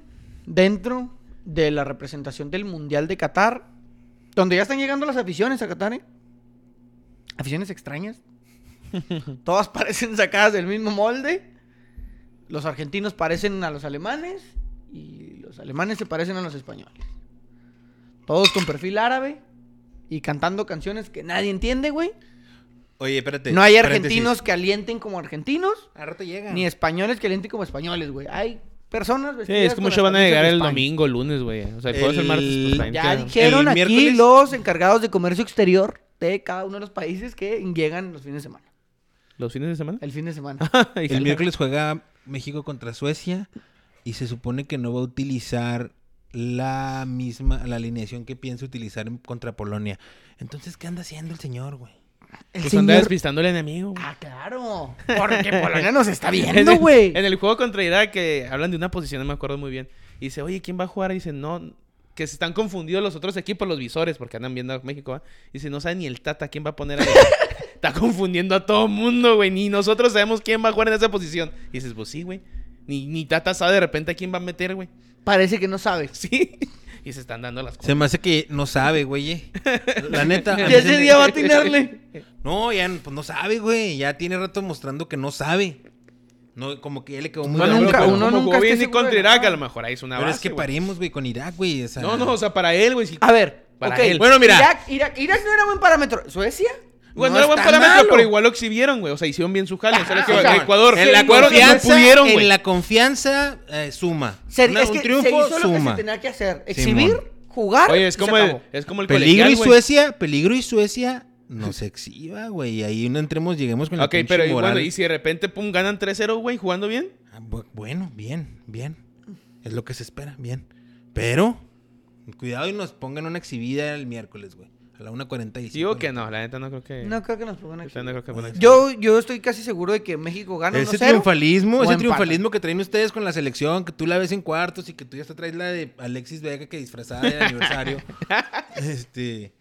[SPEAKER 1] dentro de la representación del Mundial de Qatar, donde ya están llegando las aficiones a Qatar, ¿eh? Aficiones
[SPEAKER 2] <laughs>
[SPEAKER 1] extrañas. Todas parecen sacadas del mismo molde. Los argentinos parecen a los alemanes y los alemanes se parecen a los españoles. Todos con perfil árabe y cantando canciones que nadie entiende, güey.
[SPEAKER 2] Oye, espérate.
[SPEAKER 1] No hay
[SPEAKER 2] paréntesis.
[SPEAKER 1] argentinos que alienten como argentinos,
[SPEAKER 2] A rato llegan.
[SPEAKER 1] ni españoles que alienten como españoles, güey. Hay personas
[SPEAKER 3] Sí,
[SPEAKER 1] vestidas.
[SPEAKER 3] es que
[SPEAKER 1] pues, con
[SPEAKER 3] muchos
[SPEAKER 1] las
[SPEAKER 3] van a
[SPEAKER 1] camisas
[SPEAKER 3] llegar
[SPEAKER 1] de
[SPEAKER 3] el
[SPEAKER 1] España.
[SPEAKER 3] domingo, lunes, güey. O sea, el jueves, el
[SPEAKER 2] El-
[SPEAKER 3] martes, pues también
[SPEAKER 1] Ya
[SPEAKER 3] que-
[SPEAKER 1] dijeron
[SPEAKER 2] El
[SPEAKER 1] aquí
[SPEAKER 2] miércoles-
[SPEAKER 1] los encargados de comercio exterior de cada uno de los países que llegan los fines de semana.
[SPEAKER 3] ¿Los fines de semana? <laughs>
[SPEAKER 1] El fin de semana.
[SPEAKER 2] El miércoles juega México contra Suecia y se supone que no va a utilizar la misma, la alineación que piensa utilizar en- contra Polonia. Entonces, ¿qué anda haciendo el señor, güey?
[SPEAKER 1] El
[SPEAKER 3] Pues anda
[SPEAKER 1] señor...
[SPEAKER 3] despistando al enemigo. güey.
[SPEAKER 1] Ah, claro. Porque Polonia nos
[SPEAKER 3] <laughs>
[SPEAKER 1] está
[SPEAKER 3] En
[SPEAKER 1] viendo,
[SPEAKER 3] el-
[SPEAKER 1] güey.
[SPEAKER 3] En el juego contra Irak, que hablan de una posición, no me acuerdo muy bien. Y dice, oye, ¿quién va a jugar? Y dice, no, que se están confundidos los otros equipos, los visores, porque andan viendo a México. ¿va? Y dice, no sabe ni el Tata quién va a
[SPEAKER 1] <laughs>
[SPEAKER 3] poner ahí. Está confundiendo a todo mundo, güey. Ni nosotros sabemos quién va a jugar en esa posición. Y dices, pues sí, güey. Ni, ni Tata sabe de repente a quién va a meter, güey. <laughs>
[SPEAKER 1] Parece que no sabe.
[SPEAKER 3] Sí. Y se están dando las cosas.
[SPEAKER 2] Se me hace que no sabe, güey.
[SPEAKER 3] <laughs>
[SPEAKER 2] eh. La neta. a mí
[SPEAKER 1] Ya
[SPEAKER 2] se me-
[SPEAKER 1] ese día va a atinarle.
[SPEAKER 2] No, ya no- pues no sabe, güey. Ya tiene rato mostrando que no sabe. No, como que ya le quedó muy
[SPEAKER 1] Bueno,
[SPEAKER 2] grande,
[SPEAKER 1] nunca-
[SPEAKER 2] pero-
[SPEAKER 1] uno
[SPEAKER 3] como
[SPEAKER 1] nunca
[SPEAKER 3] jugó bien
[SPEAKER 1] esté
[SPEAKER 3] y
[SPEAKER 1] seguro
[SPEAKER 3] contra
[SPEAKER 1] de
[SPEAKER 3] Irak,
[SPEAKER 1] nada.
[SPEAKER 3] a lo mejor ahí es una
[SPEAKER 2] Pero
[SPEAKER 3] base,
[SPEAKER 2] es que
[SPEAKER 3] güey.
[SPEAKER 2] paremos, güey, con Irak, güey. o sea-
[SPEAKER 3] No, no, o sea, para él, güey. sí-
[SPEAKER 1] A ver,
[SPEAKER 3] Para
[SPEAKER 1] ok.
[SPEAKER 3] él.
[SPEAKER 2] Bueno, mira.
[SPEAKER 1] Irak, Irak, Irak no era buen parámetro. ¿Suecia?
[SPEAKER 3] Bueno,
[SPEAKER 2] no
[SPEAKER 3] no era buen
[SPEAKER 2] está
[SPEAKER 3] parámetro,
[SPEAKER 2] malo,
[SPEAKER 3] pero igual lo exhibieron, güey. O sea, hicieron bien su jale. O sea, lo que-
[SPEAKER 1] o sea,
[SPEAKER 3] Ecuador.
[SPEAKER 2] Ah, En la
[SPEAKER 3] Ecuador no
[SPEAKER 2] confianza,
[SPEAKER 3] pudieron, güey.
[SPEAKER 2] en la confianza eh, suma.
[SPEAKER 1] Se,
[SPEAKER 2] Una-
[SPEAKER 1] es
[SPEAKER 2] un
[SPEAKER 1] que se
[SPEAKER 2] triunfo
[SPEAKER 1] hizo lo que se
[SPEAKER 2] suma.
[SPEAKER 1] tenía que hacer. Exhibir, jugar.
[SPEAKER 3] Oye, es
[SPEAKER 1] y se
[SPEAKER 3] como, el,
[SPEAKER 1] acabó.
[SPEAKER 3] es como el
[SPEAKER 2] Peligro
[SPEAKER 3] colegial,
[SPEAKER 2] y
[SPEAKER 3] güey.
[SPEAKER 2] Suecia, peligro y Suecia nos exhiba, güey. Y ahí no entremos, lleguemos con la
[SPEAKER 3] Ok, pero y bueno,
[SPEAKER 2] moral.
[SPEAKER 3] y si de repente pum, ganan 3-0, güey, jugando bien.
[SPEAKER 2] Ah, bu- Bueno, bien, bien. Es lo que se espera, bien. Pero, cuidado y nos pongan una exhibida el miércoles, güey. A la 1.45.
[SPEAKER 3] Digo que no, la neta no creo que.
[SPEAKER 1] No creo que nos pongan
[SPEAKER 3] o sea,
[SPEAKER 1] aquí.
[SPEAKER 3] no creo que bueno,
[SPEAKER 1] Yo, yo estoy casi seguro de que México gana.
[SPEAKER 2] ese
[SPEAKER 1] 1-0.
[SPEAKER 2] triunfalismo,
[SPEAKER 1] o
[SPEAKER 2] ese
[SPEAKER 1] empata.
[SPEAKER 2] triunfalismo que traen ustedes con la selección, que tú la ves en cuartos y que tú ya te traes la de Alexis Vega que disfrazada de
[SPEAKER 1] <laughs>
[SPEAKER 2] aniversario. este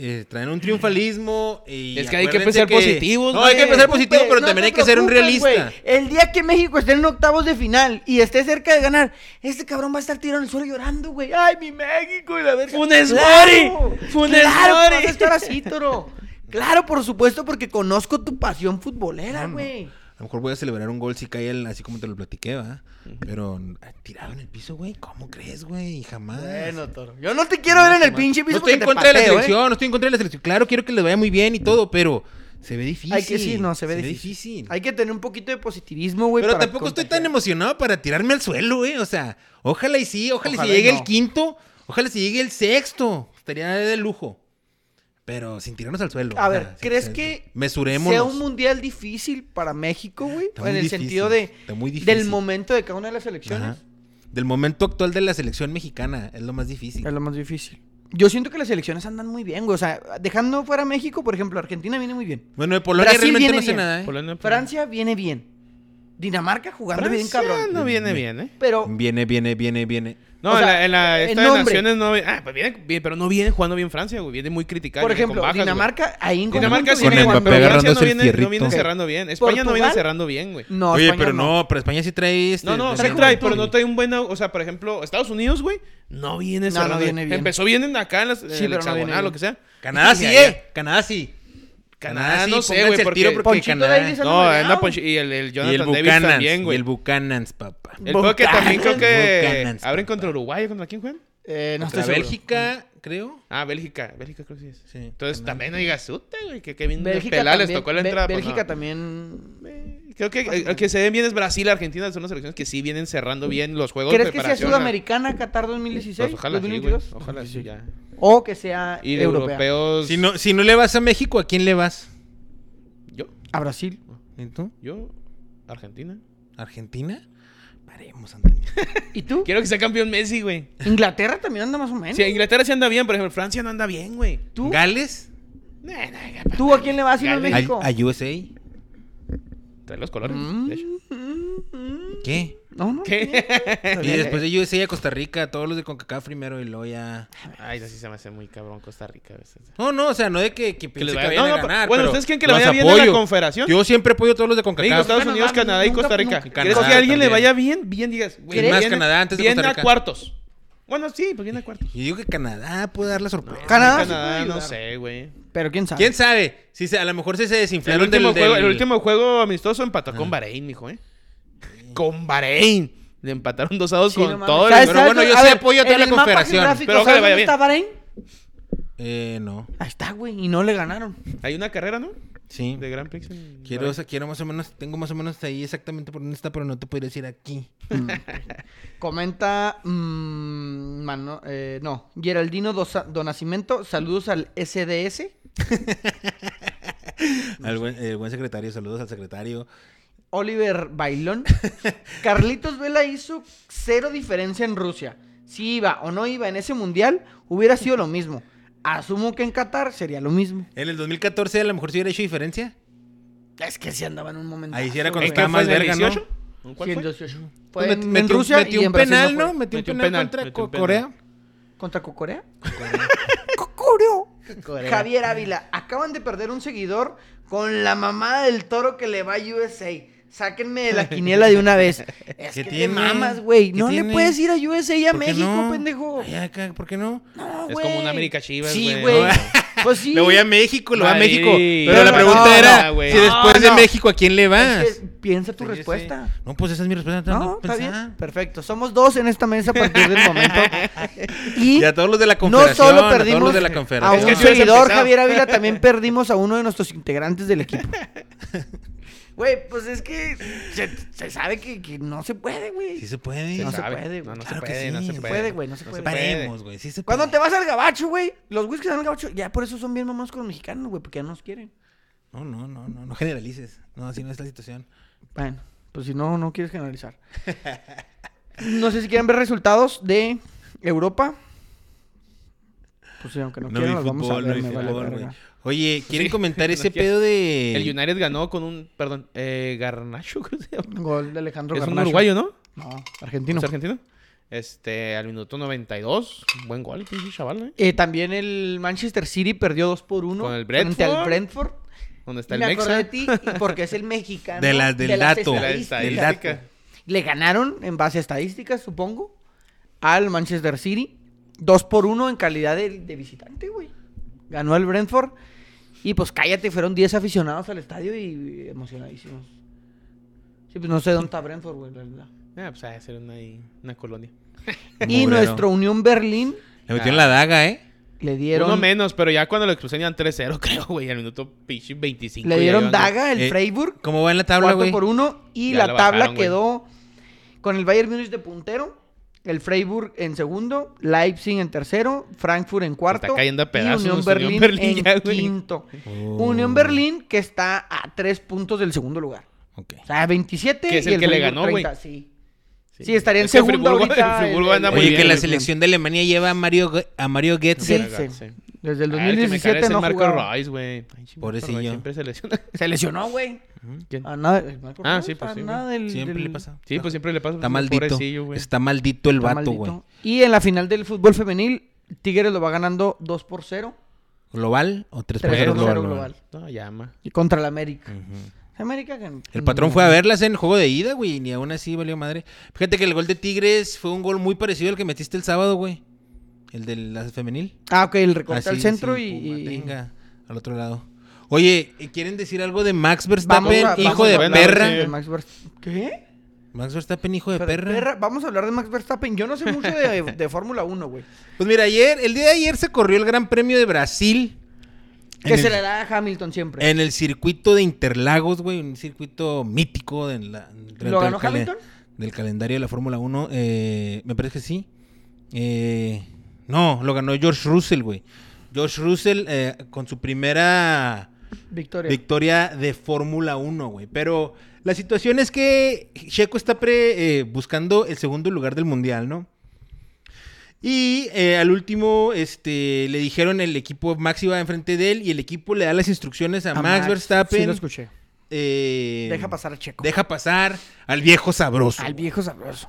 [SPEAKER 2] eh, traen un triunfalismo y
[SPEAKER 3] Es que hay que
[SPEAKER 2] acuérdense
[SPEAKER 3] pensar positivos,
[SPEAKER 2] No,
[SPEAKER 3] güey.
[SPEAKER 2] hay que pensar positivo,
[SPEAKER 1] Güey,
[SPEAKER 2] pero
[SPEAKER 1] Eh, pues, no
[SPEAKER 2] también
[SPEAKER 1] te
[SPEAKER 2] hay que ser un
[SPEAKER 1] preocupes,
[SPEAKER 2] realista.
[SPEAKER 1] güey. El día que México esté en octavos de final y esté cerca de ganar, este cabrón va a estar tirado en el suelo llorando, güey. ¡Ay, mi México! Y la verga.
[SPEAKER 3] ¡Funes
[SPEAKER 1] ¡Claro!
[SPEAKER 3] Mori! ¡Funes
[SPEAKER 1] ¡Claro pues, que
[SPEAKER 3] Mori!
[SPEAKER 1] vas a estar así, toro! Claro, por supuesto, porque conozco tu pasión futbolera,
[SPEAKER 2] no.
[SPEAKER 1] güey.
[SPEAKER 2] A lo mejor voy a celebrar un gol si cae el- así como te lo platiqué, ¿va? Pero ah, tirado en el piso, güey. ¿Cómo crees, güey? Jamás.
[SPEAKER 1] Bueno, toro. Yo no te quiero ver en el pinche
[SPEAKER 2] no
[SPEAKER 1] piso
[SPEAKER 2] estoy
[SPEAKER 1] porque
[SPEAKER 2] en
[SPEAKER 1] te
[SPEAKER 2] contra de la
[SPEAKER 1] pateo, ¿eh?
[SPEAKER 2] selección, no estoy en contra de la selección. Claro, quiero que les vaya muy bien y todo, pero se ve difícil.
[SPEAKER 1] Hay que, sí, no, se ve difícil. ¿eh? Hay que tener un poquito de positivismo, güey.
[SPEAKER 2] pero
[SPEAKER 1] para
[SPEAKER 2] tampoco estoy tan
[SPEAKER 1] contagiar.
[SPEAKER 2] emocionado para tirarme al suelo, güey. O sea, ojalá y sí, ojalá, y si
[SPEAKER 1] Ojalá y
[SPEAKER 2] llegue
[SPEAKER 1] no.
[SPEAKER 2] el quinto, ojalá si llegue el sexto. Estaría de lujo. Pero sin tirarnos al suelo.
[SPEAKER 1] A
[SPEAKER 2] o sea,
[SPEAKER 1] ver,
[SPEAKER 2] sin-
[SPEAKER 1] ¿crees
[SPEAKER 2] sin-
[SPEAKER 1] que
[SPEAKER 2] Mesurémonos.
[SPEAKER 1] sea un mundial difícil para México, güey?
[SPEAKER 2] Está
[SPEAKER 1] En
[SPEAKER 2] muy
[SPEAKER 1] el
[SPEAKER 2] difícil,
[SPEAKER 1] sentido de,
[SPEAKER 2] está muy
[SPEAKER 1] del
[SPEAKER 2] difícil.
[SPEAKER 1] momento de cada una de las elecciones.
[SPEAKER 2] Ajá. Del momento actual de la selección mexicana, es lo más difícil.
[SPEAKER 1] Es lo más difícil. Yo siento que las elecciones andan muy bien, güey. O sea, dejando fuera México, por ejemplo, Argentina viene muy bien.
[SPEAKER 2] Bueno, de Polonia
[SPEAKER 1] Brasil
[SPEAKER 2] realmente
[SPEAKER 1] viene
[SPEAKER 2] no sé
[SPEAKER 1] bien.
[SPEAKER 2] nada, ¿eh?
[SPEAKER 3] Polonia,
[SPEAKER 1] Francia viene bien. Dinamarca jugando
[SPEAKER 3] Francia
[SPEAKER 1] bien, cabrón.
[SPEAKER 3] no viene bien, ¿eh?
[SPEAKER 1] Pero
[SPEAKER 2] Viene, viene, viene, viene.
[SPEAKER 3] No,
[SPEAKER 1] O
[SPEAKER 3] en
[SPEAKER 1] sea,
[SPEAKER 3] la, en la
[SPEAKER 1] en
[SPEAKER 3] esta de
[SPEAKER 1] nombre.
[SPEAKER 3] naciones no viene. Ah, pues viene bien, pero no viene jugando bien Francia, güey. Viene muy criticada.
[SPEAKER 1] Por
[SPEAKER 3] viene con
[SPEAKER 1] ejemplo,
[SPEAKER 3] bajas, güey.
[SPEAKER 1] Dinamarca, ahí en
[SPEAKER 3] Dinamarca
[SPEAKER 1] conjunto
[SPEAKER 3] sí
[SPEAKER 2] Con
[SPEAKER 3] viene
[SPEAKER 1] viene
[SPEAKER 2] Mbappé
[SPEAKER 3] jugando bien, pero Francia
[SPEAKER 2] agarrándose el
[SPEAKER 3] no viene, no viene
[SPEAKER 2] fierrito.
[SPEAKER 3] cerrando bien. España no viene
[SPEAKER 1] Portugal.
[SPEAKER 3] cerrando bien, güey.
[SPEAKER 1] No,
[SPEAKER 2] Oye,
[SPEAKER 1] España
[SPEAKER 2] pero
[SPEAKER 1] no.
[SPEAKER 2] no. pero España sí trae. Este,
[SPEAKER 3] No, no, sí
[SPEAKER 2] también-
[SPEAKER 3] trae, pero no trae un buen. au- O sea, por ejemplo, Estados Unidos, güey, no viene
[SPEAKER 1] No, no
[SPEAKER 3] cerrando.
[SPEAKER 1] viene bien.
[SPEAKER 3] Empezó bien en acá en, las, en
[SPEAKER 1] Sí,
[SPEAKER 3] el
[SPEAKER 1] pero no viene
[SPEAKER 3] hexagonal,
[SPEAKER 1] bien.
[SPEAKER 3] lo que sea.
[SPEAKER 2] Canadá sí,
[SPEAKER 3] Y allá-
[SPEAKER 2] ¿eh? Canadá sí.
[SPEAKER 3] Canadá no sé, güey,
[SPEAKER 2] pónganse al
[SPEAKER 3] porque-
[SPEAKER 2] tiro porque
[SPEAKER 1] Ponchito
[SPEAKER 2] Canadá.
[SPEAKER 1] Davis anda
[SPEAKER 3] No,
[SPEAKER 1] mareado.
[SPEAKER 3] anda Ponch- y el, el
[SPEAKER 2] Y el
[SPEAKER 3] Jonathan Davis
[SPEAKER 2] Buchanan.
[SPEAKER 3] también,
[SPEAKER 2] Y
[SPEAKER 3] güey.
[SPEAKER 2] el Buchanan, papá.
[SPEAKER 3] El juego que también creo que
[SPEAKER 2] Buchanan.
[SPEAKER 3] abren contra Uruguay, ¿contra quién juegan?
[SPEAKER 1] Eh, no
[SPEAKER 2] Contra
[SPEAKER 1] estoy seguro.
[SPEAKER 2] Bélgica, creo.
[SPEAKER 3] Ah, Bélgica, Bélgica creo que sí es.
[SPEAKER 2] Sí,
[SPEAKER 3] Entonces
[SPEAKER 2] Canadá.
[SPEAKER 3] también no digas, "Uta, güey, que qué bien
[SPEAKER 1] Bélgica
[SPEAKER 3] pelada les
[SPEAKER 1] también-
[SPEAKER 3] tocó la
[SPEAKER 1] Bé-
[SPEAKER 3] entrada. pues,
[SPEAKER 1] Bélgica
[SPEAKER 3] no.
[SPEAKER 1] también.
[SPEAKER 3] Creo que eh, el que se ven bien es Brasil, Argentina, son las selecciones que sí vienen cerrando bien los juegos.
[SPEAKER 1] ¿Crees que sea
[SPEAKER 3] preparación a-
[SPEAKER 1] sudamericana Qatar 2016?
[SPEAKER 3] Pues ojalá sí, güey,
[SPEAKER 1] 2022?
[SPEAKER 3] ojalá sí ya.
[SPEAKER 1] O que sea
[SPEAKER 3] Y de
[SPEAKER 1] europea.
[SPEAKER 3] europeos...
[SPEAKER 2] Si no, si no le vas a México, ¿a quién le vas?
[SPEAKER 3] Yo,
[SPEAKER 1] A Brasil.
[SPEAKER 2] ¿Y tú?
[SPEAKER 3] yo, Argentina.
[SPEAKER 2] ¿Argentina? Paremos, Antonio.
[SPEAKER 1] ¿Y tú?
[SPEAKER 3] Quiero que sea campeón Messi, güey.
[SPEAKER 1] Inglaterra también anda más o menos.
[SPEAKER 3] Si Inglaterra sí anda bien, por ejemplo, Francia no anda bien, güey.
[SPEAKER 1] <laughs> ¿Tú?
[SPEAKER 2] ¿Gales?
[SPEAKER 3] Nah, nah, capaz.
[SPEAKER 1] ¿Tú a quién le vas a ir a
[SPEAKER 3] Gales.
[SPEAKER 2] ¿A,
[SPEAKER 1] México?
[SPEAKER 2] a USA?
[SPEAKER 3] Trae los colores,
[SPEAKER 1] Mm,
[SPEAKER 3] de hecho.
[SPEAKER 1] mm, mm.
[SPEAKER 2] ¿Qué?
[SPEAKER 1] No, no.
[SPEAKER 3] ¿Qué?
[SPEAKER 1] está
[SPEAKER 2] Y
[SPEAKER 1] bien.
[SPEAKER 2] después de USA a Costa Rica, todos los de CONCACAF primero y luego ya...
[SPEAKER 3] <laughs> Ay, así se me hace muy cabrón Costa Rica a veces.
[SPEAKER 2] No, no, o sea, no de que, que
[SPEAKER 3] les
[SPEAKER 2] piense que
[SPEAKER 3] vaya-
[SPEAKER 2] vayan
[SPEAKER 3] no,
[SPEAKER 2] a
[SPEAKER 3] no,
[SPEAKER 2] ganar.
[SPEAKER 3] bueno,
[SPEAKER 2] pero
[SPEAKER 3] ¿ustedes creen que le
[SPEAKER 2] los
[SPEAKER 3] vaya bien a la
[SPEAKER 2] apoyo.
[SPEAKER 3] confederación?
[SPEAKER 2] Yo siempre apoyo a todos los de
[SPEAKER 3] Digo,
[SPEAKER 2] CONCACAF.
[SPEAKER 3] Estados
[SPEAKER 1] Bueno,
[SPEAKER 3] Unidos,
[SPEAKER 1] no,
[SPEAKER 3] Canadá y
[SPEAKER 1] nunca-
[SPEAKER 3] Costa Rica.
[SPEAKER 1] nunca-
[SPEAKER 3] ¿Crees que
[SPEAKER 2] Canadá
[SPEAKER 3] a alguien le
[SPEAKER 2] también.
[SPEAKER 3] vaya bien? Bien, digas. güey,
[SPEAKER 2] Es más,
[SPEAKER 3] viene-
[SPEAKER 2] Canadá antes de
[SPEAKER 3] viene
[SPEAKER 2] Costa
[SPEAKER 3] a
[SPEAKER 2] Rica.
[SPEAKER 3] cuartos. Bueno, sí, pues viene a cuartos.
[SPEAKER 2] Yo digo que Canadá puede dar la sorpresa.
[SPEAKER 1] Canadá sí puede
[SPEAKER 3] Canadá, no
[SPEAKER 1] ayudar.
[SPEAKER 3] sé, güey.
[SPEAKER 1] Pero quién sabe.
[SPEAKER 2] ¿Quién sabe? Si se- a lo mejor si se
[SPEAKER 3] El
[SPEAKER 2] desinflaron
[SPEAKER 3] último,
[SPEAKER 2] del, del-
[SPEAKER 3] juego, el último juego amistoso empató con Bahrein, mijo, ¿eh? Con Bahrein. Le empataron 2 a 2
[SPEAKER 1] Sí,
[SPEAKER 3] con
[SPEAKER 1] no mames.
[SPEAKER 3] todo
[SPEAKER 1] ¿Sabes-
[SPEAKER 3] el...
[SPEAKER 2] pero
[SPEAKER 1] sabes
[SPEAKER 2] bueno,
[SPEAKER 1] dónde-
[SPEAKER 2] yo
[SPEAKER 1] a
[SPEAKER 2] sí
[SPEAKER 1] ver,
[SPEAKER 2] apoyo a toda
[SPEAKER 1] en
[SPEAKER 2] la
[SPEAKER 1] el mapa
[SPEAKER 2] confederación.
[SPEAKER 1] geográfico,
[SPEAKER 3] Pero ojalá
[SPEAKER 1] ¿sabes
[SPEAKER 3] vaya
[SPEAKER 1] dónde
[SPEAKER 3] bien.
[SPEAKER 1] está Bahrein?
[SPEAKER 2] Eh, no.
[SPEAKER 1] Ahí está, güey. Y no le ganaron.
[SPEAKER 3] Hay una carrera, ¿no?
[SPEAKER 2] Sí.
[SPEAKER 3] De Grand Prix. en
[SPEAKER 2] Quiero,
[SPEAKER 3] Bahrein.
[SPEAKER 2] o sea, quiero más o menos, tengo más o menos ahí exactamente por dónde está, pero no te podría decir aquí.
[SPEAKER 3] Mm.
[SPEAKER 1] <laughs> Comenta. mm, mano, eh, no. Geraldino Dosa- Donacimento. Saludos al SDS.
[SPEAKER 2] Al buen, eh, buen secretario, saludos al secretario.
[SPEAKER 1] Oliver <laughs> Bailón. Carlitos Vela hizo cero diferencia en Rusia. Si iba o no iba en ese mundial, hubiera sido lo mismo. Asumo que en Qatar sería lo mismo.
[SPEAKER 2] En el 2014 a lo mejor sí hubiera hecho diferencia.
[SPEAKER 1] Es que se andaba en un momento. Ah,
[SPEAKER 2] Ahí sí era cuando
[SPEAKER 3] ¿En qué
[SPEAKER 2] estaba
[SPEAKER 3] fue?
[SPEAKER 2] más
[SPEAKER 3] ¿En el
[SPEAKER 2] verga, ¿no?
[SPEAKER 3] 18? ¿En
[SPEAKER 1] Sí,
[SPEAKER 3] ¿Cuál
[SPEAKER 1] el
[SPEAKER 3] fue?
[SPEAKER 1] 18. Fue
[SPEAKER 2] Pues
[SPEAKER 1] en,
[SPEAKER 2] met-
[SPEAKER 1] en
[SPEAKER 2] metió-
[SPEAKER 1] Rusia
[SPEAKER 2] metió
[SPEAKER 1] y
[SPEAKER 2] un
[SPEAKER 1] en Brasil
[SPEAKER 2] penal,
[SPEAKER 1] fue.
[SPEAKER 2] ¿no? Metió un
[SPEAKER 3] Metió un
[SPEAKER 2] penal,
[SPEAKER 3] penal,
[SPEAKER 2] contra
[SPEAKER 3] metió un
[SPEAKER 2] Co-
[SPEAKER 3] penal.
[SPEAKER 2] Corea.
[SPEAKER 1] ¿Contra Cocorea? <laughs> Cocorea. Javier Ávila, acaban de perder un seguidor con la mamada del toro que le va a USA. Sáquenme
[SPEAKER 2] <laughs>
[SPEAKER 1] de la quiniela de una vez. Es
[SPEAKER 2] ¿Qué
[SPEAKER 1] que te
[SPEAKER 2] tiene?
[SPEAKER 1] mamas, güey.
[SPEAKER 2] ¿Qué
[SPEAKER 1] No
[SPEAKER 2] tiene?
[SPEAKER 1] le puedes ir a USA y a
[SPEAKER 2] ¿Por qué
[SPEAKER 1] México,
[SPEAKER 2] no?
[SPEAKER 1] pendejo.
[SPEAKER 2] Ay, acá, ¿por qué no?
[SPEAKER 1] No,
[SPEAKER 3] Es
[SPEAKER 1] güey.
[SPEAKER 3] como un América Chivas,
[SPEAKER 1] Sí,
[SPEAKER 3] güey.
[SPEAKER 1] güey.
[SPEAKER 2] No.
[SPEAKER 1] Pues sí.
[SPEAKER 2] Le voy a México, le voy a
[SPEAKER 3] Madrid.
[SPEAKER 2] México.
[SPEAKER 3] No,
[SPEAKER 2] Pero la
[SPEAKER 1] no,
[SPEAKER 2] pregunta
[SPEAKER 1] no,
[SPEAKER 2] era,
[SPEAKER 3] no, güey.
[SPEAKER 2] si después
[SPEAKER 1] No,
[SPEAKER 2] de
[SPEAKER 1] no.
[SPEAKER 2] México, ¿a quién le vas?
[SPEAKER 1] Es que piensa tu
[SPEAKER 2] Sí, sí.
[SPEAKER 1] respuesta.
[SPEAKER 2] No, pues esa es mi respuesta.
[SPEAKER 1] No, está bien. Perfecto. Somos dos en esta mesa a partir del
[SPEAKER 2] <laughs>
[SPEAKER 1] momento. Y
[SPEAKER 2] Y a todos los de la
[SPEAKER 1] no
[SPEAKER 2] conferencia.
[SPEAKER 1] solo perdimos
[SPEAKER 2] los de la
[SPEAKER 1] a
[SPEAKER 2] conferencia.
[SPEAKER 1] un
[SPEAKER 3] Es que si hubieras
[SPEAKER 1] seguidor,
[SPEAKER 3] empezado.
[SPEAKER 1] Javier Ávila, también perdimos a uno de nuestros integrantes del equipo. <laughs> Güey, pues es que se, se sabe que, que no se puede, güey.
[SPEAKER 2] Sí se puede.
[SPEAKER 1] No se
[SPEAKER 3] sabe.
[SPEAKER 1] puede, güey.
[SPEAKER 3] No, no
[SPEAKER 2] Claro
[SPEAKER 3] se
[SPEAKER 2] que
[SPEAKER 3] puede,
[SPEAKER 2] sí,
[SPEAKER 3] no se
[SPEAKER 2] se
[SPEAKER 3] puede.
[SPEAKER 1] puede, güey, no se puede.
[SPEAKER 2] Paremos, güey. Sí se puede.
[SPEAKER 1] Cuando te vas al gabacho, güey, los güeyes que están al gabacho, ya por eso son bien mamones con los mexicanos, güey, porque ya no nos quieren.
[SPEAKER 2] No, no, no, no, no generalices. No, así no es la situación.
[SPEAKER 1] Bueno, pues si no, no quieres generalizar. <laughs> No sé si quieren ver resultados de Europa. Pues sí, aunque no,
[SPEAKER 2] No vi
[SPEAKER 1] quieran, los vamos a
[SPEAKER 2] fútbol, no
[SPEAKER 1] ver,
[SPEAKER 2] vi
[SPEAKER 1] me vale
[SPEAKER 2] fútbol,
[SPEAKER 1] verga.
[SPEAKER 2] güey. Oye, ¿quieren
[SPEAKER 3] Sí,
[SPEAKER 2] comentar
[SPEAKER 3] no
[SPEAKER 2] ese
[SPEAKER 3] quiero.
[SPEAKER 2] pedo de.
[SPEAKER 3] El United ganó con un, perdón, eh, Garnacho, <laughs> creo que se llama.
[SPEAKER 1] Gol de Alejandro
[SPEAKER 3] Es un
[SPEAKER 1] Garnacho.
[SPEAKER 3] uruguayo, ¿no?
[SPEAKER 1] No,
[SPEAKER 3] ¿Es
[SPEAKER 1] argentino.
[SPEAKER 3] argentino? Este, al minuto 92. Buen gol, pinche chaval, ¿eh?
[SPEAKER 1] Eh, también el Manchester City perdió 2 por 1
[SPEAKER 3] Con el
[SPEAKER 1] frente al
[SPEAKER 3] Brentford.
[SPEAKER 1] Brentford.
[SPEAKER 3] ¿Dónde está
[SPEAKER 1] Y
[SPEAKER 3] el
[SPEAKER 1] me acordé de
[SPEAKER 3] Mexa?
[SPEAKER 1] ti y porque es el mexicano.
[SPEAKER 2] De las- del dato,
[SPEAKER 3] De la
[SPEAKER 1] estadísticas.
[SPEAKER 2] del
[SPEAKER 3] estadística.
[SPEAKER 2] dato.
[SPEAKER 1] Le ganaron en base a estadísticas, supongo, al Manchester City. 2 por 1 en calidad de, de visitante, güey. Ganó el Brentford. Y pues cállate, fueron 10 aficionados al estadio y emocionadísimos. Sí, pues no sé dónde está Brentford, güey, la verdad.
[SPEAKER 3] Ah, pues ha de ser una, ahí- una colonia.
[SPEAKER 1] Y
[SPEAKER 2] Mugrero.
[SPEAKER 1] nuestro Unión Berlín
[SPEAKER 2] Le metieron la daga, ¿eh?
[SPEAKER 1] le dieron,
[SPEAKER 3] Uno menos, pero ya cuando lo expulsan ya 3-0, <laughs> creo, güey. Al minuto pinche 25.
[SPEAKER 1] le
[SPEAKER 3] ya
[SPEAKER 1] dieron
[SPEAKER 3] iban, güey.
[SPEAKER 1] daga el
[SPEAKER 2] Eh,
[SPEAKER 1] Freiburg.
[SPEAKER 2] ¿Cómo va en la tabla,
[SPEAKER 1] 4
[SPEAKER 2] güey?
[SPEAKER 1] por 1 y
[SPEAKER 3] Ya
[SPEAKER 1] la,
[SPEAKER 3] la
[SPEAKER 1] tabla
[SPEAKER 3] bajaron, güey.
[SPEAKER 1] quedó con el Bayern Múnich de puntero, el Freiburg en segundo, Leipzig en tercero, Frankfurt en cuarto
[SPEAKER 3] está cayendo a pedazos,
[SPEAKER 1] y Unión
[SPEAKER 3] Unión
[SPEAKER 1] Berlín,
[SPEAKER 3] Berlín
[SPEAKER 1] en
[SPEAKER 3] ya, güey.
[SPEAKER 1] quinto.
[SPEAKER 2] Oh.
[SPEAKER 1] Unión Berlín que está a tres puntos del segundo lugar.
[SPEAKER 2] Ok.
[SPEAKER 1] O sea, 27
[SPEAKER 3] Que es
[SPEAKER 1] y
[SPEAKER 3] el
[SPEAKER 1] el
[SPEAKER 3] que le
[SPEAKER 1] Freiburg
[SPEAKER 3] ganó, güey.
[SPEAKER 1] 30, Sí. Sí, estaría en
[SPEAKER 3] Es que
[SPEAKER 1] segundo
[SPEAKER 3] Friburgo-
[SPEAKER 1] ahorita
[SPEAKER 3] <laughs> el Friburgo
[SPEAKER 1] el-
[SPEAKER 3] anda muy
[SPEAKER 2] Oye,
[SPEAKER 3] bien,
[SPEAKER 2] que la
[SPEAKER 3] güey.
[SPEAKER 2] selección de Alemania lleva a Mario, Ge- a Mario Goetze.
[SPEAKER 3] Sí.
[SPEAKER 1] Goetze. Desde el
[SPEAKER 3] Ah, el que me caga
[SPEAKER 1] 2017
[SPEAKER 3] es el
[SPEAKER 1] no
[SPEAKER 3] Marco
[SPEAKER 1] jugaba.
[SPEAKER 3] Rice, güey. Ay, sí, Marco
[SPEAKER 2] Pobrecillo.
[SPEAKER 3] Rice Siempre se lesiona.
[SPEAKER 1] <laughs> Se lesionó, güey.
[SPEAKER 3] ¿Quién?
[SPEAKER 1] A nada, el Marco
[SPEAKER 3] Ah,
[SPEAKER 1] Rice,
[SPEAKER 3] sí, pues
[SPEAKER 1] a
[SPEAKER 3] sí,
[SPEAKER 1] nada del-
[SPEAKER 2] Siempre le
[SPEAKER 1] del-
[SPEAKER 2] pasa.
[SPEAKER 3] Sí, pues siempre le pasa.
[SPEAKER 2] Está
[SPEAKER 3] pues,
[SPEAKER 2] maldito.
[SPEAKER 3] Pobrecillo, güey.
[SPEAKER 1] Este,
[SPEAKER 2] Está maldito el
[SPEAKER 1] Está
[SPEAKER 2] vato,
[SPEAKER 1] maldito.
[SPEAKER 2] güey.
[SPEAKER 1] Y en la final del fútbol femenil, Tigres lo va ganando 2 por 0.
[SPEAKER 2] ¿Global o 3 por
[SPEAKER 1] Tres
[SPEAKER 2] 0
[SPEAKER 1] por
[SPEAKER 2] global?
[SPEAKER 1] cero
[SPEAKER 2] global.
[SPEAKER 3] No, llama.
[SPEAKER 1] Y contra el América.
[SPEAKER 2] Ujú.
[SPEAKER 1] América que-
[SPEAKER 2] El patrón
[SPEAKER 1] Mm.
[SPEAKER 2] fue a verlas en el juego de ida, güey, y ni aún así valió madre. Fíjate que el gol de Tigres fue un gol muy parecido al que metiste el sábado, güey. El de la femenil.
[SPEAKER 1] Ah, ok, el recorte
[SPEAKER 2] Así,
[SPEAKER 1] al centro
[SPEAKER 2] sí,
[SPEAKER 1] y-
[SPEAKER 2] Puma,
[SPEAKER 1] y.
[SPEAKER 2] tenga, al otro lado. Oye, ¿quieren decir algo de Max
[SPEAKER 1] Vamos
[SPEAKER 2] Verstappen,
[SPEAKER 1] a-
[SPEAKER 2] hijo
[SPEAKER 1] vamos
[SPEAKER 2] de
[SPEAKER 1] a hablar
[SPEAKER 2] perra?
[SPEAKER 1] de Max Verst- ¿Qué?
[SPEAKER 2] Max Verstappen, hijo de
[SPEAKER 1] Pero
[SPEAKER 2] perra.
[SPEAKER 1] perra- Vamos a hablar de Max Verstappen. Yo no sé mucho
[SPEAKER 2] <laughs>
[SPEAKER 1] de, de Fórmula 1, güey.
[SPEAKER 2] Pues mira, ayer, el día de ayer se corrió el Gran Premio de Brasil.
[SPEAKER 1] Que
[SPEAKER 2] En
[SPEAKER 1] se
[SPEAKER 2] el-
[SPEAKER 1] le da a Hamilton siempre.
[SPEAKER 2] En el circuito de Interlagos, güey, un circuito mítico de la- dentro
[SPEAKER 1] ¿Lo ganó
[SPEAKER 2] del, calen-
[SPEAKER 1] Hamilton?
[SPEAKER 2] del calendario de la Fórmula 1. eh, me parece que sí. Eh, no, lo ganó George Russell, güey. George Russell eh, con su primera
[SPEAKER 1] Victoria.
[SPEAKER 2] victoria de Fórmula 1, güey. Pero la situación es que Checo está pre- eh, buscando el segundo lugar del Mundial, ¿no? Y eh, al último, este, le dijeron el equipo, Max iba enfrente de él y el equipo le da las instrucciones a,
[SPEAKER 1] A
[SPEAKER 2] Max, Verstappen.
[SPEAKER 1] Sí, lo escuché.
[SPEAKER 2] eh,
[SPEAKER 1] Deja pasar a Checo.
[SPEAKER 2] Deja pasar al viejo sabroso.
[SPEAKER 1] Al viejo sabroso.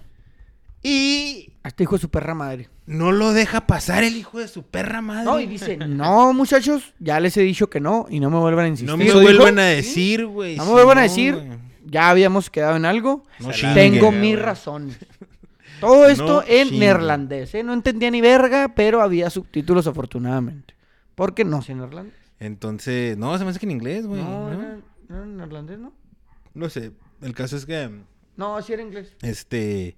[SPEAKER 2] Y
[SPEAKER 1] A este hijo de su perra madre.
[SPEAKER 2] no lo deja pasar el hijo de su perra madre.
[SPEAKER 1] No, y dice, no, muchachos, ya les he dicho que no y no me vuelvan a insistir.
[SPEAKER 2] No me
[SPEAKER 1] Eso dijo.
[SPEAKER 2] vuelvan a decir, güey.
[SPEAKER 1] No
[SPEAKER 2] si
[SPEAKER 1] me vuelvan a
[SPEAKER 2] no,
[SPEAKER 1] decir,
[SPEAKER 2] güey.
[SPEAKER 1] ya habíamos quedado en algo.
[SPEAKER 2] No
[SPEAKER 3] Salado.
[SPEAKER 2] chinguen.
[SPEAKER 1] Tengo
[SPEAKER 3] güey.
[SPEAKER 1] mi razón. Todo esto
[SPEAKER 2] <laughs> No
[SPEAKER 1] en
[SPEAKER 2] chingue.
[SPEAKER 1] neerlandés, ¿eh? No entendía ni verga, pero había subtítulos afortunadamente. Porque no sé neerlandés.
[SPEAKER 2] Entonces, no, se me hace que en inglés, güey.
[SPEAKER 1] No,
[SPEAKER 2] ¿no?
[SPEAKER 1] era- no era neerlandés, ¿no?
[SPEAKER 2] No sé, el caso es que,
[SPEAKER 1] No, sí era inglés.
[SPEAKER 2] este,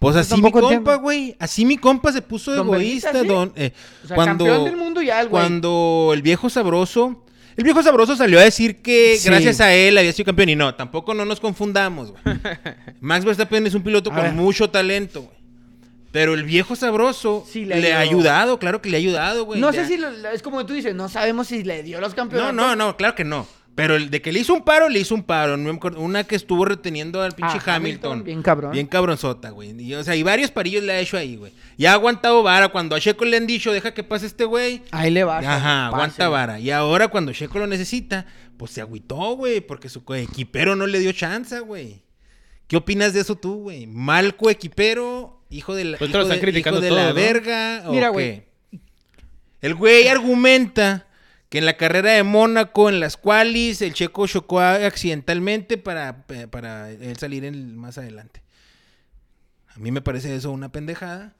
[SPEAKER 2] pues así mi
[SPEAKER 1] tampoco
[SPEAKER 2] compa,
[SPEAKER 1] entiendo.
[SPEAKER 2] güey, así mi compa se puso
[SPEAKER 1] Don
[SPEAKER 2] egoísta,
[SPEAKER 1] Benita, ¿sí?
[SPEAKER 2] don, eh,
[SPEAKER 1] O sea,
[SPEAKER 2] cuando,
[SPEAKER 1] campeón del mundo ya, el güey.
[SPEAKER 2] cuando el viejo sabroso, el viejo sabroso salió a decir que
[SPEAKER 1] Sí.
[SPEAKER 2] gracias a él había sido campeón y no, tampoco no nos confundamos, güey.
[SPEAKER 1] <laughs>
[SPEAKER 2] Max Verstappen es un piloto
[SPEAKER 1] A
[SPEAKER 2] con
[SPEAKER 1] ver.
[SPEAKER 2] mucho talento, güey. Pero el viejo sabroso
[SPEAKER 1] Sí, le
[SPEAKER 2] le, ha
[SPEAKER 1] ayudó.
[SPEAKER 2] ayudado, claro que le ha ayudado, güey.
[SPEAKER 1] No
[SPEAKER 2] ya.
[SPEAKER 1] sé si, lo- es como tú dices, no sabemos si le dio los
[SPEAKER 2] No,
[SPEAKER 1] campeonatos.
[SPEAKER 2] no, no, claro que no. Pero el de que le hizo un paro, le hizo un paro. No me acuerdo, Una que estuvo reteniendo al pinche Hamilton.
[SPEAKER 1] A Ah, Hamilton, bien cabrón.
[SPEAKER 2] Bien cabronzota, güey. Y, o sea, y varios parillos le ha hecho ahí, güey. Y ha aguantado vara. Cuando a Checo le han dicho, deja que pase este güey.
[SPEAKER 1] Ahí le va.
[SPEAKER 2] Ajá, aguanta
[SPEAKER 1] pásele.
[SPEAKER 2] vara. Y ahora cuando Checo lo necesita, pues se agüitó, güey. Porque su coequipero no le dio chance, güey. ¿Qué opinas de eso tú, güey? ¿Mal coequipero? ¿Hijo de la,
[SPEAKER 3] Pues te
[SPEAKER 2] hijo
[SPEAKER 3] lo están
[SPEAKER 2] de-
[SPEAKER 3] criticando
[SPEAKER 2] hijo de
[SPEAKER 3] todo,
[SPEAKER 2] la
[SPEAKER 3] ¿no?
[SPEAKER 2] verga? ¿o
[SPEAKER 1] Mira,
[SPEAKER 2] qué?
[SPEAKER 1] güey.
[SPEAKER 2] El güey argumenta que en la carrera de Mónaco, en las cuales el checo chocó accidentalmente para, para él salir en el- más adelante. A mí me parece eso una pendejada,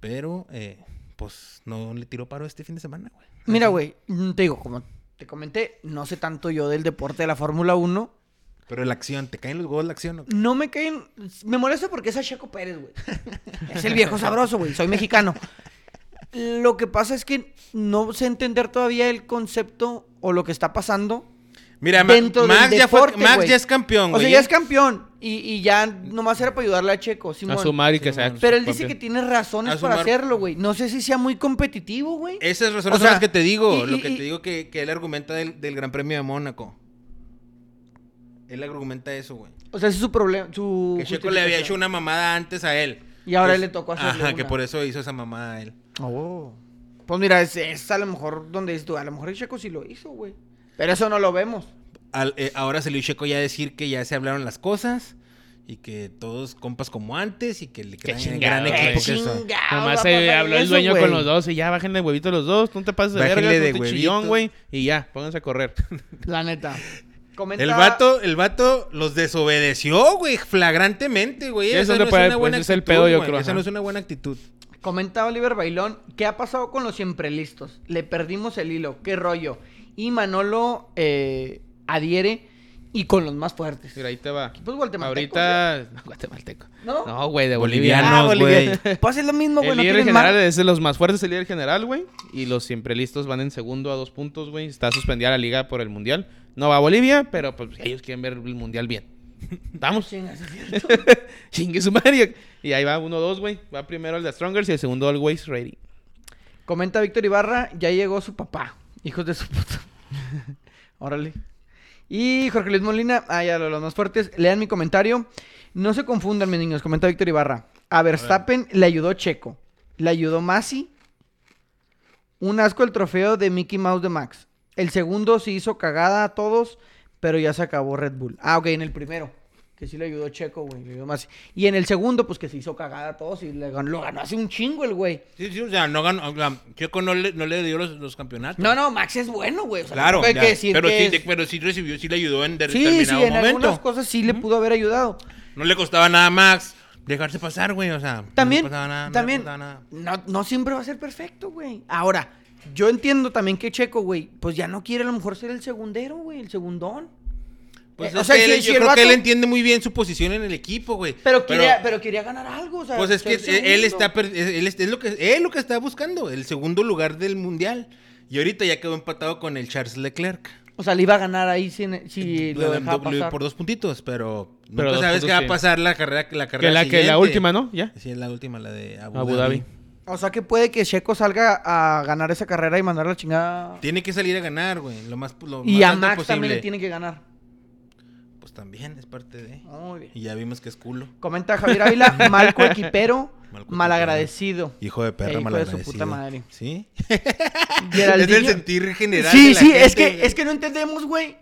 [SPEAKER 2] pero eh, pues no le tiró paro este fin de semana, güey.
[SPEAKER 1] Mira, güey, mm, te digo, como te comenté, no sé tanto yo del deporte de la Fórmula 1.
[SPEAKER 2] Pero la acción, ¿te caen los huevos la acción? o qué?
[SPEAKER 1] No me caen. Me molesta porque es a Checo Pérez, güey. Es el viejo sabroso, güey. Soy mexicano. Lo que pasa es que no sé entender todavía el concepto o lo que está pasando.
[SPEAKER 2] Mira, Ma-
[SPEAKER 1] dentro
[SPEAKER 2] Max,
[SPEAKER 1] del
[SPEAKER 2] ya fue-
[SPEAKER 1] deporte,
[SPEAKER 2] Max
[SPEAKER 1] güey.
[SPEAKER 2] ya es campeón,
[SPEAKER 1] O
[SPEAKER 2] güey. ¿eh?
[SPEAKER 1] sea, ya es campeón. Y, y ya nomás era para ayudarle a Checo. Simón.
[SPEAKER 3] A sumar y que
[SPEAKER 2] Sí,
[SPEAKER 3] sea.
[SPEAKER 2] bueno.
[SPEAKER 1] Pero él dice
[SPEAKER 3] campeón.
[SPEAKER 1] que tiene razones
[SPEAKER 2] A Eh,
[SPEAKER 1] para
[SPEAKER 2] sumar.
[SPEAKER 1] hacerlo, güey. No sé si sea muy competitivo, güey.
[SPEAKER 2] Esas razones
[SPEAKER 1] O sea,
[SPEAKER 2] son las que te digo.
[SPEAKER 1] y-
[SPEAKER 2] lo
[SPEAKER 1] y-
[SPEAKER 2] que
[SPEAKER 1] y-
[SPEAKER 2] te digo que, que él argumenta del, del Gran Premio de Mónaco. Él argumenta eso, güey.
[SPEAKER 1] O sea, ese es su problema. Su
[SPEAKER 2] Que Checo le había hecho una mamada antes a él.
[SPEAKER 1] Y ahora
[SPEAKER 2] Pues,
[SPEAKER 1] le tocó hacerle
[SPEAKER 2] Ajá, que
[SPEAKER 1] una.
[SPEAKER 2] por eso hizo esa mamada a él.
[SPEAKER 1] Oh. Pues mira, es, es a lo mejor donde dices tú, a lo mejor el Checo sí lo hizo, güey. Pero eso no lo vemos.
[SPEAKER 2] Al- eh, ahora salió Checo ya a decir que ya se hablaron las cosas y que todos compas como antes y que le
[SPEAKER 3] Qué
[SPEAKER 2] crean
[SPEAKER 3] chingado,
[SPEAKER 2] gran
[SPEAKER 3] güey.
[SPEAKER 2] equipo que son.
[SPEAKER 1] Chingado, va
[SPEAKER 3] Nomás
[SPEAKER 1] Ah, a
[SPEAKER 3] se
[SPEAKER 1] pasar
[SPEAKER 3] habló el
[SPEAKER 1] eso,
[SPEAKER 3] dueño
[SPEAKER 1] güey.
[SPEAKER 3] con los dos y ya bájenle huevito los dos, no te pases de
[SPEAKER 2] Bájenle
[SPEAKER 3] verga,
[SPEAKER 2] de
[SPEAKER 3] no te
[SPEAKER 2] huevito.
[SPEAKER 3] chillón, güey. Y ya, pónganse a correr.
[SPEAKER 1] La neta. Comenta-
[SPEAKER 2] El vato, el vato los desobedeció, güey, flagrantemente, güey.
[SPEAKER 3] Sí, eso
[SPEAKER 2] Esa
[SPEAKER 3] es
[SPEAKER 2] no
[SPEAKER 3] lo
[SPEAKER 2] es
[SPEAKER 3] pa-
[SPEAKER 2] una buena
[SPEAKER 1] pues,
[SPEAKER 3] ese es el
[SPEAKER 2] actitud,
[SPEAKER 3] pedo, yo
[SPEAKER 2] güey.
[SPEAKER 3] creo,
[SPEAKER 2] Esa
[SPEAKER 3] ajá.
[SPEAKER 2] no es una buena actitud.
[SPEAKER 1] Comenta Oliver Bailón, ¿qué ha pasado con los siempre listos? Le perdimos el hilo, qué rollo. Y Manolo eh, adhiere y con los más fuertes.
[SPEAKER 3] Mira, ahí te va.
[SPEAKER 1] Pues guatemalteco.
[SPEAKER 3] Ahorita. No, guatemalteco.
[SPEAKER 1] ¿No?
[SPEAKER 3] No, güey, de
[SPEAKER 2] Boliviano.
[SPEAKER 3] Bolivia.
[SPEAKER 2] Ah, güey.
[SPEAKER 1] Pues es lo mismo, güey.
[SPEAKER 3] el
[SPEAKER 1] no
[SPEAKER 3] líder
[SPEAKER 1] tienen
[SPEAKER 3] general
[SPEAKER 1] mar-
[SPEAKER 3] es de los más fuertes, el líder general, güey. Y los siempre listos van en segundo a dos puntos, güey. Está suspendida la liga por el mundial. No va a Bolivia, pero pues ellos quieren ver el mundial bien. Vamos.
[SPEAKER 1] Chingas, es cierto.
[SPEAKER 3] Chingue su madre. Y ahí va uno, dos, güey. Va primero el de Strongers y el segundo Always Ready.
[SPEAKER 1] Comenta Víctor Ibarra, ya llegó su papá. Hijos de su puta. Órale. Y Jorge Luis Molina, ah, ya lo- los más fuertes. Lean mi comentario. No se confundan, mis niños. Comenta Víctor Ibarra. A Verstappen le ayudó Checo. Le ayudó Masi. Un asco el trofeo de Mickey Mouse de Max. El segundo se hizo cagada a todos, pero ya se acabó Red Bull. Ah, ok, en el primero. Que sí le ayudó Checo, güey. Le ayudó Masi. Y en el segundo, pues que se hizo cagada a todos y le ganó- lo ganó hace un chingo el güey.
[SPEAKER 2] Sí, sí, o sea, no ganó. o sea, Checo no le, no le dio los, los campeonatos.
[SPEAKER 1] No, no, Max es bueno, güey. O sea,
[SPEAKER 2] Claro,
[SPEAKER 1] tampoco hay
[SPEAKER 2] ya.
[SPEAKER 1] que decir
[SPEAKER 2] pero,
[SPEAKER 1] que
[SPEAKER 2] sí,
[SPEAKER 1] es-
[SPEAKER 2] de- pero sí recibió, sí le ayudó en de-
[SPEAKER 1] sí, sí,
[SPEAKER 2] determinado
[SPEAKER 1] en algunas
[SPEAKER 2] momento.
[SPEAKER 1] cosas sí le pudo haber ayudado.
[SPEAKER 2] No le costaba nada a Max dejarse pasar, güey, o sea.
[SPEAKER 1] También,
[SPEAKER 2] no le costaba nada, no le
[SPEAKER 1] también,
[SPEAKER 2] costaba nada.
[SPEAKER 1] no, no siempre va a ser perfecto, güey. Ahora, yo entiendo también que Checo, güey, pues ya no quiere a lo mejor ser el segundero, güey, el segundón.
[SPEAKER 2] Pues
[SPEAKER 1] Eh, o
[SPEAKER 2] es
[SPEAKER 1] sea,
[SPEAKER 2] que
[SPEAKER 1] si-
[SPEAKER 2] él-
[SPEAKER 1] si
[SPEAKER 2] yo
[SPEAKER 1] el
[SPEAKER 2] creo que él
[SPEAKER 1] vato-
[SPEAKER 2] entiende muy bien su posición en el equipo, güey.
[SPEAKER 1] Pero quería, pero, quería ganar algo, o sea.
[SPEAKER 2] Pues es que
[SPEAKER 1] ser
[SPEAKER 2] él- él
[SPEAKER 1] segundo.
[SPEAKER 2] está per- es- él es, es lo que es lo que está buscando, el segundo lugar del mundial. Y ahorita ya quedó empatado con el Charles Leclerc.
[SPEAKER 1] O sea, le iba a ganar ahí si, si lo
[SPEAKER 2] Lo-
[SPEAKER 1] dejaba
[SPEAKER 2] lo- lo-
[SPEAKER 1] pasar.
[SPEAKER 2] por dos puntitos, pero, nunca
[SPEAKER 3] Pero dos
[SPEAKER 2] sabes
[SPEAKER 3] puntos,
[SPEAKER 2] qué va a
[SPEAKER 3] sí.
[SPEAKER 2] pasar la carrera la
[SPEAKER 3] Que
[SPEAKER 2] carrera
[SPEAKER 3] la, que la
[SPEAKER 2] siguiente.
[SPEAKER 3] última, ¿no? Ya.
[SPEAKER 2] Sí, es la última, la de Abu,
[SPEAKER 3] Abu
[SPEAKER 2] Dhabi.
[SPEAKER 3] Dhabi.
[SPEAKER 1] O sea, que puede que Checo salga a ganar esa carrera y mandar la chingada.
[SPEAKER 2] Tiene que salir a ganar, güey, lo más lo
[SPEAKER 1] Y
[SPEAKER 2] más
[SPEAKER 1] a
[SPEAKER 2] alto
[SPEAKER 1] Max
[SPEAKER 2] posible.
[SPEAKER 1] también le tiene que ganar.
[SPEAKER 2] Pues también es parte de.
[SPEAKER 1] Muy bien.
[SPEAKER 2] Y ya vimos que es culo.
[SPEAKER 1] Comenta Javier
[SPEAKER 3] <laughs>
[SPEAKER 1] Ávila, mal coequipero,
[SPEAKER 2] Mal coequipero.
[SPEAKER 1] malagradecido.
[SPEAKER 2] Hijo de
[SPEAKER 1] Eh,
[SPEAKER 2] perra
[SPEAKER 1] hijo de su
[SPEAKER 2] malagradecido.
[SPEAKER 1] puta madre.
[SPEAKER 2] ¿Sí?
[SPEAKER 1] Geraldinho-
[SPEAKER 2] <laughs> Es el sentir general de
[SPEAKER 1] Sí,
[SPEAKER 2] la
[SPEAKER 1] sí,
[SPEAKER 2] gente,
[SPEAKER 1] es que,
[SPEAKER 2] güey.
[SPEAKER 1] es que no entendemos, güey,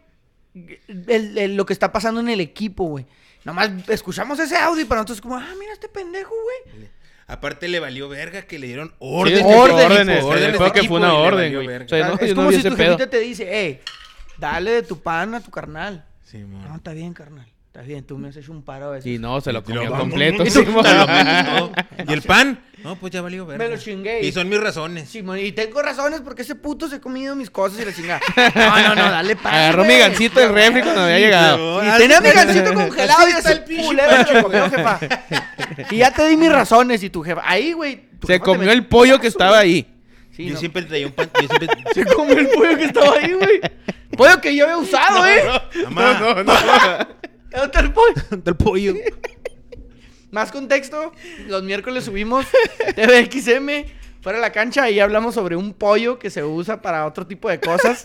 [SPEAKER 1] el- el- lo que está pasando en el equipo, güey. Nomás escuchamos ese audio y para nosotros es como, ah, mira este pendejo, güey.
[SPEAKER 2] Aparte le valió verga que le dieron órdenes.
[SPEAKER 3] Sí, de que
[SPEAKER 1] órdenes,
[SPEAKER 3] órdenes.
[SPEAKER 2] órdenes
[SPEAKER 3] Órdenes.
[SPEAKER 2] de
[SPEAKER 3] Creo que
[SPEAKER 2] equipo
[SPEAKER 3] fue
[SPEAKER 2] y
[SPEAKER 3] una
[SPEAKER 2] le
[SPEAKER 3] orden,
[SPEAKER 2] valió
[SPEAKER 3] güey.
[SPEAKER 2] verga.
[SPEAKER 3] O sea, no,
[SPEAKER 1] es
[SPEAKER 3] yo
[SPEAKER 1] como
[SPEAKER 3] no vi
[SPEAKER 1] si
[SPEAKER 3] ese
[SPEAKER 1] tu
[SPEAKER 3] pedo.
[SPEAKER 1] jefita te dice, eh, dale de tu pan a tu carnal.
[SPEAKER 2] Sí, mon.
[SPEAKER 1] No, está bien, carnal. Está bien, tú me has hecho un paro de
[SPEAKER 3] Y no, se lo
[SPEAKER 2] Y lo
[SPEAKER 3] comió
[SPEAKER 2] vamos,
[SPEAKER 3] completo.
[SPEAKER 2] <laughs> y
[SPEAKER 3] sí,
[SPEAKER 2] lo-
[SPEAKER 3] mo- <laughs>
[SPEAKER 2] no. ¿Y el pan? No, pues ya valió verga.
[SPEAKER 1] Me lo chingué.
[SPEAKER 2] Y son mis razones.
[SPEAKER 1] Simón, y tengo razones porque ese puto se ha comido mis cosas y la chingada. No, no, no, dale pan.
[SPEAKER 3] Agarró mi
[SPEAKER 1] güey.
[SPEAKER 3] gancito del refri cuando había llegado.
[SPEAKER 2] No,
[SPEAKER 1] Y
[SPEAKER 2] ah,
[SPEAKER 1] tenía
[SPEAKER 2] sí,
[SPEAKER 1] mi gancito
[SPEAKER 2] no.
[SPEAKER 1] congelado y
[SPEAKER 2] Así está
[SPEAKER 1] ese
[SPEAKER 2] el pinche
[SPEAKER 1] culero se lo
[SPEAKER 2] Pancho,
[SPEAKER 1] comió,
[SPEAKER 2] güey.
[SPEAKER 1] jefa. <laughs> Y ya te di mis razones y tu jefa. Ahí, güey. tu
[SPEAKER 3] Se
[SPEAKER 1] jefa te
[SPEAKER 3] comió
[SPEAKER 1] metió
[SPEAKER 3] el
[SPEAKER 1] un
[SPEAKER 3] pollo
[SPEAKER 1] putazo,
[SPEAKER 3] que estaba
[SPEAKER 1] Pues, güey.
[SPEAKER 3] ahí.
[SPEAKER 1] Sí,
[SPEAKER 2] yo
[SPEAKER 1] no.
[SPEAKER 2] siempre traía un pan. Yo siempre.
[SPEAKER 1] Se
[SPEAKER 2] <laughs>
[SPEAKER 1] comió el <laughs> pollo que estaba ahí, güey. Pollo que yo había usado, ¿eh?
[SPEAKER 2] Mamá,
[SPEAKER 3] No, no, no.
[SPEAKER 1] ¿Dónde está
[SPEAKER 3] <laughs>
[SPEAKER 1] el pollo?
[SPEAKER 2] del pollo.
[SPEAKER 1] <laughs> Más contexto, los miércoles subimos TVXM fuera de la cancha y hablamos sobre un pollo que se usa para otro tipo de cosas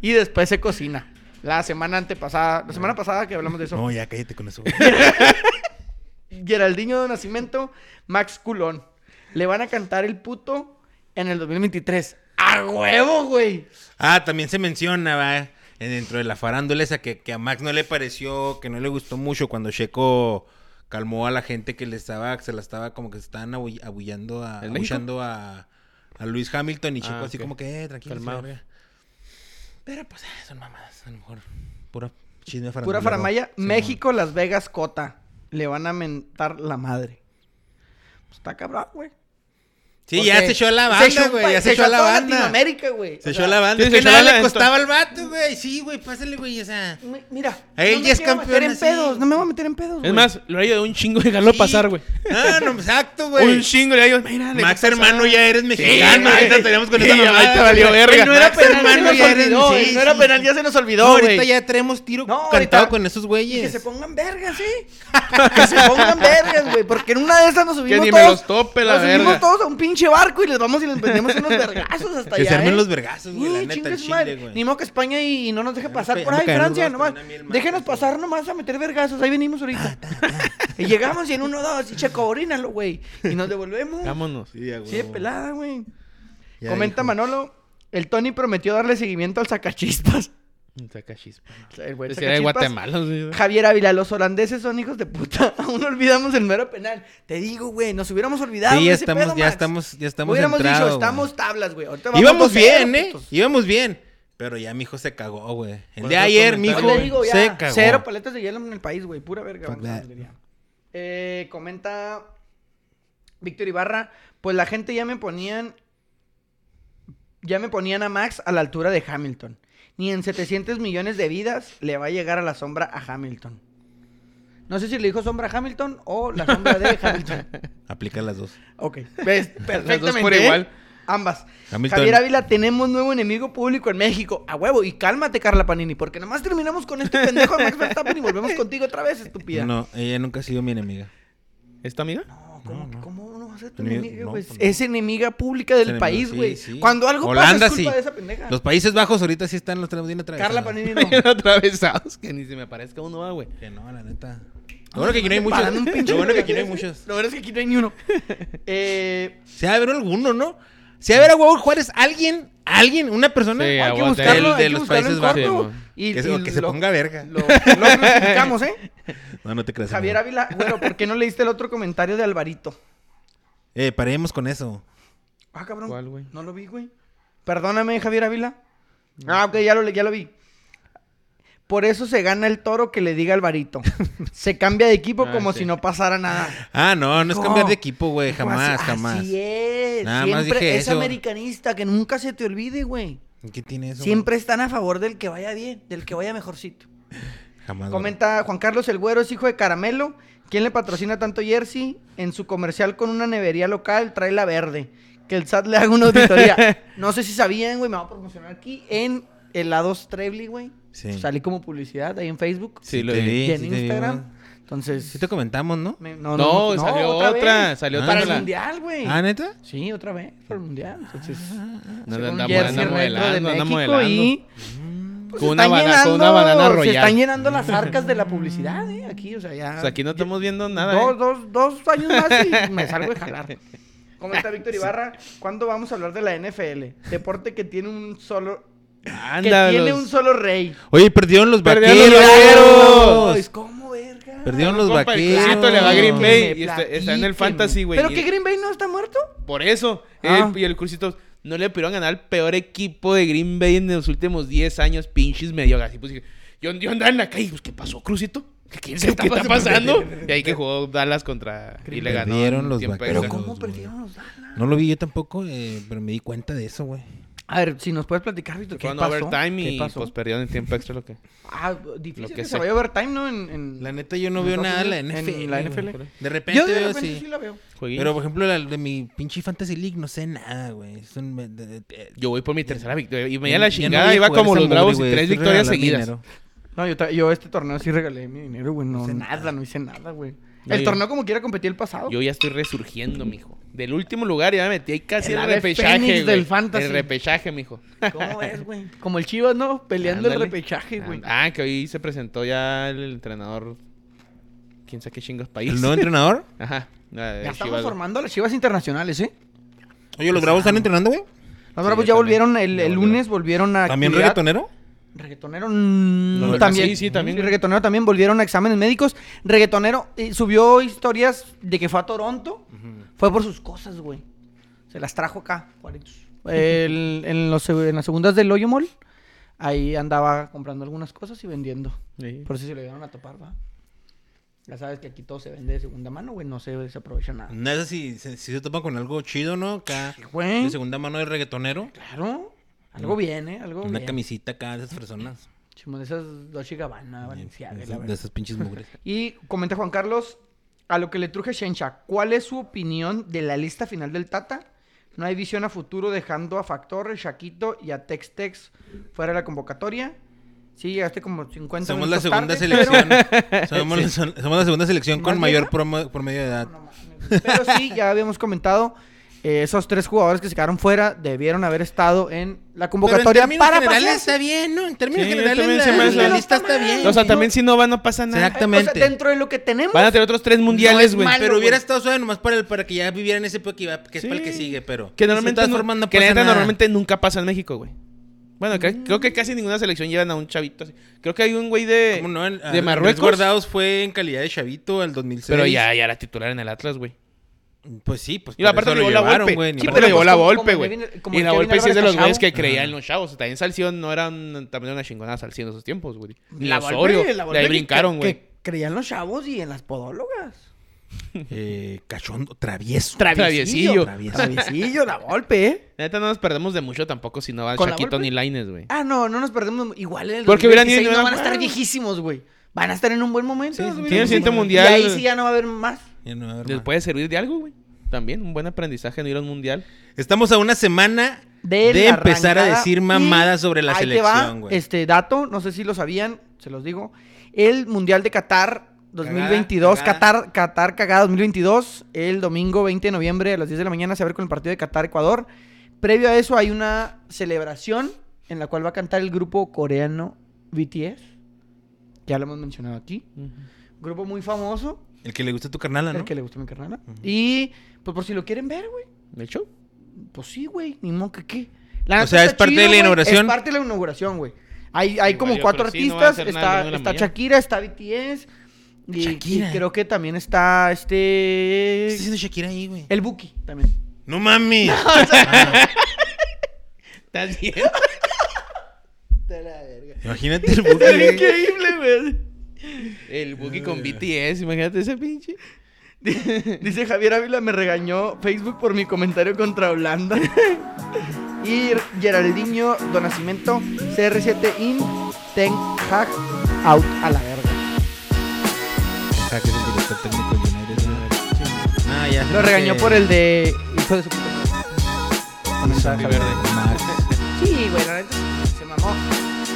[SPEAKER 1] y después se cocina. La semana antepasada, la semana pasada que hablamos de eso.
[SPEAKER 2] No, ya cállate con eso.
[SPEAKER 1] Geraldinho de Nacimiento, Max Culón. Le van a cantar el puto en el 2023. ¡A huevo, güey!
[SPEAKER 2] Ah, también se menciona, va. eh, Dentro de la farándula esa que, que a Max no le pareció, que no le gustó mucho cuando Checo calmó a la gente que le estaba, que se la estaba como que se estaban abu- abullando a,
[SPEAKER 3] ¿En México?
[SPEAKER 2] abuchando a, a Luis Hamilton y Checo
[SPEAKER 3] Ah,
[SPEAKER 2] así
[SPEAKER 3] ok.
[SPEAKER 2] como que, eh, tranquilo.
[SPEAKER 3] Calmado.
[SPEAKER 2] se la verga. Pero pues eh, son mamadas, a lo mejor. Pura chisme
[SPEAKER 1] Pura
[SPEAKER 2] farandulero.
[SPEAKER 1] faramaya.
[SPEAKER 2] Sí,
[SPEAKER 1] México, Las Vegas, Cota. Le van a mentar la madre. Pues está cabrón, güey.
[SPEAKER 2] Sí, ya
[SPEAKER 1] Porque
[SPEAKER 2] se echó a la
[SPEAKER 1] echó
[SPEAKER 2] banda,
[SPEAKER 1] un
[SPEAKER 2] güey.
[SPEAKER 1] país-
[SPEAKER 2] Ya se
[SPEAKER 1] se
[SPEAKER 2] echó a la
[SPEAKER 1] toda
[SPEAKER 2] banda.
[SPEAKER 1] Latinoamérica, güey.
[SPEAKER 2] Se
[SPEAKER 1] O
[SPEAKER 2] echó
[SPEAKER 1] sea,
[SPEAKER 2] a la banda.
[SPEAKER 3] sí,
[SPEAKER 2] Es
[SPEAKER 3] se
[SPEAKER 2] que
[SPEAKER 3] echó a la
[SPEAKER 2] nada le
[SPEAKER 3] banda.
[SPEAKER 2] costaba al vato, güey. Sí, güey, pásale, güey. O sea.
[SPEAKER 1] mi- Mira,
[SPEAKER 2] Él
[SPEAKER 1] no
[SPEAKER 2] ya
[SPEAKER 1] me
[SPEAKER 2] es
[SPEAKER 1] quiero meter
[SPEAKER 2] campeón
[SPEAKER 1] en
[SPEAKER 2] así.
[SPEAKER 1] pedos, no me voy a meter en pedos, güey.
[SPEAKER 3] Es más, lo ha ido un chingo de galo
[SPEAKER 2] sí.
[SPEAKER 3] pasar, güey.
[SPEAKER 2] Ah, no, exacto,
[SPEAKER 3] Un
[SPEAKER 2] güey.
[SPEAKER 3] chingo le digo, mira, le
[SPEAKER 2] Max,
[SPEAKER 3] pasar.
[SPEAKER 2] hermano, ya eres mexicano.
[SPEAKER 3] güey.
[SPEAKER 2] Ahorita tenemos con
[SPEAKER 3] Sí,
[SPEAKER 2] esa
[SPEAKER 3] ya
[SPEAKER 2] mamada.
[SPEAKER 3] te valió
[SPEAKER 2] güey.
[SPEAKER 3] verga.
[SPEAKER 2] Él no era
[SPEAKER 3] Max,
[SPEAKER 2] penal,
[SPEAKER 1] se
[SPEAKER 2] hermano,
[SPEAKER 1] nos
[SPEAKER 2] ya eres-
[SPEAKER 1] olvidó,
[SPEAKER 2] sí,
[SPEAKER 1] él no era
[SPEAKER 2] sí.
[SPEAKER 1] penal, ya se nos
[SPEAKER 2] No,
[SPEAKER 1] olvidó,
[SPEAKER 2] ahorita
[SPEAKER 1] güey.
[SPEAKER 2] ya traemos tiro
[SPEAKER 1] No,
[SPEAKER 2] cantado
[SPEAKER 1] ahorita-
[SPEAKER 2] con esos
[SPEAKER 1] Y Que se
[SPEAKER 2] güeyes.
[SPEAKER 1] pongan vergas, ¿eh? que se pongan vergas, güey. Porque en una de esas nos subimos
[SPEAKER 3] ni me
[SPEAKER 1] todos.
[SPEAKER 3] los tope la
[SPEAKER 1] nos subimos
[SPEAKER 3] verga.
[SPEAKER 1] todos a un pinche barco y les vamos y les vendemos unos vergazos hasta
[SPEAKER 2] <laughs>
[SPEAKER 1] allá.
[SPEAKER 2] Que se armen
[SPEAKER 1] ¿eh?
[SPEAKER 2] los vergazos, güey. La
[SPEAKER 1] Sí,
[SPEAKER 2] neta,
[SPEAKER 1] chingue
[SPEAKER 2] el
[SPEAKER 1] su madre.
[SPEAKER 2] chile, güey.
[SPEAKER 1] Ni modo que España y, y no nos deje pasar
[SPEAKER 2] no
[SPEAKER 1] por
[SPEAKER 2] ca-
[SPEAKER 1] ahí,
[SPEAKER 2] no caemos
[SPEAKER 1] Francia,
[SPEAKER 2] los dos,
[SPEAKER 1] nomás.
[SPEAKER 2] también el mar,
[SPEAKER 1] Déjenos
[SPEAKER 2] por
[SPEAKER 1] pasar nomás a meter vergazos, ahí venimos ahorita. <laughs> y llegamos y en uno, dos, y checo, orínalo, güey. Y nos devolvemos.
[SPEAKER 3] Vámonos.
[SPEAKER 2] Sí, ya, güey.
[SPEAKER 1] Sí, de pelada, güey.
[SPEAKER 2] Ya
[SPEAKER 1] Comenta
[SPEAKER 2] dijo.
[SPEAKER 1] Manolo, el Tony prometió darle seguimiento al sacachispas. <laughs>
[SPEAKER 3] Saca chispa.
[SPEAKER 1] El güey
[SPEAKER 3] Ese era de
[SPEAKER 1] sacachispas.
[SPEAKER 3] Guatemala. sí.
[SPEAKER 1] Javier Ávila, los holandeses son hijos de puta. <laughs> Aún olvidamos el mero penal. Te digo, güey, nos hubiéramos olvidado.
[SPEAKER 2] Sí,
[SPEAKER 1] de
[SPEAKER 2] ya
[SPEAKER 1] ese
[SPEAKER 2] estamos,
[SPEAKER 1] pedo,
[SPEAKER 2] ya
[SPEAKER 1] Max.
[SPEAKER 2] estamos, ya estamos
[SPEAKER 1] Hubiéramos
[SPEAKER 2] entrado,
[SPEAKER 1] dicho,
[SPEAKER 2] güey.
[SPEAKER 1] estamos tablas, güey. Ahorita vamos
[SPEAKER 2] Íbamos
[SPEAKER 1] 2-0,
[SPEAKER 2] bien, ¿eh?
[SPEAKER 1] putos.
[SPEAKER 2] Íbamos bien. Pero ya mi hijo se cagó, güey. El de
[SPEAKER 3] Otro
[SPEAKER 2] ayer, mi hijo
[SPEAKER 3] comentario.
[SPEAKER 1] Yo le digo ya,
[SPEAKER 2] se cagó.
[SPEAKER 1] Cero paletas de hielo en el país, güey. Pura verga.
[SPEAKER 2] Fuck
[SPEAKER 1] vamos a la
[SPEAKER 2] that.
[SPEAKER 1] verga. Eh, comenta Víctor Ibarra. Pues la gente ya me ponían. Ya me ponían a Max a la altura de Hamilton. Ni en 700 millones de vidas le va a llegar a la sombra a Hamilton. No sé si le dijo sombra a Hamilton o la sombra de Hamilton.
[SPEAKER 2] Aplica las dos. <laughs>
[SPEAKER 1] Ok. ¿Ves? Perfectamente.
[SPEAKER 3] por
[SPEAKER 1] ¿eh?
[SPEAKER 3] igual.
[SPEAKER 1] Ambas.
[SPEAKER 2] Hamilton.
[SPEAKER 1] Javier Ávila, tenemos nuevo enemigo público en México. A huevo. Y cálmate, Carla Panini, porque nomás terminamos con este pendejo de Max Verstappen y volvemos contigo otra vez, estúpida.
[SPEAKER 2] No, ella nunca ha sido mi enemiga.
[SPEAKER 3] ¿Es tu amiga? <laughs>
[SPEAKER 1] No, ¿Cómo,
[SPEAKER 2] No, no.
[SPEAKER 1] ¿cómo no va a ser tu
[SPEAKER 2] Enemigo-
[SPEAKER 1] enemiga,
[SPEAKER 2] no,
[SPEAKER 1] güey?
[SPEAKER 2] pues no.
[SPEAKER 1] Es enemiga pública del
[SPEAKER 2] Enemigo,
[SPEAKER 1] país,
[SPEAKER 2] sí,
[SPEAKER 1] güey.
[SPEAKER 2] sí.
[SPEAKER 1] Cuando algo
[SPEAKER 2] Holanda,
[SPEAKER 1] pasa es culpa
[SPEAKER 2] sí.
[SPEAKER 1] de esa pendeja.
[SPEAKER 2] Los Países Bajos ahorita sí están, los tenemos bien atravesados.
[SPEAKER 1] Carla Panini no.
[SPEAKER 3] Bien atravesados, que ni se me aparezca uno, va, güey.
[SPEAKER 2] Que no, la neta. Lo bueno que aquí no hay
[SPEAKER 1] <laughs>
[SPEAKER 2] muchos.
[SPEAKER 1] Parando un pinche
[SPEAKER 2] Lo bueno que aquí no hay
[SPEAKER 1] holandés,
[SPEAKER 2] muchos.
[SPEAKER 1] Lo bueno es que aquí no
[SPEAKER 2] <laughs>
[SPEAKER 1] hay ni uno. Eh,
[SPEAKER 2] Se va a haber alguno, ¿no? Se va a ver a huevo Juárez alguien, alguien, una persona.
[SPEAKER 3] Sí,
[SPEAKER 1] hay que
[SPEAKER 3] aguanta,
[SPEAKER 1] buscarlo,
[SPEAKER 2] el
[SPEAKER 1] hay
[SPEAKER 2] de
[SPEAKER 1] que
[SPEAKER 2] los
[SPEAKER 1] buscarlo en
[SPEAKER 2] Países Bajos,
[SPEAKER 1] corto.
[SPEAKER 3] sí,
[SPEAKER 1] Y,
[SPEAKER 2] que se,
[SPEAKER 1] y
[SPEAKER 2] o que se
[SPEAKER 1] lo-
[SPEAKER 2] ponga verga.
[SPEAKER 1] Lo, lo criticamos, ¿eh?
[SPEAKER 2] No, no te creas.
[SPEAKER 1] Javier
[SPEAKER 2] amigo.
[SPEAKER 1] Ávila, güero, ¿por qué no leíste el otro comentario de Alvarito?
[SPEAKER 2] Eh, paremos con eso.
[SPEAKER 1] Ah, cabrón.
[SPEAKER 3] ¿Cuál, güey?
[SPEAKER 1] No lo vi, güey. Perdóname, Javier Ávila. Ah, ok, ya lo, le- ya lo vi. Por eso se gana el toro que le
[SPEAKER 2] <laughs>
[SPEAKER 1] diga Alvarito. se cambia de equipo
[SPEAKER 3] Ah,
[SPEAKER 1] como
[SPEAKER 3] sí.
[SPEAKER 1] si no pasara nada.
[SPEAKER 2] Ah, no, no es
[SPEAKER 1] No.
[SPEAKER 2] cambiar de equipo, güey.
[SPEAKER 1] Dijo,
[SPEAKER 2] Jamás,
[SPEAKER 1] así-
[SPEAKER 2] jamás.
[SPEAKER 1] Así es.
[SPEAKER 2] Nada más
[SPEAKER 1] Siempre
[SPEAKER 2] dije
[SPEAKER 1] es
[SPEAKER 2] eso.
[SPEAKER 1] americanista, que nunca se te olvide, güey.
[SPEAKER 2] ¿Qué tiene eso? güey?
[SPEAKER 1] Siempre están a favor del que vaya bien, del que vaya mejorcito.
[SPEAKER 2] Jamás. güey.
[SPEAKER 1] Comenta Juan Carlos El Güero, es hijo de Caramelo. ¿Quién le patrocina tanto Jersey? En su comercial con una nevería local trae la verde. Que el SAT le haga una auditoría. No sé si sabían, güey, me va a promocionar aquí en Helados Trebly, güey.
[SPEAKER 2] Sí.
[SPEAKER 1] Salí como publicidad ahí en Facebook
[SPEAKER 3] Sí, lo
[SPEAKER 2] te
[SPEAKER 3] vi.
[SPEAKER 2] vi,
[SPEAKER 1] y en
[SPEAKER 2] sí te vi,
[SPEAKER 1] Instagram.
[SPEAKER 2] güey.
[SPEAKER 1] Entonces,
[SPEAKER 2] Sí te comentamos, ¿no?
[SPEAKER 1] me-
[SPEAKER 3] No, salió otra,
[SPEAKER 1] vez.
[SPEAKER 3] salió
[SPEAKER 2] Ah.
[SPEAKER 3] otra.
[SPEAKER 1] Para el
[SPEAKER 3] la-
[SPEAKER 1] mundial, güey.
[SPEAKER 2] Ah, ¿neta?
[SPEAKER 1] Sí, otra vez, para el mundial. Entonces,
[SPEAKER 3] No,
[SPEAKER 1] con
[SPEAKER 3] no, anda-
[SPEAKER 1] jersey
[SPEAKER 3] anda
[SPEAKER 1] retro
[SPEAKER 3] modelando, anda
[SPEAKER 1] México
[SPEAKER 3] modelando.
[SPEAKER 1] y-
[SPEAKER 3] Con
[SPEAKER 1] pues se
[SPEAKER 3] una
[SPEAKER 1] están
[SPEAKER 3] bana- con una
[SPEAKER 1] llenando-
[SPEAKER 3] banana
[SPEAKER 1] Se
[SPEAKER 3] royal.
[SPEAKER 1] están llenando las arcas de la publicidad, ¿eh? Aquí, o sea, ya.
[SPEAKER 3] O sea, aquí no estamos viendo nada.
[SPEAKER 1] dos,
[SPEAKER 3] ¿eh?
[SPEAKER 1] dos, dos años
[SPEAKER 3] <laughs>
[SPEAKER 1] más y me salgo de jalar. ¿Cómo está Víctor Ibarra? ¿Cuándo vamos a hablar de la NFL? Deporte que tiene un solo. Que
[SPEAKER 3] Anda,
[SPEAKER 1] tiene
[SPEAKER 3] los-
[SPEAKER 1] un solo rey.
[SPEAKER 2] Oye, perdieron los
[SPEAKER 3] Perdieron
[SPEAKER 2] vaqueros.
[SPEAKER 3] los vaqueros.
[SPEAKER 1] Ay, ¿Cómo, verga?
[SPEAKER 2] Perdieron los
[SPEAKER 3] Compa, el
[SPEAKER 2] vaqueros.
[SPEAKER 3] Crucito le va a Green Bay
[SPEAKER 1] Que
[SPEAKER 3] y
[SPEAKER 1] me
[SPEAKER 3] está, está en el
[SPEAKER 1] platiquen,
[SPEAKER 3] Fantasy, güey.
[SPEAKER 1] ¿Pero
[SPEAKER 3] Y-
[SPEAKER 1] que Green Bay no está muerto?
[SPEAKER 3] Por eso.
[SPEAKER 1] Ah.
[SPEAKER 3] El- y el Crucito no le pudieron ganar al peor equipo de Green Bay en los últimos 10 años, pinches medio así. Pues, yo, yo andaba en la calle y pues, ¿qué pasó, Crucito? ¿Qué, quién sabe qué está pasando? y ahí que jugó Dallas contra...
[SPEAKER 2] Green
[SPEAKER 3] y le
[SPEAKER 2] Bay.
[SPEAKER 3] ganó.
[SPEAKER 2] Perdieron
[SPEAKER 3] en
[SPEAKER 2] los
[SPEAKER 3] tiempo
[SPEAKER 2] vaqueros.
[SPEAKER 3] extra.
[SPEAKER 2] Pero
[SPEAKER 1] ¿Cómo
[SPEAKER 2] güey.
[SPEAKER 1] perdieron los Dallas?
[SPEAKER 2] No lo vi yo tampoco, eh, pero me di cuenta de eso, güey.
[SPEAKER 1] A ver, si nos puedes platicar, Víctor, ¿qué
[SPEAKER 3] Fueron
[SPEAKER 1] pasó?
[SPEAKER 3] overtime
[SPEAKER 1] ¿Qué
[SPEAKER 3] y
[SPEAKER 1] pasó?
[SPEAKER 3] pues perdieron en tiempo extra lo que...
[SPEAKER 1] Ah, difícil
[SPEAKER 3] Lo que
[SPEAKER 1] que, se
[SPEAKER 3] sea.
[SPEAKER 1] vaya overtime, ¿no? En, en-
[SPEAKER 2] La neta, yo no veo nada de la
[SPEAKER 1] En
[SPEAKER 2] NFL.
[SPEAKER 1] la
[SPEAKER 2] güey.
[SPEAKER 1] NFL.
[SPEAKER 2] De repente,
[SPEAKER 1] Yo de
[SPEAKER 2] veo,
[SPEAKER 1] repente sí.
[SPEAKER 2] sí.
[SPEAKER 1] la veo.
[SPEAKER 3] Jueguín.
[SPEAKER 2] Pero, pues, por ejemplo, la- de mi pinche Fantasy League no sé nada, güey. Es un- me- de- de- de-
[SPEAKER 3] Yo voy por mi tercera victoria. Y me di
[SPEAKER 2] ya-
[SPEAKER 3] a la
[SPEAKER 2] ya no
[SPEAKER 3] chingada.
[SPEAKER 2] voy a
[SPEAKER 3] iba
[SPEAKER 2] jugar
[SPEAKER 3] como
[SPEAKER 2] esa
[SPEAKER 3] los
[SPEAKER 2] madre,
[SPEAKER 3] bravos
[SPEAKER 2] güey.
[SPEAKER 3] y tres
[SPEAKER 2] Estoy
[SPEAKER 3] victorias
[SPEAKER 2] regalando
[SPEAKER 3] seguidas.
[SPEAKER 2] dinero.
[SPEAKER 1] No, yo, ta- yo este torneo sí regalé mi dinero, güey. No,
[SPEAKER 2] hice
[SPEAKER 1] nada,
[SPEAKER 2] nada.
[SPEAKER 1] no hice nada, güey.
[SPEAKER 3] Yo
[SPEAKER 1] el
[SPEAKER 3] ya-
[SPEAKER 1] torneo como quiera competí el pasado.
[SPEAKER 3] Yo ya estoy resurgiendo, mijo. Del último lugar ya me metí ahí casi
[SPEAKER 1] El
[SPEAKER 3] el,
[SPEAKER 1] ave
[SPEAKER 3] repechaje. güey.
[SPEAKER 1] fénix del fantasy.
[SPEAKER 3] El repechaje, mijo.
[SPEAKER 1] <laughs> ¿Cómo ves, güey? Como el Chivas, ¿no? Peleando
[SPEAKER 3] Ándale.
[SPEAKER 1] el repechaje, güey.
[SPEAKER 3] Ah, que hoy se presentó ya el entrenador. Quién sabe qué chingos país.
[SPEAKER 2] ¿El nuevo entrenador?
[SPEAKER 3] Ajá. la de
[SPEAKER 1] ya estamos
[SPEAKER 3] Chivas.
[SPEAKER 1] formando a las Chivas internacionales, ¿eh?
[SPEAKER 2] Oye, ¿los bravos están entrenando, güey?
[SPEAKER 1] Los
[SPEAKER 3] Sí,
[SPEAKER 1] Bravos
[SPEAKER 3] ya
[SPEAKER 1] ya
[SPEAKER 3] también.
[SPEAKER 1] volvieron el,
[SPEAKER 3] Ya
[SPEAKER 1] el
[SPEAKER 3] volvieron.
[SPEAKER 1] lunes, volvieron a
[SPEAKER 2] ¿También
[SPEAKER 1] actividad.
[SPEAKER 2] reggaetonero?
[SPEAKER 1] Reggaetonero mm,
[SPEAKER 3] No,
[SPEAKER 1] también.
[SPEAKER 3] sí, sí, también.
[SPEAKER 1] Sí, reggaetonero también volvieron a exámenes médicos. Reggaetonero eh, subió historias de que fue a Toronto. Fue por sus cosas, güey. Se las trajo acá, Juanitos. El- en, los, en las segundas del Hoyo Mall, ahí andaba comprando algunas cosas y vendiendo.
[SPEAKER 3] Sí.
[SPEAKER 1] Por eso se lo llegaron a topar, ¿va? Ya sabes que aquí todo se vende de segunda mano, güey. No se desaprovecha nada.
[SPEAKER 2] No sé si, si si se topa con algo chido, ¿no? Acá,
[SPEAKER 1] Sí, güey.
[SPEAKER 2] de segunda mano de reggaetonero.
[SPEAKER 1] Claro. Algo bien, ¿eh? Algo
[SPEAKER 2] Una
[SPEAKER 1] bien.
[SPEAKER 2] camisita acá de esas personas.
[SPEAKER 1] Simón, de esas Dolce Gabbana, Balenciaga,
[SPEAKER 2] de,
[SPEAKER 1] la
[SPEAKER 2] esas, de
[SPEAKER 1] verdad.
[SPEAKER 2] esas pinches
[SPEAKER 3] <laughs>
[SPEAKER 2] mugres.
[SPEAKER 1] Y comenta Juan Carlos, a lo que le truje Shencha, ¿cuál es su opinión de la lista final del Tata? No hay visión a futuro dejando a Factor, Shaquito y a Tex Tex fuera de la convocatoria. Sí, llegaste como 50
[SPEAKER 2] Somos la
[SPEAKER 1] minutos
[SPEAKER 2] segunda
[SPEAKER 1] tarde,
[SPEAKER 2] selección. <laughs> Somos, la- somos la segunda selección con
[SPEAKER 1] ¿Más
[SPEAKER 2] mayor
[SPEAKER 1] vieja?
[SPEAKER 2] promo- promedio de edad.
[SPEAKER 1] Pero, pero sí, ya habíamos comentado, eh, esos tres jugadores que se quedaron fuera debieron haber estado en la convocatoria
[SPEAKER 2] Pero en términos
[SPEAKER 1] para
[SPEAKER 2] generales eh,
[SPEAKER 1] pasearse.
[SPEAKER 2] está bien, ¿no? En términos
[SPEAKER 3] Sí, yo también
[SPEAKER 2] generales
[SPEAKER 3] se me
[SPEAKER 2] la,
[SPEAKER 3] hace-
[SPEAKER 2] la lista está bien.
[SPEAKER 3] O sea,
[SPEAKER 1] no.
[SPEAKER 3] también si no va, no pasa nada.
[SPEAKER 2] Será-
[SPEAKER 1] Eh, o sea,
[SPEAKER 2] Exactamente.
[SPEAKER 1] dentro de lo que tenemos.
[SPEAKER 3] Van a tener otros tres mundiales,
[SPEAKER 1] es
[SPEAKER 3] güey.
[SPEAKER 1] malo,
[SPEAKER 2] Pero hubiera
[SPEAKER 1] güey.
[SPEAKER 2] estado suave nomás para, el, para que ya vivieran ese pedo que, iba- que es para el que
[SPEAKER 3] Sí.
[SPEAKER 2] sigue, pero...
[SPEAKER 3] Que normalmente,
[SPEAKER 2] De todas
[SPEAKER 3] nu-
[SPEAKER 2] formas no
[SPEAKER 3] que la
[SPEAKER 2] pasa
[SPEAKER 3] neta
[SPEAKER 2] nada.
[SPEAKER 3] normalmente nunca pasa en México, güey. Bueno, cre- creo
[SPEAKER 1] Mm.
[SPEAKER 3] que casi ninguna selección llevan a un chavito así. Creo que hay un güey de,
[SPEAKER 2] ¿Cómo no? El- ah,
[SPEAKER 3] de
[SPEAKER 2] Andrés
[SPEAKER 3] Marruecos.
[SPEAKER 2] Guardados fue en calidad de chavito al 2006.
[SPEAKER 3] Pero ya, ya era titular en el Atlas, güey.
[SPEAKER 2] Pues sí, pues
[SPEAKER 3] Y la
[SPEAKER 2] por
[SPEAKER 3] parte
[SPEAKER 2] eso
[SPEAKER 3] lo llevó la
[SPEAKER 2] llevaron,
[SPEAKER 3] Volpe.
[SPEAKER 2] güey, ni
[SPEAKER 3] sí,
[SPEAKER 2] modo.
[SPEAKER 3] pero lo llevó
[SPEAKER 1] pues,
[SPEAKER 3] la
[SPEAKER 1] como-
[SPEAKER 3] Volpe,
[SPEAKER 1] como
[SPEAKER 3] güey.
[SPEAKER 1] Kevin- como
[SPEAKER 3] Y la
[SPEAKER 1] Kevin
[SPEAKER 3] Volpe sí es de
[SPEAKER 1] Álvarez
[SPEAKER 3] los
[SPEAKER 1] Cachao.
[SPEAKER 3] güeyes que creía en los chavos. También Salción no era un- también una chingonada Salción en esos tiempos, güey. Ni
[SPEAKER 1] La Volpe,
[SPEAKER 3] Osorio.
[SPEAKER 1] la
[SPEAKER 3] de
[SPEAKER 1] Volpe
[SPEAKER 3] ahí
[SPEAKER 1] que-
[SPEAKER 3] brincaron,
[SPEAKER 1] que-
[SPEAKER 3] güey.
[SPEAKER 1] que Creían los chavos y en las podólogas.
[SPEAKER 2] Eh, cachondo, travieso.
[SPEAKER 3] Traviesillo.
[SPEAKER 1] <laughs>
[SPEAKER 2] Travieso.
[SPEAKER 3] <laughs>
[SPEAKER 1] Traviesillo, la golpe, ¿eh?
[SPEAKER 3] La neta no nos perdemos de mucho tampoco si no van
[SPEAKER 1] ¿Con la
[SPEAKER 3] Chaquito
[SPEAKER 1] Volpe?
[SPEAKER 3] ni Laines, güey.
[SPEAKER 1] Ah, no, no nos perdemos. Igual en el
[SPEAKER 3] Porque hubieran ido
[SPEAKER 1] 2026
[SPEAKER 3] y no
[SPEAKER 1] no
[SPEAKER 3] hubieran
[SPEAKER 1] van a estar
[SPEAKER 3] jugado.
[SPEAKER 1] viejísimos, güey. Van a estar en un buen momento.
[SPEAKER 2] Sí, sí,
[SPEAKER 1] güey.
[SPEAKER 2] sí, el
[SPEAKER 3] siguiente
[SPEAKER 1] Y
[SPEAKER 3] mundial.
[SPEAKER 1] ahí sí ya no va a haber más.
[SPEAKER 2] Ya no va a haber
[SPEAKER 3] Les
[SPEAKER 2] más.
[SPEAKER 3] puede servir de algo, güey. También un buen aprendizaje no ir a un mundial.
[SPEAKER 2] Estamos a una semana de,
[SPEAKER 1] De, la
[SPEAKER 2] empezar a
[SPEAKER 1] arrancada.
[SPEAKER 2] decir
[SPEAKER 1] Y
[SPEAKER 2] mamadas sobre la
[SPEAKER 1] ahí te va,
[SPEAKER 2] selección, güey.
[SPEAKER 1] Este dato, no sé si lo sabían, se los digo. El Mundial de Qatar 2022,
[SPEAKER 2] Cagada,
[SPEAKER 1] Qatar, Qatar cagada 2022, el domingo 20 de noviembre a las 10 de la mañana se abre con el partido de Qatar-Ecuador. Previo a eso hay una celebración en la cual va a cantar el grupo coreano BTS. Ya lo hemos mencionado aquí. Grupo muy famoso,
[SPEAKER 2] El que le gusta a tu carnala,
[SPEAKER 1] el
[SPEAKER 2] ¿no?
[SPEAKER 1] que le gusta a mi carnala. Y pues por si lo quieren ver, güey.
[SPEAKER 3] ¿De hecho?
[SPEAKER 1] Pues sí, güey, ni modo que qué. La
[SPEAKER 2] O
[SPEAKER 1] neta
[SPEAKER 2] sea,
[SPEAKER 1] está
[SPEAKER 2] es parte de la
[SPEAKER 1] güey,
[SPEAKER 2] inauguración.
[SPEAKER 1] Es parte de la inauguración, güey. Hay, hay
[SPEAKER 3] Igual
[SPEAKER 1] como
[SPEAKER 3] yo,
[SPEAKER 1] cuatro
[SPEAKER 3] pero sí, no va a
[SPEAKER 1] artistas.
[SPEAKER 3] hacer nada a
[SPEAKER 1] está
[SPEAKER 3] la una de la
[SPEAKER 1] está
[SPEAKER 3] mañana.
[SPEAKER 1] Shakira, está BTS. Y,
[SPEAKER 2] Shakira.
[SPEAKER 1] y creo que también está
[SPEAKER 2] ¿Qué
[SPEAKER 1] este.
[SPEAKER 2] está haciendo Shakira ahí, güey?
[SPEAKER 1] El Buki también.
[SPEAKER 2] No
[SPEAKER 1] <laughs>
[SPEAKER 2] mami.
[SPEAKER 3] ¿Estás bien?
[SPEAKER 2] Imagínate el buque. güey.
[SPEAKER 1] Increíble,
[SPEAKER 3] <laughs>
[SPEAKER 1] güey.
[SPEAKER 3] El Buki con BTS, imagínate ese pinche.
[SPEAKER 1] <laughs> Dice Javier Ávila, me regañó Facebook por mi comentario contra Holanda. <laughs> y Geraldinho, Donacimento, CR7 in, Ten Hag, out a la verga.
[SPEAKER 2] Ah, que es el director técnico de United, ¿no? Ah, ya.
[SPEAKER 1] Lo regañó por el de hijo de su puta
[SPEAKER 2] Mensaje
[SPEAKER 1] madre.
[SPEAKER 2] verde. <laughs>
[SPEAKER 1] Sí, güey, la neta se mamó.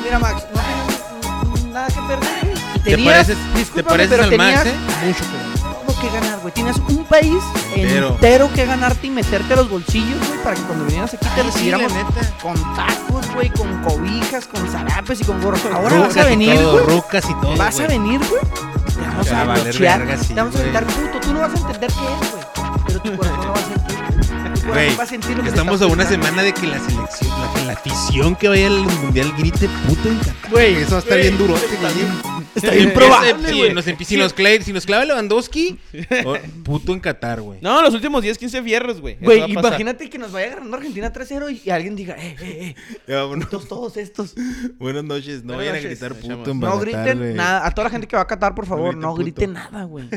[SPEAKER 1] Mira, Max, no tienes nada que perder. güey. Y
[SPEAKER 2] ¿Te
[SPEAKER 1] tenías-
[SPEAKER 2] pareces, ¿te
[SPEAKER 1] discúlpame,
[SPEAKER 2] pareces
[SPEAKER 1] pero
[SPEAKER 2] al
[SPEAKER 1] tenías
[SPEAKER 2] Max, eh? Mucho, pero.
[SPEAKER 1] todo que ganar, güey. Tienes un país
[SPEAKER 2] Entero.
[SPEAKER 1] entero. que ganarte y meterte a los bolsillos, güey, para que cuando vinieras aquí te recibiéramos
[SPEAKER 2] neta.
[SPEAKER 1] con tacos, güey, con cobijas, con zarapes y con gorros. Ahora
[SPEAKER 2] Rucas
[SPEAKER 1] vas a
[SPEAKER 2] y
[SPEAKER 1] venir,
[SPEAKER 2] todo,
[SPEAKER 1] güey.
[SPEAKER 2] Rucas y todo.
[SPEAKER 1] Vas a
[SPEAKER 2] Eh, güey.
[SPEAKER 1] venir, güey. Te vamos
[SPEAKER 2] Te va
[SPEAKER 1] a
[SPEAKER 2] a valer
[SPEAKER 1] bloquear.
[SPEAKER 2] verga, sí,
[SPEAKER 1] Te vamos a
[SPEAKER 2] güey.
[SPEAKER 1] gritar puto. Tú no vas a entender qué es, güey. Pero tu corazón lo va a sentir. Tu
[SPEAKER 2] Güey,
[SPEAKER 1] corazón va a sentir lo que te
[SPEAKER 2] estamos a
[SPEAKER 1] está
[SPEAKER 2] una
[SPEAKER 1] pasando.
[SPEAKER 2] semana de que la selección, la, que la afición que vaya al mundial grite puto en Qatar.
[SPEAKER 1] Güey,
[SPEAKER 2] eso va a estar
[SPEAKER 1] güey,
[SPEAKER 2] bien duro. Está
[SPEAKER 1] bien probable,
[SPEAKER 2] Si
[SPEAKER 1] güey.
[SPEAKER 2] nos, empi- si nos clava, si nos clava Lewandowski, oh, puto en Qatar, güey.
[SPEAKER 3] No, los últimos 10, 15 fierros, güey. Eso va a
[SPEAKER 1] Güey,
[SPEAKER 3] pasar.
[SPEAKER 1] imagínate que nos vaya ganando Argentina 3-0 y, y alguien diga, eh, eh, eh,
[SPEAKER 2] Ya, bueno,
[SPEAKER 1] todos, todos estos.
[SPEAKER 2] buenas noches. No
[SPEAKER 1] Buenas
[SPEAKER 2] vayan a
[SPEAKER 1] noches.
[SPEAKER 2] gritar
[SPEAKER 3] Nos
[SPEAKER 2] puto
[SPEAKER 3] echamos.
[SPEAKER 2] en
[SPEAKER 1] No
[SPEAKER 2] Balatar,
[SPEAKER 1] griten
[SPEAKER 2] güey.
[SPEAKER 1] nada. A toda la gente que va a Qatar, por favor,
[SPEAKER 2] griten
[SPEAKER 1] no
[SPEAKER 2] puto.
[SPEAKER 1] griten nada, güey.